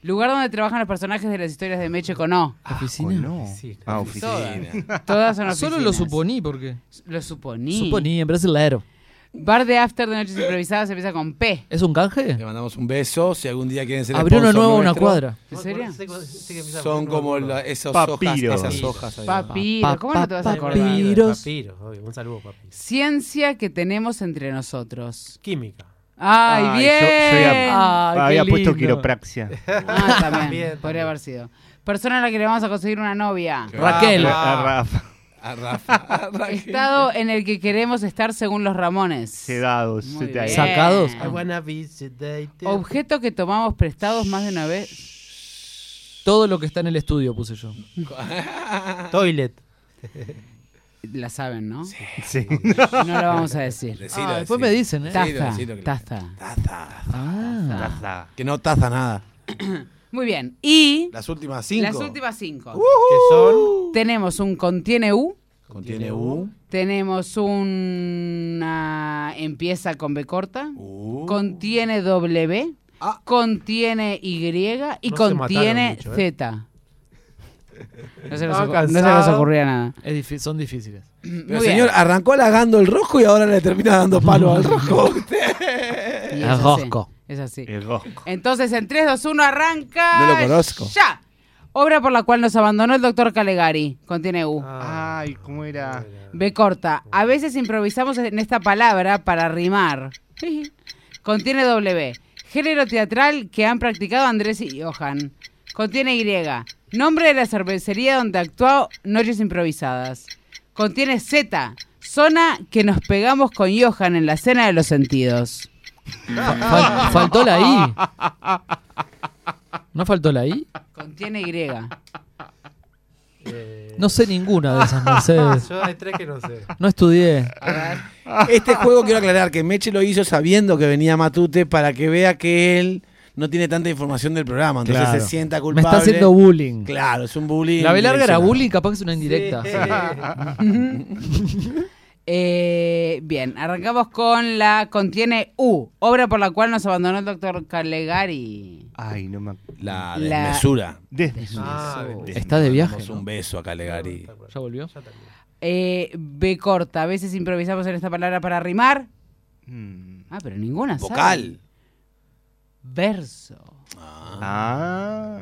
Speaker 3: Lugar donde trabajan los personajes de las historias de Meche con O.
Speaker 6: ¿O
Speaker 4: Oficina.
Speaker 6: Ah, no?
Speaker 12: Oficina.
Speaker 6: Ah, oficina.
Speaker 3: Todas son
Speaker 4: Solo
Speaker 3: oficinas.
Speaker 4: lo suponí porque.
Speaker 3: Lo suponí.
Speaker 4: Suponí, en brasilero.
Speaker 3: Bar de after de noches improvisadas empieza con P.
Speaker 4: ¿Es un canje?
Speaker 5: Le mandamos un beso. Si algún día quieren ser
Speaker 4: Abrió uno
Speaker 5: sponsor
Speaker 4: nuevo una
Speaker 5: nuestro,
Speaker 4: cuadra.
Speaker 3: ¿En serio?
Speaker 5: Son como la- esas
Speaker 6: Papiro.
Speaker 5: hojas, esas hojas. ahí.
Speaker 3: Papiro. ¿Cómo no te vas a acordar?
Speaker 4: Papiros.
Speaker 12: Papiros, obvio. Un saludo, papi.
Speaker 3: Ciencia que tenemos entre nosotros.
Speaker 12: Química.
Speaker 3: ¡Ay,
Speaker 6: Ay,
Speaker 3: bien!
Speaker 6: yo- yo había-
Speaker 4: Ay, qué
Speaker 6: Había puesto
Speaker 4: lindo.
Speaker 6: quiropraxia.
Speaker 3: Ah, también.
Speaker 12: Bien,
Speaker 3: Podría haber sido. Persona a la que le vamos a conseguir una novia.
Speaker 4: Raquel.
Speaker 6: Ah, Rafa.
Speaker 5: A Rafa. a Rafa.
Speaker 3: Estado en el que queremos estar según los Ramones.
Speaker 6: Sedados.
Speaker 3: Muy
Speaker 6: se te-
Speaker 3: bien.
Speaker 4: Sacados.
Speaker 12: I wanna be
Speaker 3: Oh.
Speaker 12: sedated.
Speaker 3: Objeto que tomamos prestados más de una vez.
Speaker 4: Todo lo que está en el estudio puse yo.
Speaker 12: Toilet.
Speaker 3: La saben, ¿no?
Speaker 6: Sí.
Speaker 3: No la vamos a decir.
Speaker 5: Decilo,
Speaker 4: Ah,
Speaker 5: decilo.
Speaker 4: después me dicen, ¿eh?
Speaker 5: Decilo,
Speaker 3: Taza,
Speaker 5: decilo que-
Speaker 3: taza.
Speaker 5: Taza.
Speaker 4: Ah.
Speaker 6: Raza.
Speaker 5: Que no taza nada.
Speaker 3: Muy bien. Y
Speaker 5: Las últimas cinco.
Speaker 3: las últimas cinco.
Speaker 12: Que son.
Speaker 3: Tenemos un contiene U.
Speaker 5: Contiene U.
Speaker 3: Tenemos una empieza con B corta.
Speaker 12: ¡Uh!
Speaker 5: U.
Speaker 3: Contiene W.
Speaker 5: Ah.
Speaker 3: Contiene Y y
Speaker 12: No se mataron
Speaker 3: contiene
Speaker 12: mucho, ¿eh?
Speaker 3: Z. No se, nos
Speaker 12: Estaba
Speaker 3: ocur- no se
Speaker 12: cansado.
Speaker 3: nos ocurría nada.
Speaker 4: Es difí- son difíciles.
Speaker 3: Muy
Speaker 5: Pero
Speaker 3: bien.
Speaker 5: señor, arrancó halagando el rojo y ahora le termina dando palo al rojo.
Speaker 3: Y
Speaker 4: El
Speaker 3: es así,
Speaker 4: rosco.
Speaker 3: Es así.
Speaker 6: El rosco.
Speaker 3: Entonces, en 3, 2, 1, arranca.
Speaker 5: No lo conozco.
Speaker 3: ¡Ya! Obra por la cual nos abandonó el doctor Calegari. Contiene U.
Speaker 12: Ah,
Speaker 6: Ay, ¿cómo era?
Speaker 3: B corta. A veces improvisamos en esta palabra para rimar. Contiene W. Género teatral que han practicado Andrés y Johan. Contiene Y. Nombre de la cervecería donde actuó Noches Improvisadas. Contiene Z. Zona que nos pegamos con Johan en la cena de los sentidos.
Speaker 4: Fal- faltó la I. ¿No faltó la I?
Speaker 3: Contiene Y.
Speaker 4: No sé ninguna de esas, Mercedes.
Speaker 2: Yo hay tres que no sé.
Speaker 4: No estudié.
Speaker 5: Este juego quiero aclarar que Meche lo hizo sabiendo que venía Matute para que vea que él no tiene tanta información del programa, entonces
Speaker 4: Claro.
Speaker 5: se sienta
Speaker 4: Me
Speaker 5: culpable.
Speaker 4: está haciendo bullying.
Speaker 5: Claro, es un bullying.
Speaker 4: La B larga era
Speaker 5: direccionado.
Speaker 4: bullying, capaz que es una indirecta.
Speaker 3: Eh, bien, arrancamos con la contiene U, obra por la cual nos abandonó el doctor Calegari.
Speaker 6: Ay, no me
Speaker 5: La
Speaker 3: La-
Speaker 5: desmesura.
Speaker 6: Desmesura.
Speaker 3: Ah,
Speaker 4: Está de viaje,
Speaker 5: Damos Un beso a Calegari.
Speaker 4: ¿Ya volvió?
Speaker 3: Eh, B corta, a veces improvisamos en esta palabra para rimar.
Speaker 6: Mm.
Speaker 3: Ah, pero ninguna sabe.
Speaker 5: Vocal.
Speaker 3: Verso.
Speaker 6: Ah.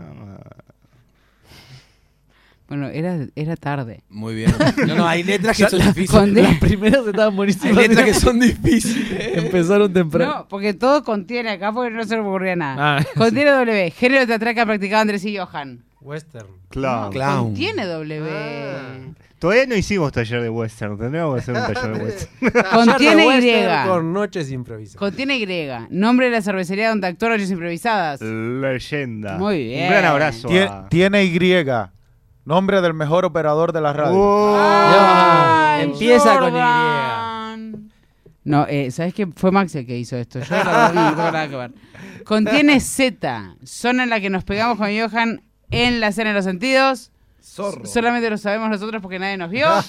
Speaker 3: Bueno, era, era tarde.
Speaker 5: Muy bien. No, no, hay letras que
Speaker 3: Yo
Speaker 5: son
Speaker 3: la-
Speaker 5: difíciles.
Speaker 3: con-
Speaker 4: Las primeras estaban buenísimas.
Speaker 5: Hay letras que son difíciles.
Speaker 4: Empezaron temprano.
Speaker 3: No, porque todo contiene acá porque no se me ocurría nada.
Speaker 4: Ah.
Speaker 3: Contiene W, género de atraca practicado Andrés y Johan.
Speaker 2: Western.
Speaker 6: Clown.
Speaker 3: Contiene W.
Speaker 6: Todavía no hicimos taller de western, tendríamos que hacer un taller de western.
Speaker 4: Ah.
Speaker 12: Ah,
Speaker 3: Contiene
Speaker 2: Taller de
Speaker 3: Y.
Speaker 2: western Con noches improvisadas.
Speaker 3: Contiene Y. Nombre de la cervecería donde actuó Noches Improvisadas.
Speaker 6: Leyenda.
Speaker 3: Muy bien.
Speaker 6: Un gran abrazo.
Speaker 14: Tie-
Speaker 6: a-
Speaker 14: Tiene Y. Nombre del mejor operador de la radio.
Speaker 3: Ay,
Speaker 4: Empieza con
Speaker 3: Jordan. No, eh, ¿sabes qué? Fue Max el que hizo esto. Yo la verdad que no tengo nada que ver. Contiene Z, zona en la que nos pegamos con Johan en la cena de los sentidos. Solamente lo sabemos nosotros porque nadie nos vio.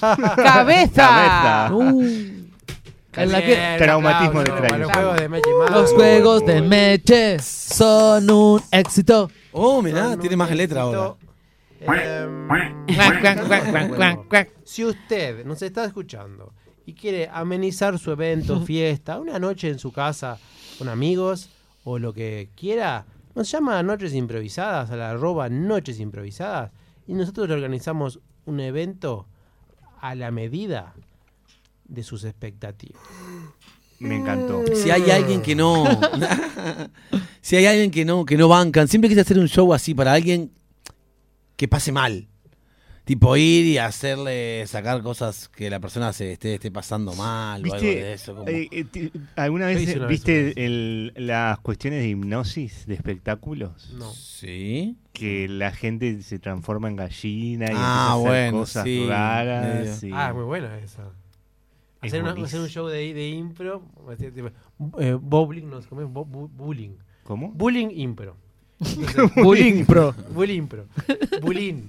Speaker 6: Cabeza.
Speaker 3: ¡Cabeza!
Speaker 4: En la que-
Speaker 6: Traumatismo de cráneo.
Speaker 4: Los juegos de Meche son un éxito.
Speaker 5: Oh, mirá, tiene más letra ahora.
Speaker 6: eh,
Speaker 2: Em, Si usted nos está escuchando y quiere amenizar su evento, fiesta, una noche en su casa con amigos o lo que quiera, nos llama a Noches Improvisadas, a la arroba Noches Improvisadas, y nosotros le organizamos un evento a la medida de sus expectativas.
Speaker 6: Me encantó.
Speaker 5: Si hay alguien que no. si hay alguien que no, que no bancan. Siempre quise hacer un show así para alguien que pase mal. Tipo ir y hacerle sacar cosas que la persona se esté, esté pasando mal o algo de
Speaker 6: ¿Viste,
Speaker 5: eso. como-
Speaker 6: eh, eh, ti- ¿Alguna
Speaker 2: Yo
Speaker 6: vez
Speaker 2: hice una vez
Speaker 6: viste el- las cuestiones de hipnosis de espectáculos?
Speaker 2: No.
Speaker 5: Sí.
Speaker 6: Que la gente se transforma en gallina y empieza a
Speaker 5: Ah,
Speaker 6: hacer
Speaker 5: bueno,
Speaker 6: cosas
Speaker 5: sí,
Speaker 6: raras. y-
Speaker 2: Ah, muy buena esa.
Speaker 6: Es
Speaker 2: Hacer, una-
Speaker 6: buenísimo.
Speaker 2: hacer un show de, de impro, tipo, eh, bowling, no sé cómo es, bo- bu- bullying.
Speaker 6: ¿Cómo?
Speaker 2: Bullying impro.
Speaker 4: Bullying pro.
Speaker 2: Bullying pro. Bullying.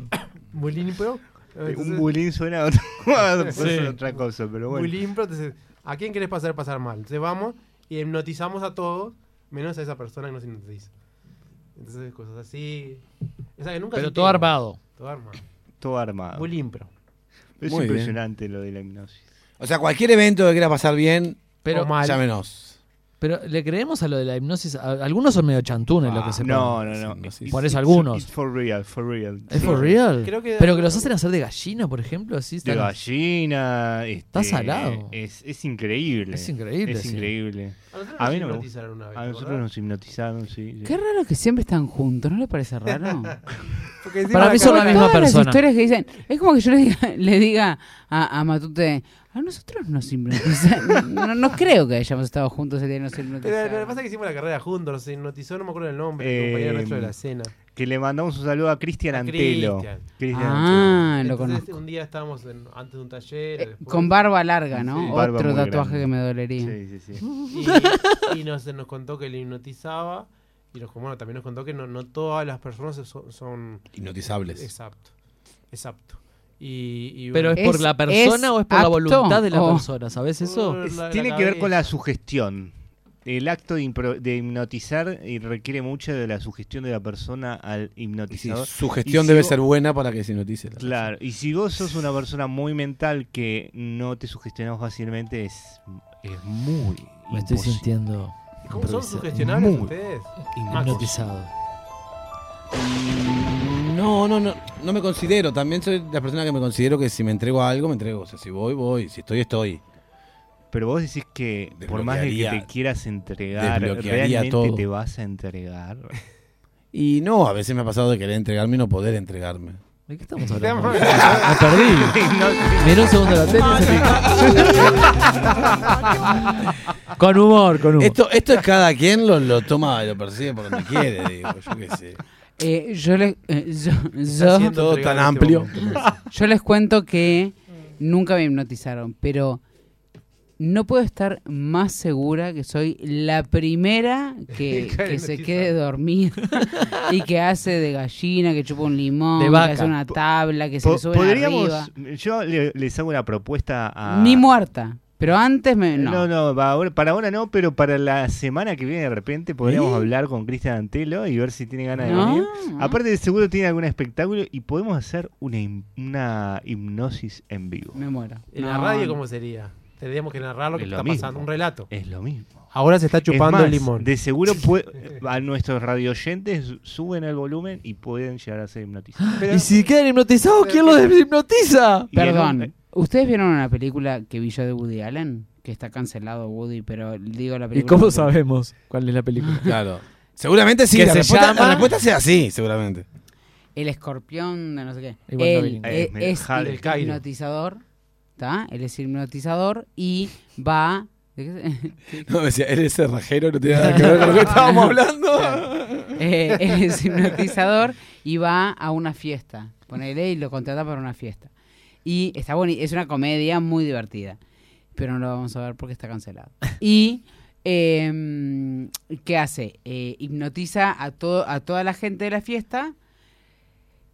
Speaker 2: bullying pro. Entonces,
Speaker 6: Eh, Un bulín suena a otra, a
Speaker 2: Sí.
Speaker 6: otra cosa, pero bueno.
Speaker 2: Bullying pro. Entonces, ¿a quién querés pasar pasar mal? Entonces vamos y hipnotizamos a todos, menos a esa persona que nos hipnotiza. Entonces, cosas así. O sea, que nunca
Speaker 4: Pero
Speaker 2: se
Speaker 4: todo
Speaker 2: entiende.
Speaker 4: armado.
Speaker 2: Todo armado.
Speaker 6: Todo armado.
Speaker 2: Bullying pro.
Speaker 6: Es
Speaker 5: Muy bien.
Speaker 6: impresionante lo de la hipnosis.
Speaker 5: O sea, cualquier evento que quiera pasar bien,
Speaker 4: Pero-
Speaker 5: pero
Speaker 4: O mal.
Speaker 5: llámenos.
Speaker 4: Pero le creemos a lo de la hipnosis. A- Algunos son medio chantunes lo que se
Speaker 6: No,
Speaker 4: ponen.
Speaker 6: no, no.
Speaker 4: Por
Speaker 6: It's-
Speaker 4: eso algunos.
Speaker 6: It's for real, for real.
Speaker 4: ¿Es for real?
Speaker 2: Creo que-
Speaker 4: Pero que los hacen hacer de gallina, por ejemplo. Así
Speaker 6: De
Speaker 4: están-
Speaker 6: gallina. este,
Speaker 4: Está salado.
Speaker 6: Es, es increíble.
Speaker 4: Es increíble,
Speaker 6: Es
Speaker 4: sí.
Speaker 6: increíble.
Speaker 2: A nosotros
Speaker 6: A
Speaker 2: nos
Speaker 6: mí no me gusta.
Speaker 2: hipnotizaron una vez.
Speaker 6: A nosotros
Speaker 2: ¿verdad?
Speaker 6: nos hipnotizaron, sí. sí.
Speaker 3: Qué raro que siempre están juntos, ¿no le parece raro?
Speaker 2: Porque encima
Speaker 4: Para mí
Speaker 2: acá-
Speaker 4: son la misma
Speaker 3: Todas las
Speaker 4: persona.
Speaker 3: historias que dicen, es como que yo le diga, le diga a, a Matute, a nosotros nos hipnotizaron. No, no creo que hayamos estado juntos el día que nos
Speaker 2: Pero lo que
Speaker 3: hipnotizaron.
Speaker 2: pasa es que hicimos la carrera juntos, nos hipnotizó, no me acuerdo el nombre, el
Speaker 6: Eh,
Speaker 2: compañero nuestro de la cena.
Speaker 6: Que le mandamos un saludo a Cristian
Speaker 2: A
Speaker 6: Antelo.
Speaker 2: Cristian.
Speaker 6: Cristian
Speaker 3: Ah, lo
Speaker 2: Entonces,
Speaker 3: conozco.
Speaker 2: un día estábamos en- antes de un
Speaker 4: Eh,
Speaker 2: taller. después-
Speaker 3: Con barba larga, ¿no?
Speaker 2: Sí.
Speaker 6: Barba
Speaker 3: Otro
Speaker 6: muy
Speaker 3: tatuaje
Speaker 6: grande.
Speaker 3: que me dolería.
Speaker 6: Antelo. Sí, sí, sí.
Speaker 2: Y, y nos, nos contó que le hipnotizaba. Y nos, bueno, también nos contó que no, no todas las personas son. son-
Speaker 5: Hipnotizables.
Speaker 2: Exacto. Exacto. Y, y
Speaker 4: Pero es,
Speaker 2: bueno,
Speaker 4: por
Speaker 3: ¿Es-
Speaker 4: la persona
Speaker 3: es
Speaker 4: o es por la
Speaker 3: apto
Speaker 4: voluntad de la
Speaker 3: o-
Speaker 4: persona, ¿sabes eso?
Speaker 2: por
Speaker 6: Eh, Es-
Speaker 2: la- la
Speaker 6: tiene que ver con la
Speaker 2: cabeza.
Speaker 6: sugestión. El acto de, impro- de hipnotizar eh, requiere mucho de la sugestión de la persona al
Speaker 5: Sí,
Speaker 6: hipnotizador.
Speaker 5: su
Speaker 6: Y
Speaker 5: gestión
Speaker 6: si
Speaker 5: debe
Speaker 6: vos-
Speaker 5: ser buena para que se notice.
Speaker 6: Claro, y si vos sos una persona muy mental que no te sugestionas fácilmente, es, es muy
Speaker 4: Me estoy
Speaker 6: imposible.
Speaker 4: sintiendo
Speaker 2: ¿Cómo son
Speaker 4: improvisado.
Speaker 2: sugestionables
Speaker 6: Muy.
Speaker 2: ustedes?
Speaker 4: hipnotizado.
Speaker 5: No, no, no. No me considero. También soy la persona que me considero que si me entrego a algo, me entrego. O sea, si voy, voy. Si estoy, estoy.
Speaker 6: Pero vos decís que por más de que
Speaker 5: Desbloquearía-
Speaker 6: te quieras entregar,
Speaker 5: desbloquearía
Speaker 6: realmente
Speaker 5: todo.
Speaker 6: te vas a entregar.
Speaker 5: Y no, a veces me ha pasado de querer entregarme y no poder entregarme.
Speaker 4: ¿De qué estamos hablando? Ah, Me perdí. Miré un segundo la tele y se me- Con humor, con humor.
Speaker 5: Esto, esto es cada quien lo, lo toma y lo percibe por donde quiere, digo, yo qué sé.
Speaker 3: Eh, yo les, eh, yo-
Speaker 5: Está
Speaker 3: yo-
Speaker 5: haciendo Todo tan
Speaker 6: este
Speaker 5: amplio.
Speaker 3: yo les cuento que nunca me hipnotizaron, pero no puedo estar más segura que soy la primera que, que se quede dormida y que hace de gallina, que chupa un limón,
Speaker 6: De
Speaker 3: que
Speaker 6: vaca.
Speaker 3: hace una tabla, que se
Speaker 6: Po-
Speaker 3: le sube
Speaker 6: Podríamos,
Speaker 3: arriba.
Speaker 6: yo le- les hago una propuesta a...
Speaker 3: Ni muerta. Pero antes me. No.
Speaker 6: No, no, va ahora- para ahora no, pero para la semana que viene de repente podríamos
Speaker 3: ¿Eh? Ah.
Speaker 6: hablar con Cristian Antelo y ver si tiene ganas de
Speaker 3: No.
Speaker 6: venir. Aparte seguro tiene algún espectáculo y podemos hacer una, him- una hipnosis en vivo.
Speaker 3: Me muero.
Speaker 2: ¿En la radio cómo sería? Tendríamos que narrar lo que
Speaker 6: Es lo
Speaker 2: está
Speaker 6: mismo.
Speaker 2: pasando, un relato.
Speaker 6: Es lo mismo.
Speaker 2: Ahora se está
Speaker 6: Es
Speaker 2: chupando el
Speaker 6: más,
Speaker 2: limón.
Speaker 6: De seguro pue- a nuestros radioyentes suben el volumen y pueden llegar a ser hipnotizados.
Speaker 4: y si quedan
Speaker 6: Oh,
Speaker 4: hipnotizados, ¿quién los hipnotiza?
Speaker 6: Y en
Speaker 3: Perdón,
Speaker 6: un-
Speaker 3: ¿ustedes vieron una película que vi yo de Woody Allen? Que está cancelado Woody, pero digo la
Speaker 4: ¿Y
Speaker 3: película.
Speaker 4: cómo
Speaker 3: porque-
Speaker 4: sabemos cuál es la película?
Speaker 5: Claro. Seguramente sí,
Speaker 4: Que
Speaker 5: la
Speaker 4: se
Speaker 5: respuesta,
Speaker 4: llama-
Speaker 5: la respuesta sea así, seguramente.
Speaker 3: El escorpión de no sé qué.
Speaker 4: Igual no vi
Speaker 3: Él
Speaker 4: ninguna.
Speaker 3: eh,
Speaker 4: Eh, me-
Speaker 3: es
Speaker 4: Jade. El Cairo.
Speaker 3: hipnotizador, ¿está? Él es hipnotizador y va... ¿de qué se-
Speaker 5: No, decía, eres cerrajero, no tiene nada que ver con lo que estábamos hablando.
Speaker 3: Eh, él es hipnotizador y va a una fiesta. Ponele y lo contrata para una fiesta. Y está bueno, es una comedia muy divertida. Pero no lo vamos a ver porque está cancelado. Y eh, ¿qué hace? Eh, hipnotiza a todo, a toda la gente de la fiesta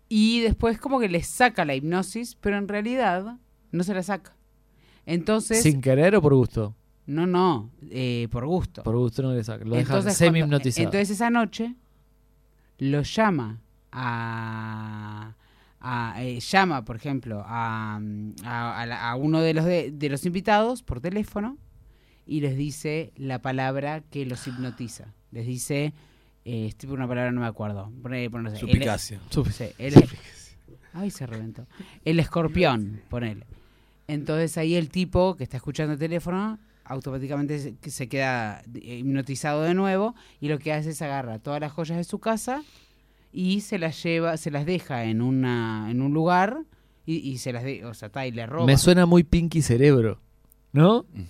Speaker 3: y después como que les saca la hipnosis, pero en realidad no se la saca. Entonces,
Speaker 4: ¿Sin querer o por gusto?
Speaker 3: no, no, eh, por gusto.
Speaker 4: Por gusto no le saca. Lo deja
Speaker 3: Entonces,
Speaker 4: semi
Speaker 3: cuando-
Speaker 4: hipnotizado.
Speaker 3: entonces esa noche lo llama a, a- eh, llama, por ejemplo, a, mm, a- a la- a uno de los de, de los invitados por teléfono y les dice la palabra que los hipnotiza. Les dice eh, es tipo una palabra no me acuerdo. Poné- poné, no sé, el-
Speaker 5: Suspicacia.
Speaker 3: Sí,
Speaker 5: Sup-
Speaker 3: el- Ay, se reventó. El escorpión, ponele. Entonces ahí el tipo que está escuchando el teléfono automáticamente se- que se queda eh, hipnotizado de nuevo y lo que hace es agarra todas las joyas de su casa y se las lleva, se las deja en una en un lugar y, y se las de, o sea, está y le roba.
Speaker 4: Me suena muy pinky cerebro. ¿No?
Speaker 6: Mm.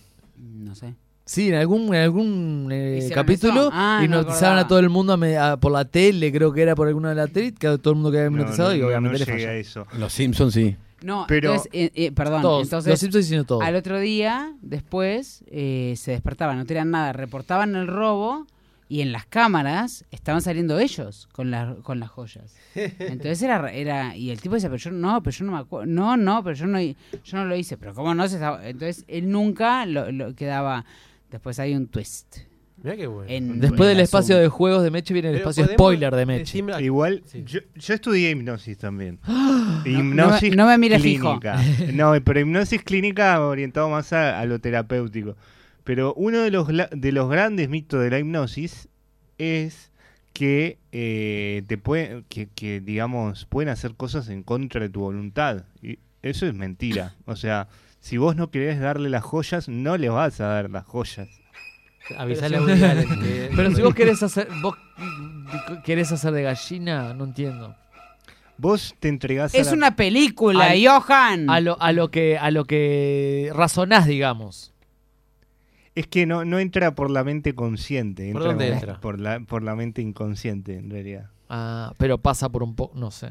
Speaker 3: no sé.
Speaker 4: Sí, en algún, en algún eh,
Speaker 3: Y se la
Speaker 4: capítulo
Speaker 3: besó. Ah, no
Speaker 4: hipnotizaban
Speaker 3: acordaba.
Speaker 4: a todo el mundo a me- a- por la tele, creo que era por alguna de la tele, que todo el mundo quedaba hipnotizado
Speaker 6: no,
Speaker 4: y
Speaker 6: no,
Speaker 4: obviamente
Speaker 6: no
Speaker 4: le
Speaker 6: llegué
Speaker 4: falla.
Speaker 6: a eso.
Speaker 5: Los Simpsons sí.
Speaker 3: No,
Speaker 6: Pero-
Speaker 3: entonces, eh, eh, perdón,
Speaker 4: Todos,
Speaker 3: entonces
Speaker 4: los Simpsons hicieron todo.
Speaker 3: al otro día, después, eh, se despertaban, no tenían nada, reportaban el robo y en las cámaras estaban saliendo ellos con, las con las joyas. Entonces era, era, y el tipo decía, pero yo no, pero yo no me acuerdo, no, no, pero yo no, hi- yo no lo hice, pero cómo no se estaba- entonces él nunca lo, lo quedaba, después hay un twist.
Speaker 2: Mirá qué bueno.
Speaker 3: En-
Speaker 4: Después
Speaker 3: en
Speaker 4: del
Speaker 3: el
Speaker 4: espacio
Speaker 3: asunto.
Speaker 4: de juegos de Meche viene el
Speaker 3: Pero
Speaker 4: espacio
Speaker 3: podemos
Speaker 4: spoiler de Meche.
Speaker 6: Igual, yo, yo estudié hipnosis también.
Speaker 3: ¡Ah!
Speaker 6: hipnosis
Speaker 3: No me- no me mires fijo.
Speaker 6: clínica. No, pero hipnosis clínica orientado más a, a lo terapéutico. Pero uno de los, la- de los grandes mitos de la hipnosis es que eh, te pueden, que, que, digamos, pueden hacer cosas en contra de tu voluntad. Y eso es mentira. O sea, si vos no querés darle las joyas, no le vas a dar las joyas.
Speaker 2: Avisale a Woody Allen que-
Speaker 4: Pero si vos querés hacer, vos mm, querés hacer de gallina, no entiendo.
Speaker 6: Vos te entregás
Speaker 3: Es una película,
Speaker 4: Al-
Speaker 3: Johan.
Speaker 4: A lo, a lo que, a lo que razonás, digamos.
Speaker 6: Es que no, no entra por la mente consciente.
Speaker 4: ¿Por
Speaker 6: entra
Speaker 4: dónde
Speaker 6: como
Speaker 4: entra?
Speaker 6: Por la, por la mente inconsciente, en realidad.
Speaker 4: Ah, pero pasa por un poco, no sé.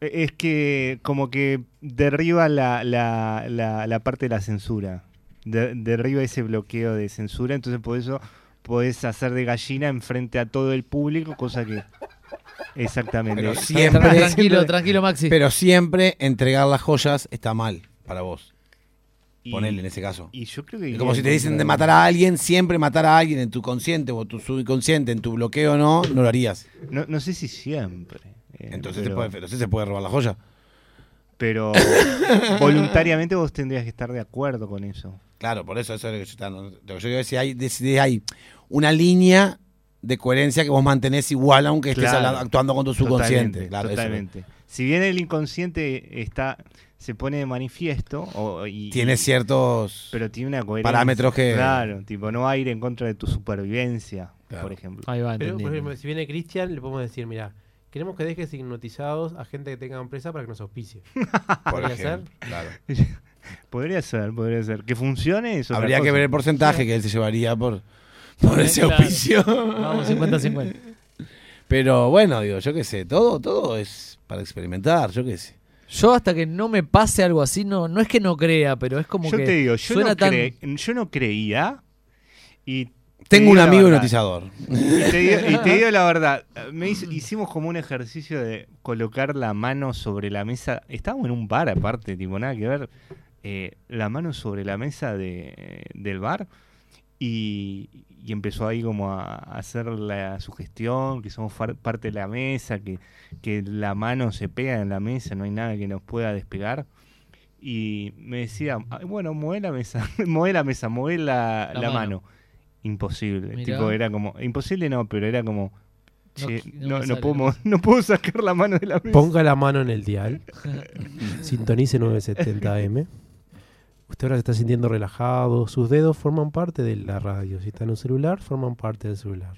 Speaker 6: E- Es que como que derriba la, la, la, la parte de la censura. De- derriba ese bloqueo de censura. Entonces por eso podés hacer de gallina enfrente a todo el público, cosa que... Exactamente.
Speaker 5: Pero siempre. Pero siempre entregar las joyas está mal para vos.
Speaker 6: Y-
Speaker 5: Ponele en ese caso.
Speaker 6: Y yo creo que...
Speaker 5: Es
Speaker 6: iría
Speaker 5: como si te
Speaker 6: en
Speaker 5: dicen
Speaker 6: contra
Speaker 5: de matar a alguien, siempre matar a alguien en tu consciente o tu subconsciente, en tu bloqueo no, no lo harías.
Speaker 6: No, no sé si siempre. eh,
Speaker 5: Entonces,
Speaker 6: pero-
Speaker 5: te puede, entonces se puede robar la joya.
Speaker 6: Pero voluntariamente vos tendrías que estar de acuerdo con eso.
Speaker 5: Claro, por eso, eso es lo que yo, estaba- lo que yo digo es si hay, de- si hay una línea de coherencia que vos mantenés igual aunque estés
Speaker 6: Claro.
Speaker 5: hablando- actuando con tu subconsciente.
Speaker 6: Totalmente,
Speaker 5: Claro, eso.
Speaker 6: totalmente. Si bien el inconsciente está se pone de manifiesto o- y,
Speaker 5: Tiene ciertos
Speaker 6: pero tiene una coherencia.
Speaker 5: parámetros que-
Speaker 6: claro, tipo no va a ir en contra de tu supervivencia, por ejemplo.
Speaker 2: Pero, por ejemplo, si viene Cristian, le podemos decir, mira, queremos que dejes hipnotizados a gente que tenga empresa para que nos auspicie.
Speaker 5: Por
Speaker 2: ¿Podría ser?
Speaker 5: ejemplo, claro.
Speaker 6: podría ser, podría ser que funcione eso.
Speaker 5: Habría que ver el porcentaje que él se llevaría por, por ese
Speaker 4: Claro.
Speaker 5: auspicio.
Speaker 4: Vamos, 50-50.
Speaker 5: Pero bueno, digo, yo qué sé, todo, todo es para experimentar, yo qué sé.
Speaker 4: Yo hasta que no me pase algo así, no, no es que no crea, pero es como
Speaker 6: yo
Speaker 4: que
Speaker 6: te digo, yo,
Speaker 4: suena
Speaker 6: no
Speaker 4: tan...
Speaker 6: cre- yo no creía y... te
Speaker 5: Tengo
Speaker 6: digo
Speaker 5: un
Speaker 6: la
Speaker 5: amigo
Speaker 6: verdad.
Speaker 5: hipnotizador.
Speaker 6: Y te, digo, y te digo la verdad, me hizo- hicimos como un ejercicio de colocar la mano sobre la mesa. Estábamos en un bar aparte, tipo, nada que ver. Eh, la mano sobre la mesa de- del bar y, y empezó ahí como a, a hacer la sugestión, que somos far- parte de la mesa, que, que la mano se pega en la mesa, no hay nada que nos pueda despegar. Y me decía, "Ah, bueno, mueve la mesa, mueve la mesa, mueve la,
Speaker 4: La
Speaker 6: la
Speaker 4: mano.
Speaker 6: mano. Imposible.
Speaker 4: Mirá.
Speaker 6: Eh, Tipo, era como, imposible no, pero era como,
Speaker 4: No
Speaker 6: che,
Speaker 4: qui- no
Speaker 6: no,
Speaker 4: me
Speaker 6: no
Speaker 4: sale,
Speaker 6: puedo,
Speaker 4: no
Speaker 6: mo- no puedo sacar la mano de la mesa.
Speaker 2: Ponga la mano en el dial. Sintonice 970M. Usted ahora se está sintiendo relajado. Sus dedos forman parte de la radio. Si está en un celular, forman parte del celular.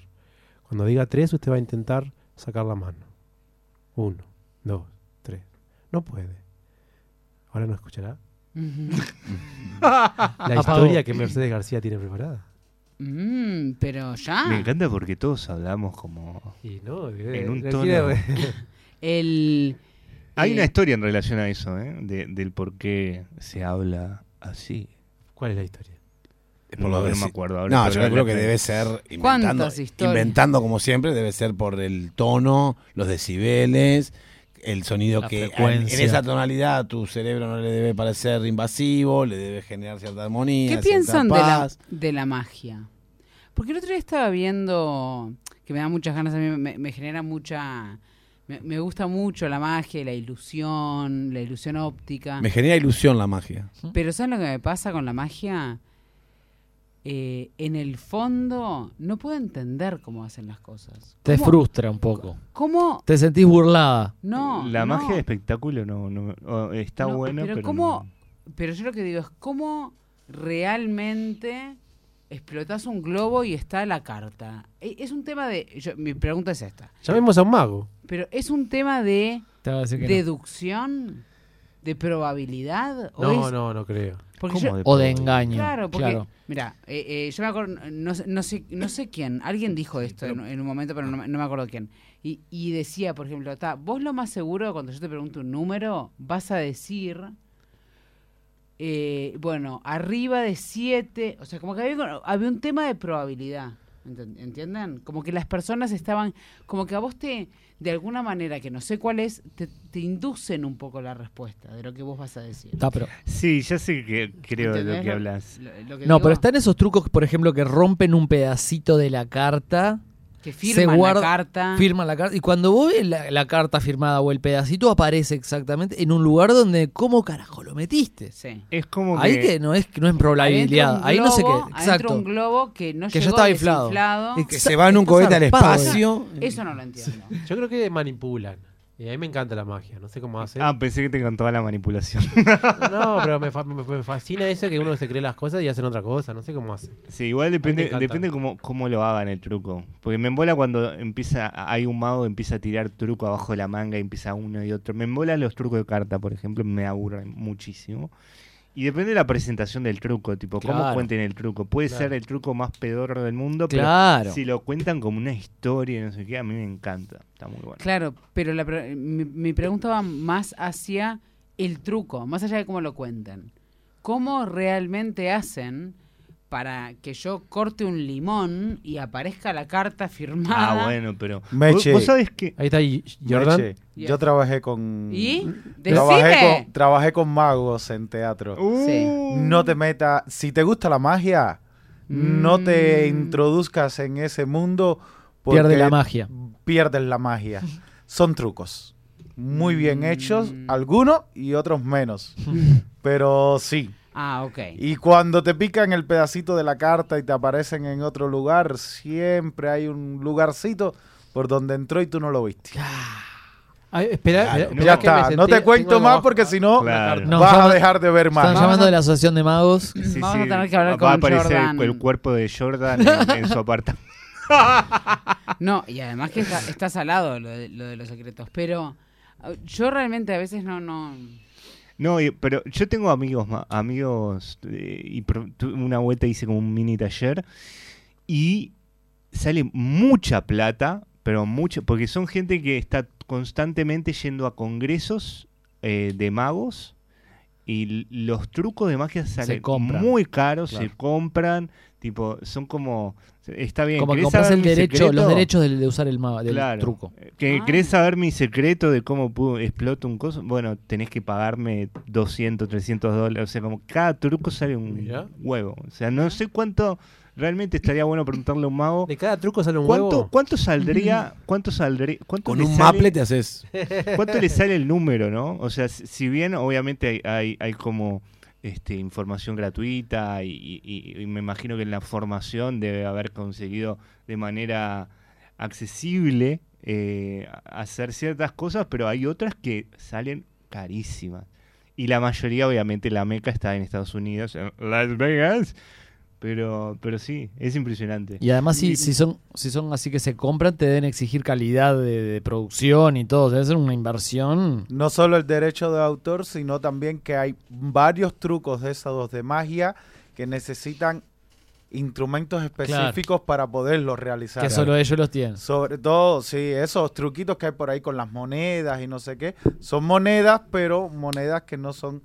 Speaker 2: Cuando diga tres, usted va a intentar sacar la mano. Uno, dos, tres. No puede. Ahora no escuchará. La historia que Mercedes García tiene preparada.
Speaker 3: Mm, pero
Speaker 4: Ah.
Speaker 3: ya.
Speaker 6: Me encanta porque todos hablamos como
Speaker 2: Y no,
Speaker 6: en un
Speaker 2: no
Speaker 6: tono.
Speaker 2: quiere-
Speaker 3: El.
Speaker 6: Hay
Speaker 3: eh,
Speaker 6: una historia en relación a eso, ¿eh? De- del por qué se habla así.
Speaker 2: ¿Cuál es la historia?
Speaker 5: Por
Speaker 6: no,
Speaker 5: lo
Speaker 6: no
Speaker 5: de-
Speaker 6: me acuerdo. ahora,
Speaker 5: No,
Speaker 6: pero
Speaker 5: yo
Speaker 6: era
Speaker 5: creo
Speaker 6: la
Speaker 5: que
Speaker 6: historia.
Speaker 5: debe ser inventando,
Speaker 3: ¿Cuántas historias?
Speaker 5: inventando como siempre, debe ser por el tono, los decibeles, el sonido
Speaker 4: La
Speaker 5: que en,
Speaker 4: frecuencia.
Speaker 5: en esa tonalidad tu cerebro no le debe parecer invasivo, le debe generar cierta armonía.
Speaker 3: ¿Qué
Speaker 5: cierta
Speaker 3: piensan de la,
Speaker 5: paz.
Speaker 3: de la magia? Porque el otro día estaba viendo, que me da muchas ganas, a mí me, me genera mucha... Me, me gusta mucho la magia, y la ilusión, la ilusión óptica.
Speaker 5: Me genera ilusión la magia.
Speaker 3: Pero ¿saben lo que me pasa con la magia? Eh, en el fondo no puedo entender cómo hacen las cosas.
Speaker 4: Te
Speaker 3: ¿Cómo-
Speaker 4: frustra un poco.
Speaker 3: ¿Cómo?
Speaker 4: Te sentís burlada.
Speaker 3: No.
Speaker 6: La
Speaker 3: no.
Speaker 6: magia de espectáculo no, no- o está
Speaker 3: No,
Speaker 6: buena, pero,
Speaker 3: pero, cómo, pero yo lo que digo es cómo realmente explotás un globo y está la carta. E- Es un tema de. yo- mi pregunta es esta.
Speaker 2: Llamemos a un mago.
Speaker 3: Pero es un tema de
Speaker 4: Te va a decir que no.
Speaker 3: deducción, de probabilidad. ¿O
Speaker 2: No,
Speaker 3: es-
Speaker 2: no, no creo.
Speaker 3: porque yo-
Speaker 4: O de engaño.
Speaker 3: Claro,
Speaker 4: Claro,
Speaker 3: porque, mira, eh, eh, yo me acuerdo, no, sé- no sé, no sé quién, alguien dijo esto en, en un momento, pero no, me- no me acuerdo quién. Y, y decía, por ejemplo, "Ta, vos lo más seguro, cuando yo te pregunto un número, vas a decir, eh, bueno, arriba de 7, o sea, como que había, había un tema de probabilidad. enten- ¿Entienden? Como que las personas estaban, como que a vos te, de alguna manera que no sé cuál es, te, te inducen un poco la respuesta de lo que vos vas a decir.
Speaker 4: Está, pero-
Speaker 6: Sí, ya sé que creo de lo
Speaker 3: ¿Entendés
Speaker 6: que
Speaker 3: lo-
Speaker 6: hablas.
Speaker 3: lo- lo que
Speaker 4: No,
Speaker 3: digo?
Speaker 4: pero están esos trucos, por ejemplo, que rompen un pedacito de la carta.
Speaker 3: Que
Speaker 4: se
Speaker 3: firman
Speaker 4: guarda-
Speaker 3: la carta.
Speaker 4: Firman la carta. Y cuando vos ves la, la carta firmada o el pedacito, aparece exactamente en un lugar donde, ¿cómo carajo lo metiste?
Speaker 3: Sí.
Speaker 6: Es como
Speaker 4: Ahí
Speaker 6: que,
Speaker 4: que no es, no es probabilidad. Ahí no sé qué.
Speaker 3: Adentro
Speaker 4: Exacto.
Speaker 3: un globo que no
Speaker 4: Que ya
Speaker 3: llegó
Speaker 4: estaba inflado.
Speaker 3: desinflado.
Speaker 4: Ex-
Speaker 5: Que se va en un
Speaker 4: Está
Speaker 5: cohete al
Speaker 4: zarpado.
Speaker 5: espacio.
Speaker 3: Eso
Speaker 4: Eh.
Speaker 3: no lo entiendo.
Speaker 2: Yo creo que manipulan. Y a mí me encanta la magia. No sé cómo hacen.
Speaker 6: Ah, pensé que te contaba la manipulación.
Speaker 2: No, pero me, fa- me- me fascina eso que uno se cree las cosas y hacen otra cosa. No sé cómo hacen.
Speaker 6: Sí, igual depende,
Speaker 2: encanta.
Speaker 6: depende cómo, cómo lo hagan el truco. Porque me embola cuando empieza, hay un mago que empieza a tirar truco abajo de la manga y empieza uno y otro. Me embolan los trucos de carta, por ejemplo, me aburren muchísimo. Y depende de la presentación del truco, tipo, cómo
Speaker 4: Claro.
Speaker 6: cuenten el truco. Puede
Speaker 4: Claro.
Speaker 6: ser el truco más pedorro del mundo,
Speaker 4: Claro.
Speaker 6: pero si lo cuentan como una historia, y no sé qué, a mí me encanta. Está muy bueno.
Speaker 3: Claro, pero la pre- mi, mi pregunta va más hacia el truco, más allá de cómo lo cuentan. ¿Cómo realmente hacen para que yo corte un limón y aparezca la carta firmada?
Speaker 6: Ah, bueno, pero.
Speaker 14: Meche.
Speaker 6: ¿Vos, vos sabés que.
Speaker 2: Ahí está y- Jordan.
Speaker 14: Meche,
Speaker 3: Yeah.
Speaker 14: Yo trabajé con.
Speaker 3: ¿Y?
Speaker 14: Trabajé
Speaker 3: ¡Decime!
Speaker 14: con, trabajé con magos en teatro.
Speaker 2: Uh.
Speaker 3: Sí.
Speaker 14: No te metas. Si te gusta la magia, no te
Speaker 2: Mm.
Speaker 14: introduzcas en ese mundo. porque
Speaker 4: Pierde la magia.
Speaker 14: Pierdes la magia. Son trucos. Muy
Speaker 3: Mm.
Speaker 14: bien hechos, algunos y otros menos. Pero sí.
Speaker 3: Ah, ok.
Speaker 14: Y cuando te pican el pedacito de la carta y te aparecen en otro lugar, siempre hay un lugarcito por donde entró y tú no lo viste.
Speaker 2: Ay, espera, espera,
Speaker 14: ya
Speaker 2: espera que
Speaker 14: está,
Speaker 2: me
Speaker 14: no te
Speaker 2: senté-
Speaker 14: cuento
Speaker 2: tengo
Speaker 14: más
Speaker 2: algo
Speaker 14: porque si no
Speaker 6: Claro.
Speaker 4: Nos
Speaker 14: vas a
Speaker 4: llaman-
Speaker 14: dejar de ver
Speaker 4: Están
Speaker 14: más.
Speaker 4: llamando de la Asociación de Magos.
Speaker 6: Sí,
Speaker 3: Vamos
Speaker 6: sí,
Speaker 3: a tener que hablar
Speaker 6: va a
Speaker 3: con
Speaker 6: aparecer el-
Speaker 3: Jordan.
Speaker 6: el cuerpo de Jordan en, en su apartamento.
Speaker 3: No, y además que está, está salado lo de, lo de los secretos, pero ah, yo realmente a veces no, no...
Speaker 6: No, y- pero yo tengo amigos, ma- amigos, eh, y pro- tu- una vuelta hice como un mini taller y sale mucha plata, Pero mucho, porque son gente que está constantemente yendo a congresos eh, de magos y l- los trucos de magia salen
Speaker 4: compran.
Speaker 6: muy caros,
Speaker 4: Claro.
Speaker 6: se compran, tipo, son como, está bien.
Speaker 4: Como que
Speaker 6: ¿querés
Speaker 4: compras
Speaker 6: saber
Speaker 4: el
Speaker 6: mi
Speaker 4: derecho, los
Speaker 6: secreto?
Speaker 4: derechos de, de usar el, ma- del
Speaker 6: Claro. eh,
Speaker 4: truco.
Speaker 6: Que, ¿Querés saber mi secreto de cómo pudo, exploto un coso? Bueno, tenés que pagarme 200, 300 dólares. O sea, como cada truco sale un
Speaker 2: Mirá.
Speaker 6: huevo. O sea, no sé cuánto... Realmente estaría bueno preguntarle a un mago.
Speaker 2: De cada truco sale un
Speaker 6: ¿Cuánto,
Speaker 2: huevo?
Speaker 6: ¿Cuánto saldría? ¿Cuánto saldría? Cuánto
Speaker 5: Con
Speaker 6: le
Speaker 5: un
Speaker 6: sale-
Speaker 5: maple te haces.
Speaker 6: ¿Cuánto le sale el número, no? O sea, si- si bien obviamente hay, hay, hay como este, información gratuita y, y- y me imagino que en la formación debe haber conseguido de manera accesible eh, hacer ciertas cosas, pero hay otras que salen carísimas. Y la mayoría, obviamente, la meca está en Estados Unidos, en Las Vegas. Pero, pero sí, es impresionante.
Speaker 4: Y además, si, si, son, si son así que se compran, te deben exigir calidad de, de producción y todo. Debe ser una inversión.
Speaker 14: No solo el derecho de autor, sino también que hay varios trucos de esos de magia que necesitan instrumentos específicos para poderlos realizar.
Speaker 4: Que solo ellos los tienen.
Speaker 14: Sobre todo, sí, esos truquitos que hay por ahí con las monedas y no sé qué. Son monedas, pero monedas que no son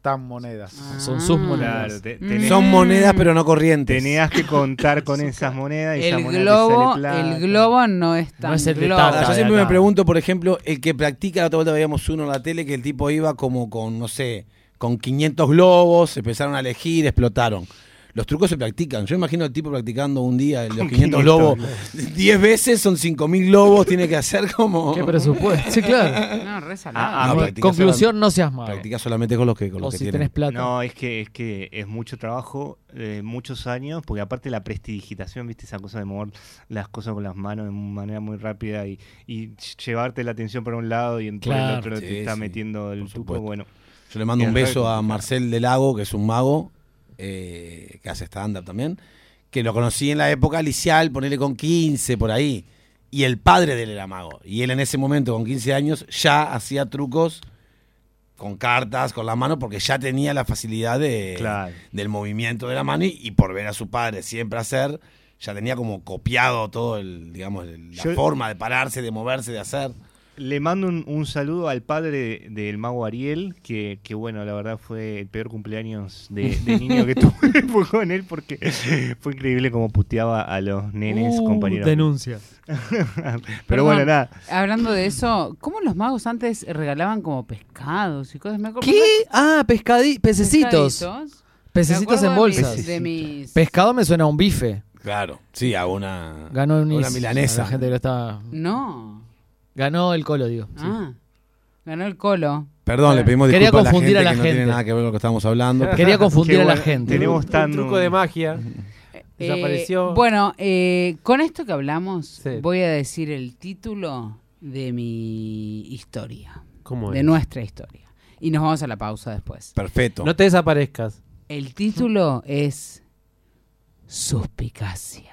Speaker 14: tan monedas.
Speaker 4: Son
Speaker 3: Mm.
Speaker 4: sus monedas.
Speaker 6: Claro, te- tenés-
Speaker 5: Son monedas, pero no corrientes.
Speaker 6: Tenías que contar con esas monedas y esas
Speaker 3: El
Speaker 6: monedas te
Speaker 3: globo,
Speaker 6: sale plata.
Speaker 3: el globo no es tan globo.
Speaker 5: Ahora, yo siempre me pregunto, por ejemplo, el que practica, la otra vuelta veíamos uno en la tele que el tipo iba como con, no sé, con 500 globos, empezaron a elegir, explotaron. Los trucos se practican. Yo imagino al tipo practicando un día los 500,
Speaker 6: 500
Speaker 5: globos 10 veces, son 5000 globos, tiene que hacer como.
Speaker 4: ¿Qué presupuesto? Sí, claro.
Speaker 3: No, re salado.
Speaker 6: Ah, ah,
Speaker 5: No,
Speaker 6: mira,
Speaker 5: practica
Speaker 4: Conclusión,
Speaker 5: solam-
Speaker 4: no seas malo.
Speaker 5: Practica solamente con los que, con los
Speaker 4: O
Speaker 5: que
Speaker 4: si
Speaker 5: tienen.
Speaker 4: tenés plata.
Speaker 6: No, es que, es que es mucho trabajo, eh, muchos años, porque aparte la prestidigitación, viste, esa cosa de mover las cosas con las manos de manera muy rápida y, y llevarte la atención por un lado y en por
Speaker 4: Claro.
Speaker 6: el otro
Speaker 5: Sí,
Speaker 6: te está
Speaker 5: sí,
Speaker 6: metiendo el truco,
Speaker 5: supuesto.
Speaker 6: bueno.
Speaker 5: Yo le mando
Speaker 6: Es
Speaker 5: un
Speaker 6: re
Speaker 5: beso a
Speaker 6: complicado.
Speaker 5: Marcel del Lago, que es un mago, eh, que hace stand-up también, que lo conocí en la época licial, ponele con 15, por ahí. Y el padre de él era mago. Y él en ese momento, con 15 años, ya hacía trucos con cartas, con la mano, porque ya tenía la facilidad de,
Speaker 6: Claro.
Speaker 5: del movimiento de la mano y, y por ver a su padre siempre hacer, ya tenía como copiado todo el, digamos, el- la
Speaker 6: Yo-
Speaker 5: forma de pararse, de moverse, de hacer.
Speaker 6: Le mando un, un saludo al padre de- del mago Ariel, que, que bueno, la verdad fue el peor cumpleaños de, de niño que tuve fue con él, porque fue increíble como puteaba a los nenes,
Speaker 4: Uh,
Speaker 6: compañeros.
Speaker 4: Denuncia.
Speaker 6: Pero
Speaker 3: Perdón,
Speaker 6: bueno, nada.
Speaker 3: Hablando de eso, ¿cómo los magos antes regalaban como pescados y cosas? Me acuerdo-
Speaker 4: ¿Qué? Ah, pescadi- pececitos.
Speaker 3: Pescaditos.
Speaker 4: Pececitos
Speaker 3: Me
Speaker 4: en
Speaker 3: acuerdo de mis-
Speaker 4: bolsas.
Speaker 3: De mis...
Speaker 4: Pescado me suena a un bife.
Speaker 5: Claro, sí, a una,
Speaker 4: Ganó
Speaker 5: a
Speaker 4: un
Speaker 5: una
Speaker 4: is-
Speaker 5: milanesa.
Speaker 4: La gente que lo estaba...
Speaker 3: No.
Speaker 4: Ganó el colo, digo. sí.
Speaker 3: Ah. Ganó el colo.
Speaker 5: Perdón, le pedimos
Speaker 4: Quería
Speaker 5: disculpas a la gente,
Speaker 4: confundir a la
Speaker 5: que no
Speaker 4: gente.
Speaker 5: tiene nada que ver con lo que estábamos hablando.
Speaker 4: Quería confundir
Speaker 6: Qué
Speaker 4: a la
Speaker 6: bueno,
Speaker 4: gente.
Speaker 6: Tenemos
Speaker 2: Un
Speaker 6: tan...
Speaker 2: truco de magia.
Speaker 3: Eh,
Speaker 2: Desapareció.
Speaker 3: bueno, eh, con esto que hablamos,
Speaker 2: Sí.
Speaker 3: voy a decir el título de mi historia.
Speaker 2: ¿Cómo
Speaker 3: de
Speaker 2: es?
Speaker 3: nuestra historia. Y nos vamos a la pausa después.
Speaker 5: Perfecto.
Speaker 2: No te desaparezcas.
Speaker 3: El título es Suspicacia.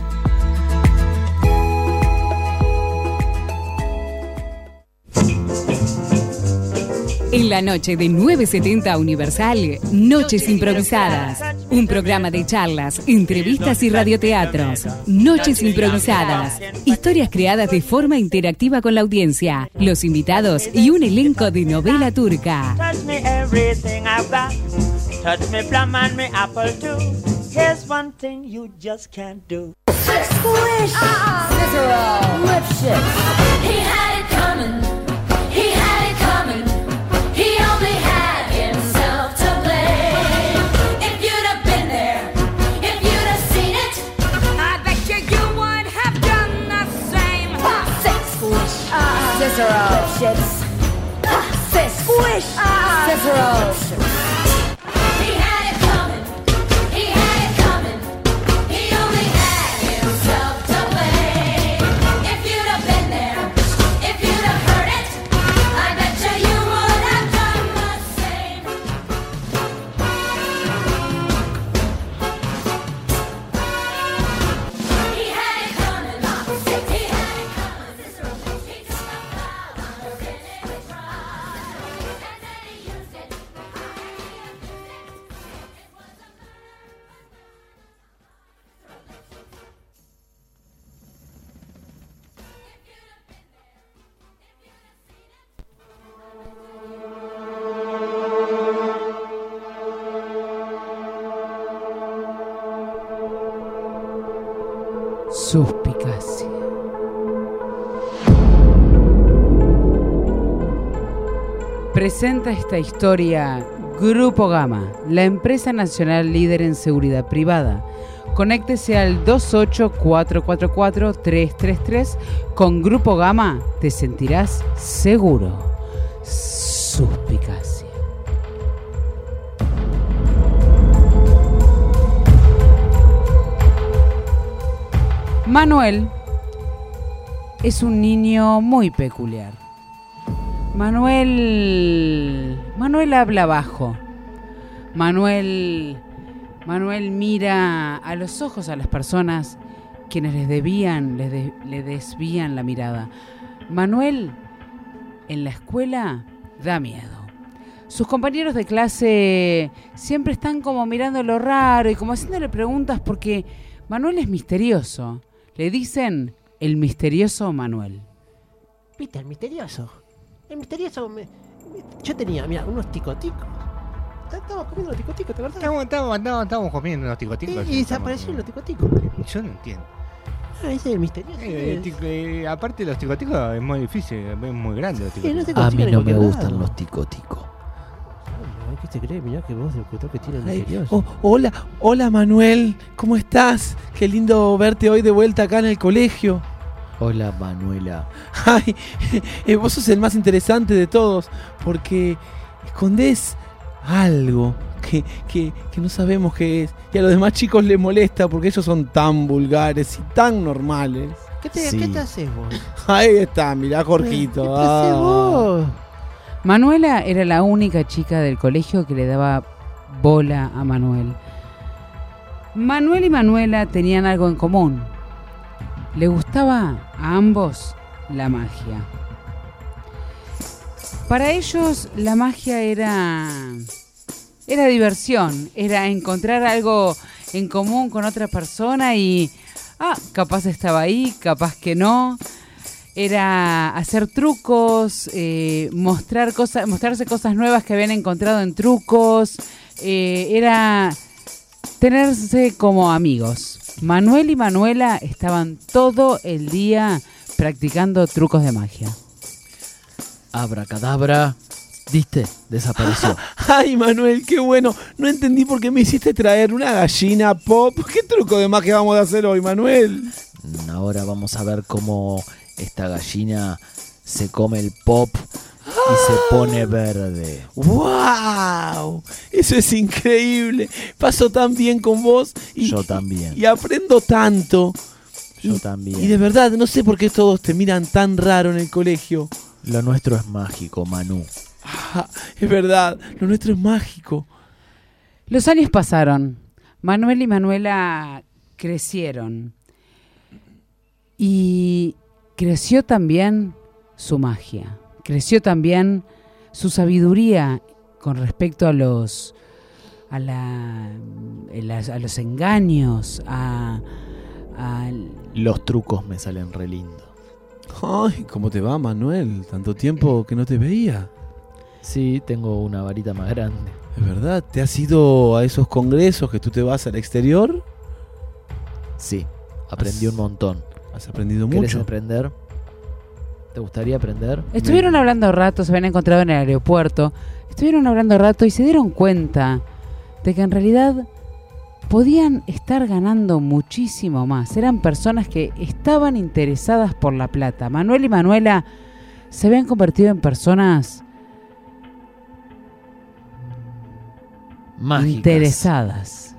Speaker 9: En la noche de 970 Universal, Noches Improvisadas. Un programa de charlas, entrevistas y radioteatros. Noches improvisadas. Historias creadas de forma interactiva con la audiencia, los invitados y un elenco de novela turca.
Speaker 10: Touch me everything I've got. Touch me plum and me apple too. Here's one thing you just can't do.
Speaker 1: Squish! Cicero! Lip shift! He had it coming. He had it coming. He only had himself to blame. If you'd have been there, if you'd have seen it, I bet you you would have done the same. Pop, six, squish! Cicero! Lip shifts! Six, squish! Cicero! Ah. He had it coming. He had it coming. He only had himself to blame. If you'd have been there, if you'd have heard it, I bet you you would have done the same. He had it coming. He had it coming. He took my power and it was pride. And then he used it.
Speaker 3: Suspicacia. Presenta esta historia Grupo Gama, la empresa nacional líder en seguridad privada. Conéctese al 28444333 con Grupo Gama, te sentirás seguro. Suspicacia. Manuel es un niño muy peculiar. Manuel. Manuel habla bajo. Manuel. Manuel mira a los ojos a las personas quienes les debían, les de- le desvían la mirada. Manuel en la escuela da miedo. Sus compañeros de clase siempre están como mirando lo raro y como haciéndole preguntas porque Manuel es misterioso. Le dicen el misterioso Manuel.
Speaker 12: Viste, el misterioso. El misterioso. me- me- yo tenía, mira, unos ticoticos. Estábamos comiendo unos ticoticos, ¿te acordás?
Speaker 6: Estamos, estamos, estamos, estamos comiendo unos ticoticos.
Speaker 12: Y-
Speaker 6: Estamos-
Speaker 12: y desaparecieron los ticoticos.
Speaker 6: Yo no entiendo.
Speaker 12: Ah, ese es el misterioso.
Speaker 6: Eh,
Speaker 12: ese es.
Speaker 6: tic- eh, aparte los ticoticos es muy difícil, es muy grande los
Speaker 12: Sí,
Speaker 6: ticoticos.
Speaker 12: no te A mí consiguen no en me cualquier gustan lado. los
Speaker 6: ticoticos.
Speaker 12: Ay, ¿Qué te crees? Mirá que vos de locutor que tiene el
Speaker 5: Ay,
Speaker 12: misterioso.
Speaker 5: oh, hola, hola Manuel, ¿cómo estás? Qué lindo verte hoy de vuelta acá en el colegio.
Speaker 15: Hola Manuela.
Speaker 5: Ay, eh, vos sos el más interesante de todos, porque escondés algo que, que- que no sabemos qué es. Y a los demás chicos les molesta porque ellos son tan vulgares y tan normales.
Speaker 12: ¿Qué te,
Speaker 5: Sí.
Speaker 12: ¿Qué te haces vos?
Speaker 5: Ahí está, mirá Jorgito. ah.
Speaker 3: Manuela era la única chica del colegio que le daba bola a Manuel. Manuel y Manuela tenían algo en común. Le gustaba a ambos la magia. Para ellos la magia era era diversión, era encontrar algo en común con otra persona y ah, capaz estaba ahí, capaz que no. Era hacer trucos, eh, mostrar cosas, mostrarse cosas nuevas que habían encontrado en trucos. eh, era tenerse como amigos. Manuel y Manuela estaban todo el día practicando trucos de magia.
Speaker 15: Abracadabra. ¿Viste? Desapareció.
Speaker 5: Ay, Manuel, qué bueno. No entendí por qué me hiciste traer una gallina pop. ¿Qué truco de magia vamos a hacer hoy, Manuel?
Speaker 15: Ahora vamos a ver cómo esta gallina se come el pop y se pone verde.
Speaker 5: ¡Wow! Eso es increíble. Paso tan bien con vos y,
Speaker 15: Yo también.
Speaker 5: y aprendo tanto.
Speaker 15: Yo
Speaker 5: Y-
Speaker 15: también.
Speaker 5: Y de verdad, no sé por qué todos te miran tan raro en el colegio.
Speaker 15: Lo nuestro es mágico, Manu.
Speaker 5: Ah, es verdad, lo nuestro es mágico.
Speaker 3: Los años pasaron. Manuel y Manuela crecieron. Y creció también su magia. Creció también su sabiduría con respecto a los a, la, a las- a los engaños, a, al-
Speaker 4: Los trucos me salen re lindo.
Speaker 5: Ay, ¿cómo te va, Manuel? Tanto tiempo que no te veía.
Speaker 4: Sí, tengo una varita más grande.
Speaker 5: Es verdad, ¿te has ido a esos congresos que tú te vas al exterior?
Speaker 4: Sí, aprendí
Speaker 5: Has-
Speaker 4: un montón.
Speaker 5: Has aprendido
Speaker 4: ¿Querés
Speaker 5: mucho.
Speaker 4: aprender? ¿Te gustaría aprender?
Speaker 3: Estuvieron hablando rato, se habían encontrado en el aeropuerto. Estuvieron hablando rato y se dieron cuenta de que en realidad podían estar ganando muchísimo más. Eran personas que estaban interesadas por la plata. Manuel y Manuela se habían convertido en personas
Speaker 4: Mágicas.
Speaker 3: interesadas.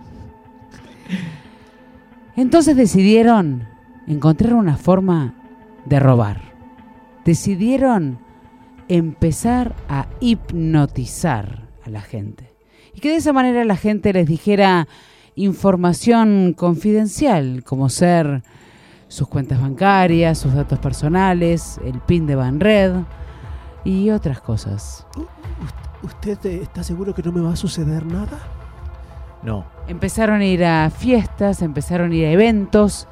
Speaker 3: Entonces decidieron encontrar una forma de robar. Decidieron empezar a hipnotizar a la gente. Y que de esa manera la gente les dijera información confidencial, como ser sus cuentas bancarias, sus datos personales, el PIN de Banred y otras cosas.
Speaker 2: ¿Usted eh, está seguro que no me va a suceder nada?
Speaker 4: No.
Speaker 3: Empezaron a ir a fiestas, empezaron a ir a eventos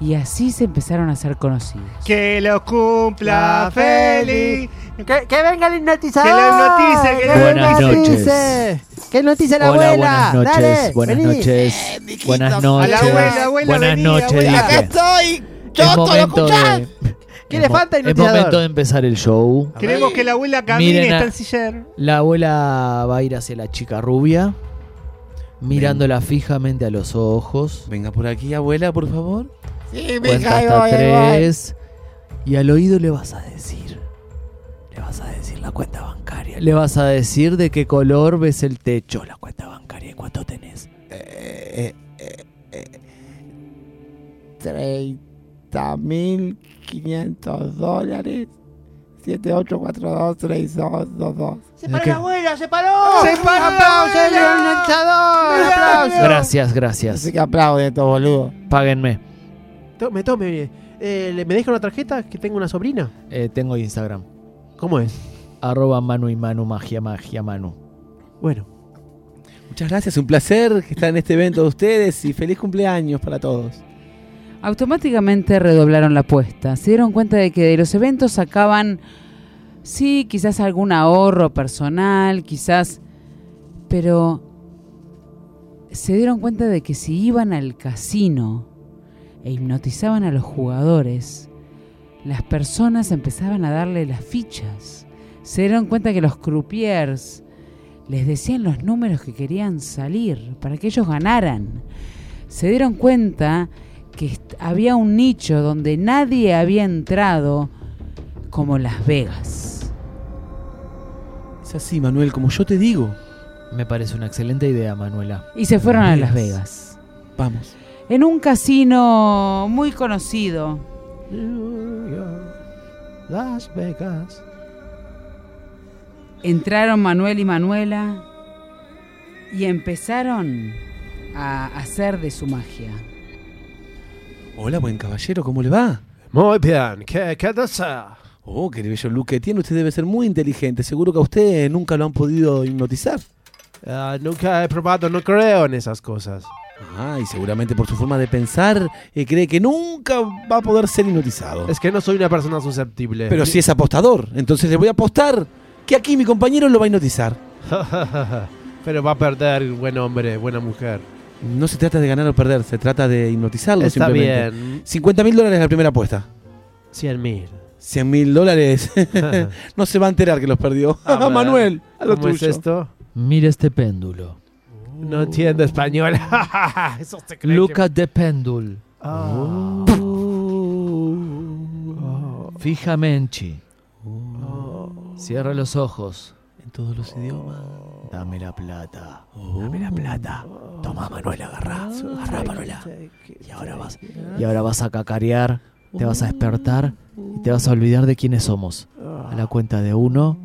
Speaker 3: y así se empezaron a ser conocidos.
Speaker 6: Que lo cumpla feliz.
Speaker 2: ¡Que, que venga el hipnotizador!
Speaker 6: Que lo hipnotice, que lo
Speaker 4: Buenas
Speaker 2: hipnotice! ¡Que hipnotice la
Speaker 4: Hola,
Speaker 2: abuela!
Speaker 4: buenas noches,
Speaker 2: Dale,
Speaker 4: buenas
Speaker 2: vení. Eh,
Speaker 4: noches, buenas
Speaker 2: A la
Speaker 4: noches,
Speaker 2: abuela, abuela,
Speaker 4: buenas
Speaker 2: vení,
Speaker 4: noches.
Speaker 2: abuela.
Speaker 4: dije.
Speaker 2: Acá estoy, choto, ¿lo escuchás? ¿Qué
Speaker 4: es
Speaker 2: le
Speaker 4: mo-
Speaker 2: falta,
Speaker 4: Es
Speaker 2: hipnotizador?
Speaker 4: momento de empezar el show.
Speaker 6: Queremos que la abuela camine,
Speaker 4: Miren a-
Speaker 6: está en siller.
Speaker 4: La abuela va a ir hacia la chica rubia, mirándola fijamente a los ojos.
Speaker 5: Venga por aquí, abuela, por favor.
Speaker 2: Sí, mija,
Speaker 4: Cuenta
Speaker 2: ahí
Speaker 4: hasta
Speaker 2: voy, ahí voy.
Speaker 4: tres. Y al oído le vas a decir. Le vas a decir la cuenta bancaria. Le vas a decir de qué color ves el techo, la cuenta bancaria y cuánto tenés.
Speaker 12: 30.500 dólares. 78423222.
Speaker 2: ¡Se paró la abuela, se paró!
Speaker 12: ¡Se paró la
Speaker 2: ¡Aplausos al
Speaker 12: abuela!
Speaker 2: hipnotizador!
Speaker 12: ¡Me
Speaker 2: ¡Aplausos!
Speaker 4: Gracias, gracias.
Speaker 12: Así que aplauden estos boludos.
Speaker 4: Páguenme.
Speaker 2: To- Me tome, eh, le- ¿me deja una tarjeta que tengo una sobrina?
Speaker 4: Eh, tengo Instagram.
Speaker 2: ¿Cómo es?
Speaker 4: Arroba Manu y Manu, magia, magia, Manu.
Speaker 5: Muchas gracias, un placer que estar en este evento de ustedes y feliz cumpleaños para todos.
Speaker 3: Automáticamente redoblaron la apuesta. Se dieron cuenta de que de los eventos sacaban, sí, quizás algún ahorro personal, quizás, pero se dieron cuenta de que si iban al casino e hipnotizaban a los jugadores, las personas empezaban a darle las fichas. Se dieron cuenta que los croupiers les decían los números que querían salir para que ellos ganaran. Se dieron cuenta que est- había un nicho donde nadie había entrado como Las Vegas.
Speaker 5: Es así, Manuel, como yo te digo.
Speaker 4: Me parece una excelente idea, Manuela.
Speaker 3: Y se fueron a Las Vegas.
Speaker 5: Vamos.
Speaker 3: En un casino muy conocido.
Speaker 2: Las Vegas.
Speaker 3: Entraron Manuel y Manuela y empezaron a hacer de su magia.
Speaker 5: Hola, buen caballero, ¿cómo le va?
Speaker 2: Muy bien, ¿qué, qué desea?
Speaker 5: Oh, qué bello look que tiene, usted debe ser muy inteligente, seguro que a usted nunca lo han podido hipnotizar.
Speaker 2: Ah, nunca he probado, no creo en esas cosas.
Speaker 5: Ah, y seguramente por su forma de pensar eh, cree que nunca va a poder ser hipnotizado.
Speaker 2: Es que no soy una persona susceptible.
Speaker 5: Pero si es apostador, entonces le voy a apostar que aquí mi compañero lo va a hipnotizar.
Speaker 2: Pero va a perder, buen hombre, buena mujer.
Speaker 5: No se trata de ganar o perder, se trata de hipnotizarlo
Speaker 2: Está
Speaker 5: simplemente.
Speaker 2: bien.
Speaker 5: 50 mil dólares la primera apuesta.
Speaker 2: 100 mil.
Speaker 5: 100 mil dólares. no se va a enterar que los perdió. Ah, Manuel, a lo
Speaker 2: Ah, ¿Cómo es
Speaker 5: tuyo.
Speaker 2: esto?
Speaker 4: Mira este péndulo.
Speaker 2: No entiendo español. Eso se cree
Speaker 4: Look
Speaker 2: que-
Speaker 4: at the pendule.
Speaker 2: Ah.
Speaker 4: Oh. Fijamente. Cierra los ojos. Oh.
Speaker 5: En todos los idiomas.
Speaker 4: Dame la plata. Dame la plata. Toma, Manuel, agarrá. Agarrá, Manuela. Y ahora vas. Y ahora vas a cacarear, te vas a despertar y te vas a olvidar de quiénes somos. A la cuenta de uno,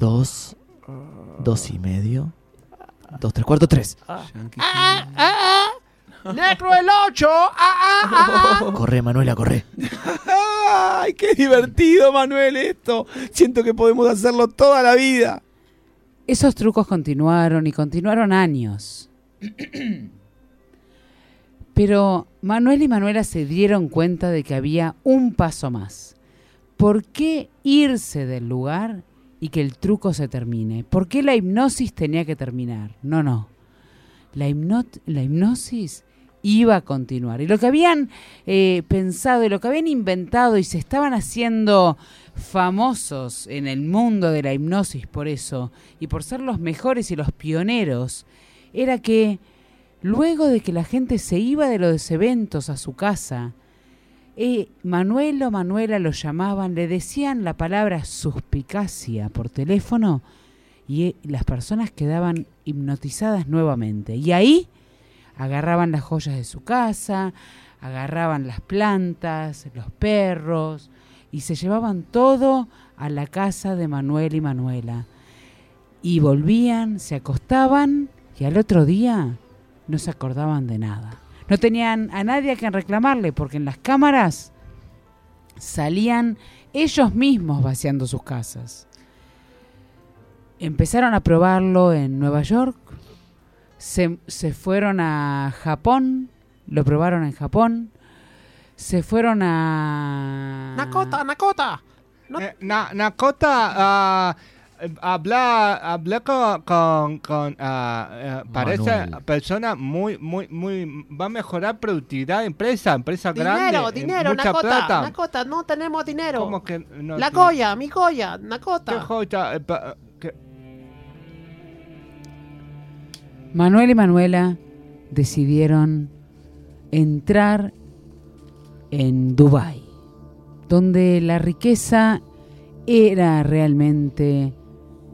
Speaker 4: dos, dos y medio, dos, tres, cuarto, tres.
Speaker 2: Ah, ¡Negro ah, el 8! ¡Ah, ah, ah!
Speaker 4: Corre, Manuela, corre.
Speaker 5: ¡Ay, qué divertido, Manuel, esto! Siento que podemos hacerlo toda la vida.
Speaker 3: Esos trucos continuaron y continuaron años. Pero Manuel y Manuela se dieron cuenta de que había un paso más. ¿Por qué irse del lugar y que el truco se termine? ¿Por qué la hipnosis tenía que terminar? No, no. La, hipnot- la hipnosis iba a continuar. Y lo que habían eh, pensado y lo que habían inventado y se estaban haciendo famosos en el mundo de la hipnosis por eso y por ser los mejores y los pioneros, era que luego de que la gente se iba de los eventos a su casa, eh, Manuel o Manuela lo llamaban, le decían la palabra suspicacia por teléfono y eh, las personas quedaban hipnotizadas nuevamente. Y ahí agarraban las joyas de su casa, agarraban las plantas, los perros y se llevaban todo a la casa de Manuel y Manuela. Y volvían, se acostaban y al otro día no se acordaban de nada. No tenían a nadie a quien reclamarle porque en las cámaras salían ellos mismos vaciando sus casas. Empezaron a probarlo en Nueva York, se, se fueron a Japón, lo probaron en Japón, se fueron a...
Speaker 12: Nakota, Nakota.
Speaker 6: Eh, na, Nakota, ah, eh, habla, habla con, con, con, ah, eh, parece
Speaker 16: Manuel.
Speaker 6: persona muy, muy, muy, va a mejorar productividad, empresa, empresa
Speaker 12: Dinero,
Speaker 6: grande, eh,
Speaker 12: dinero,
Speaker 6: mucha
Speaker 12: Nakota,
Speaker 6: plata.
Speaker 12: Nakota, no tenemos dinero.
Speaker 6: ¿Cómo que no
Speaker 12: la
Speaker 6: tiene-
Speaker 12: Goya, mi Goya,
Speaker 6: ¿Qué
Speaker 12: Nakota.
Speaker 6: joya? Eh, pa- que-
Speaker 3: Manuel y Manuela decidieron entrar en Dubái, donde la riqueza era realmente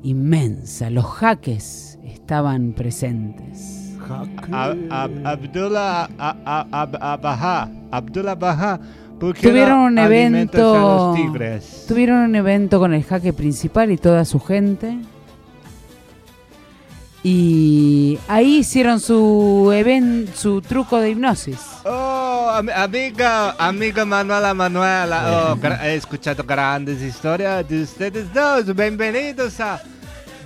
Speaker 3: inmensa, los jaques estaban presentes.
Speaker 6: Ab- Ab- Abdullah a- a- Ab- Abaha, Abdullah Baha, porque
Speaker 3: Tuvieron un evento
Speaker 6: Los tigres.
Speaker 3: tuvieron un evento con el jaque principal y toda su gente. Y ahí hicieron su even- su truco de hipnosis.
Speaker 6: Oh, am- amiga, amiga Manuela Manuela, oh, gra- he escuchado grandes historias de ustedes dos. Bienvenidos a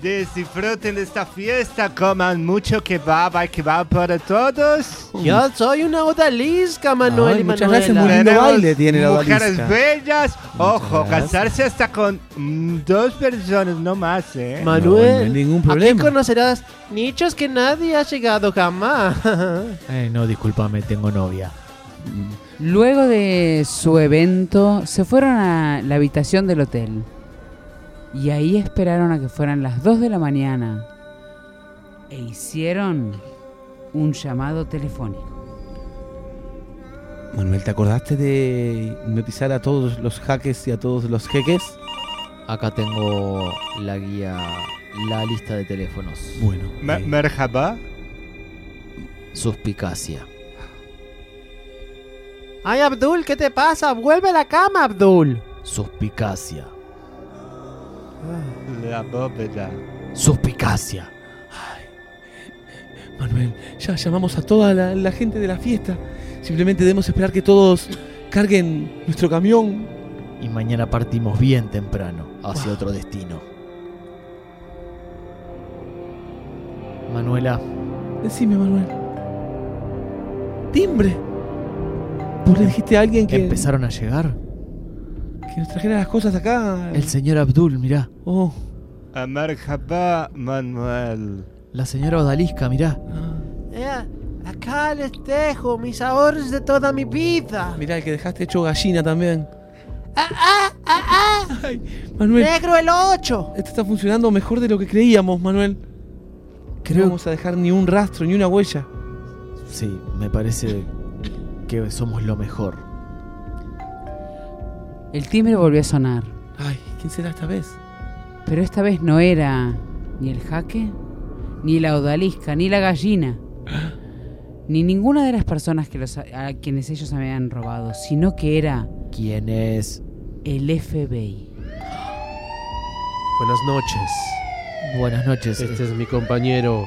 Speaker 6: disfruten de esta fiesta, coman mucho kebab, hay kebab para todos.
Speaker 12: Yo soy una odalisca, Manuel y
Speaker 6: muchas
Speaker 12: Manuela.
Speaker 6: gracias, muy lindo Tenemos baile tiene la mujeres
Speaker 12: mujeres
Speaker 6: odalisca. bellas. Ojo, casarse hasta con mm, dos personas, no más, ¿eh?
Speaker 12: Manuel, No, no hay
Speaker 6: ningún
Speaker 12: Aquí conocerás nichos que nadie ha llegado jamás.
Speaker 15: Eh, no, discúlpame, tengo novia. Mm.
Speaker 3: Luego de su evento, se fueron a la habitación del hotel. Y ahí esperaron a que fueran las 2 de la mañana. E hicieron un llamado telefónico.
Speaker 5: Manuel, ¿te acordaste de hipnotizar a todos los jaques y a todos los jeques?
Speaker 15: Acá tengo la guía, la lista de teléfonos.
Speaker 5: Bueno.
Speaker 6: Me-
Speaker 15: eh.
Speaker 6: Merhaba.
Speaker 15: Suspicacia.
Speaker 12: Ay, Abdul, ¿qué te pasa? Vuelve a la cama, Abdul.
Speaker 15: Suspicacia.
Speaker 6: Ah. La bóveda.
Speaker 15: Suspicacia.
Speaker 5: Manuel, ya llamamos a toda la, la gente de la fiesta. Simplemente debemos esperar que todos carguen nuestro camión.
Speaker 15: Y mañana partimos bien temprano hacia otro destino. Manuela,
Speaker 5: Decime, Manuel. ¡Timbre! ¿Vos le dijiste a alguien que,
Speaker 15: ¿empezaron a llegar?
Speaker 5: que nos trajera las cosas acá?
Speaker 15: El señor Abdul, mirá.
Speaker 5: Oh,
Speaker 6: A Ah, Merhaba, Manuel.
Speaker 15: La señora Odalisca, mirá.
Speaker 12: Eh, acá les dejo mis ahorros de toda mi vida.
Speaker 5: mirá, el que dejaste hecho gallina también.
Speaker 12: Ah,
Speaker 5: Manuel.
Speaker 12: Negro el 8.
Speaker 5: Esto está funcionando mejor de lo que creíamos, Manuel. No vamos a dejar ni un rastro, ni una huella.
Speaker 15: Sí, me parece que somos lo mejor.
Speaker 3: El timbre volvió a sonar.
Speaker 5: Ay, ¿quién será esta vez?
Speaker 3: Pero esta vez no era ni el jaque, ni la odalisca, ni la gallina, ni ninguna de las personas que los, a quienes ellos habían robado, sino que era
Speaker 15: ¿Quién es?
Speaker 3: el FBI.
Speaker 2: Buenas noches.
Speaker 15: Buenas noches.
Speaker 2: Este es mi compañero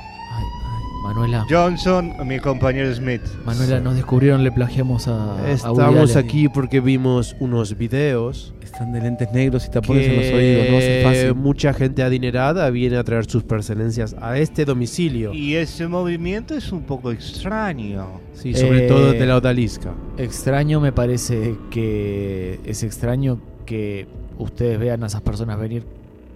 Speaker 15: Manuela.
Speaker 6: Johnson, mi compañero Smith.
Speaker 15: Manuela, nos descubrieron, le plagiamos a, a Woody
Speaker 2: Estamos
Speaker 15: Allen.
Speaker 2: aquí porque vimos unos videos.
Speaker 5: Están de lentes negros y
Speaker 15: tapones en los oídos, no va a ser fácil.
Speaker 2: Mucha gente adinerada viene a traer sus pertenencias a este domicilio.
Speaker 6: Y ese movimiento es un poco extraño.
Speaker 2: Sí, sobre
Speaker 15: Eh,
Speaker 2: todo de la odalisca.
Speaker 15: Extraño me parece que es extraño que ustedes vean a esas personas venir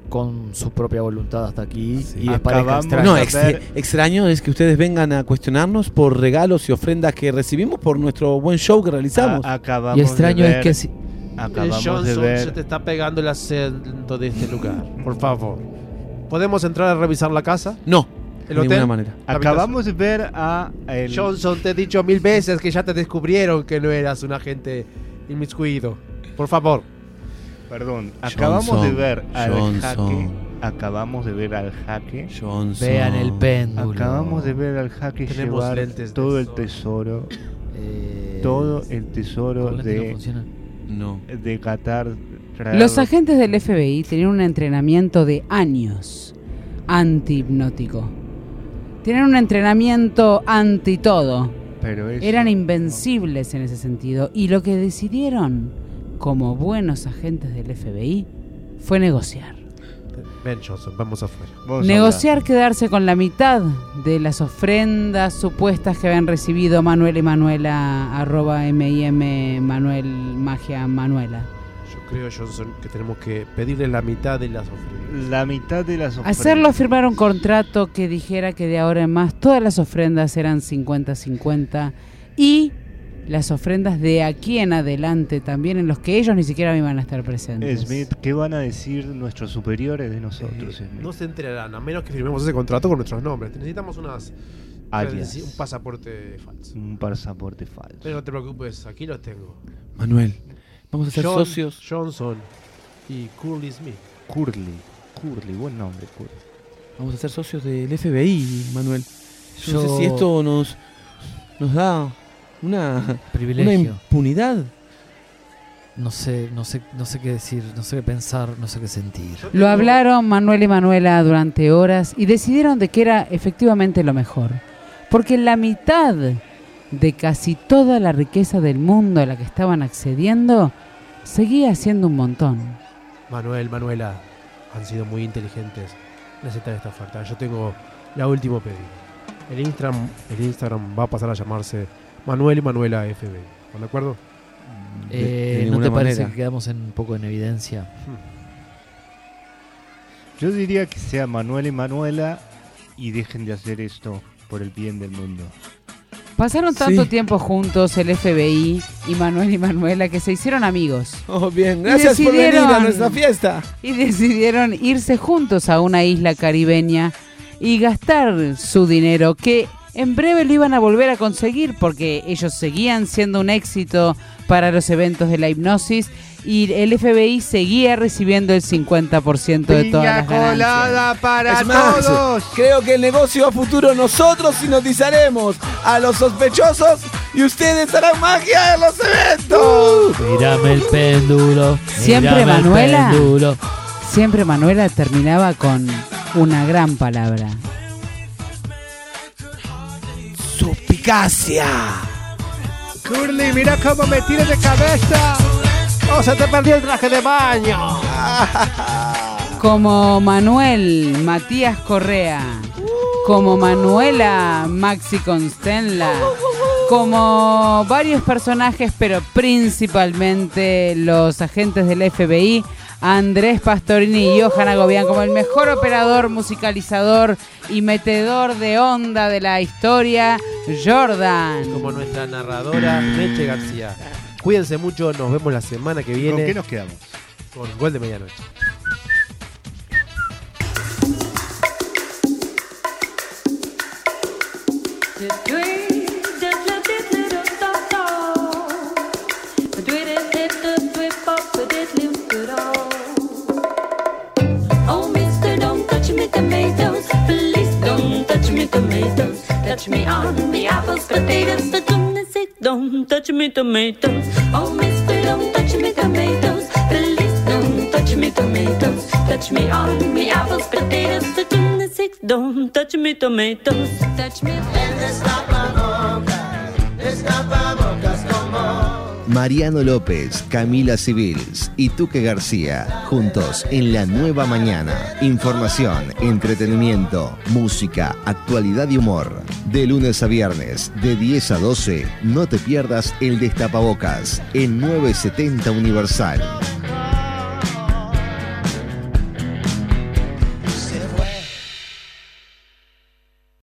Speaker 15: con su propia voluntad hasta aquí y les parezca extraño.
Speaker 5: No, ex- extraño es que ustedes vengan a cuestionarnos por regalos y ofrendas que recibimos por nuestro buen show que realizamos.
Speaker 6: A- acabamos
Speaker 15: Y extraño
Speaker 6: de
Speaker 15: es
Speaker 6: ver-
Speaker 15: que si-
Speaker 6: Acabamos de
Speaker 2: Johnson se
Speaker 6: ver.
Speaker 2: te está pegando el acento de este lugar. Por favor. ¿Podemos entrar a revisar la casa?
Speaker 5: No.
Speaker 2: ¿El
Speaker 5: de
Speaker 2: hotel?
Speaker 5: ninguna manera.
Speaker 2: La
Speaker 6: Acabamos de ver a. El...
Speaker 2: Johnson, te he dicho mil veces que ya te descubrieron que no eras un agente inmiscuido. Por favor.
Speaker 6: Perdón, acabamos de
Speaker 2: Johnson,
Speaker 6: ver al
Speaker 2: Johnson.
Speaker 6: jaque. Acabamos de ver al jaque.
Speaker 5: Johnson.
Speaker 15: Vean el péndulo.
Speaker 6: Acabamos de ver al jaque
Speaker 15: Tenemos
Speaker 6: llevar
Speaker 15: lentes de Eh,
Speaker 6: todo el tesoro. todo el tesoro
Speaker 15: con lentes no
Speaker 6: de.
Speaker 15: funciona.
Speaker 5: No.
Speaker 6: De Qatar. traer-
Speaker 3: Los agentes del FBI tenían un entrenamiento de años antihipnótico. Tenían un entrenamiento anti todo.
Speaker 6: Pero eso-
Speaker 3: Eran invencibles en ese sentido. Y lo que decidieron, como buenos agentes del FBI, fue negociar.
Speaker 2: Ven, Johnson, vamos afuera.
Speaker 3: Negociar quedarse con la mitad de las ofrendas supuestas que habían recibido Manuel y Manuela, arroba MIM Manuel Magia Manuela.
Speaker 2: Yo creo, Johnson, que tenemos que pedirle la mitad de las ofrendas.
Speaker 6: La mitad de las ofrendas.
Speaker 3: Hacerlo firmar un contrato que dijera que de ahora en más todas las ofrendas eran 50-50 y las ofrendas de aquí en adelante también en los que ellos ni siquiera iban a estar presentes.
Speaker 6: Smith, ¿qué van a decir nuestros superiores de nosotros,
Speaker 15: Eh,
Speaker 6: Smith?
Speaker 2: No se enterarán, a menos que firmemos ese contrato con nuestros nombres. Necesitamos unas
Speaker 6: Alias.
Speaker 2: credenci- un pasaporte falso.
Speaker 6: Un pasaporte falso.
Speaker 2: Pero no te preocupes, aquí los tengo.
Speaker 5: Manuel, vamos a ser
Speaker 2: John
Speaker 5: socios.
Speaker 2: Johnson y Curly Smith.
Speaker 6: Curly. Curly, buen nombre, Curly.
Speaker 5: Vamos a ser socios del FBI, Manuel. Yo, no
Speaker 15: Yo-
Speaker 5: sé si esto nos, nos da una,
Speaker 15: Privilegio.
Speaker 5: una impunidad.
Speaker 15: No sé, no sé, no sé qué decir, no sé qué pensar, no sé qué sentir.
Speaker 3: Lo hablaron Manuel y Manuela durante horas y decidieron de que era efectivamente lo mejor. Porque la mitad de casi toda la riqueza del mundo a la que estaban accediendo seguía siendo un montón.
Speaker 2: Manuel, Manuela, han sido muy inteligentes en aceptar esta oferta. Yo tengo la última pedido. El Instagram, el Instagram va a pasar a llamarse Manuel y Manuela FBI. ¿Están de acuerdo?
Speaker 15: Eh, ¿No te parece que quedamos en un poco en evidencia?
Speaker 6: Hmm. Yo diría que sea Manuel y Manuela y dejen de hacer esto por el bien del mundo.
Speaker 3: Pasaron tanto
Speaker 6: Sí.
Speaker 3: tiempo juntos el FBI y Manuel y Manuela que se hicieron amigos.
Speaker 5: Oh, bien,
Speaker 3: Y
Speaker 5: gracias por venir a
Speaker 3: decidieron-
Speaker 5: nuestra fiesta.
Speaker 3: Y decidieron irse juntos a una isla caribeña y gastar su dinero que en breve lo iban a volver a conseguir porque ellos seguían siendo un éxito para los eventos de la hipnosis y el FBI seguía recibiendo el 50% de todas las ganancias.
Speaker 5: para todos. Creo que el negocio a futuro nosotros hipnotizaremos a los sospechosos y ustedes harán magia en los eventos.
Speaker 15: Mírame el péndulo.
Speaker 3: Siempre
Speaker 15: mírame el
Speaker 3: Manuela.
Speaker 15: péndulo.
Speaker 3: Siempre Manuela terminaba con una gran palabra.
Speaker 5: Suspicacia.
Speaker 12: Curly, mira cómo me tira de cabeza. Oh, se te perdió el traje de baño.
Speaker 3: Como Manuel Matías Correa. Como Manuela Maxi Constenla. Como varios personajes, pero principalmente los agentes del FBI. Andrés Pastorini y Johanna Gobián como el mejor operador, musicalizador y metedor de onda de la historia, Jordan.
Speaker 2: Como nuestra narradora Meche García. Cuídense mucho, nos vemos la semana que viene.
Speaker 6: qué nos quedamos?
Speaker 2: Con gol de medianoche.
Speaker 1: Oh, mister, don't touch me tomatoes. Please don't touch me tomatoes. Touch me on the apples, potatoes. For goodness sake, don't touch me tomatoes. Oh, mister, don't touch me tomatoes. Please don't touch me tomatoes. Touch me on the apples, potatoes. For goodness sake,
Speaker 16: Don't touch me tomatoes.
Speaker 1: Touch me. El destapabocas, destapabocas como.
Speaker 17: Mariano López, Camila Civils y Tuque García, juntos en la nueva mañana. Información, entretenimiento, música, actualidad y humor. De lunes a viernes, de 10 a 12, no te pierdas el Destapabocas en 970 Universal.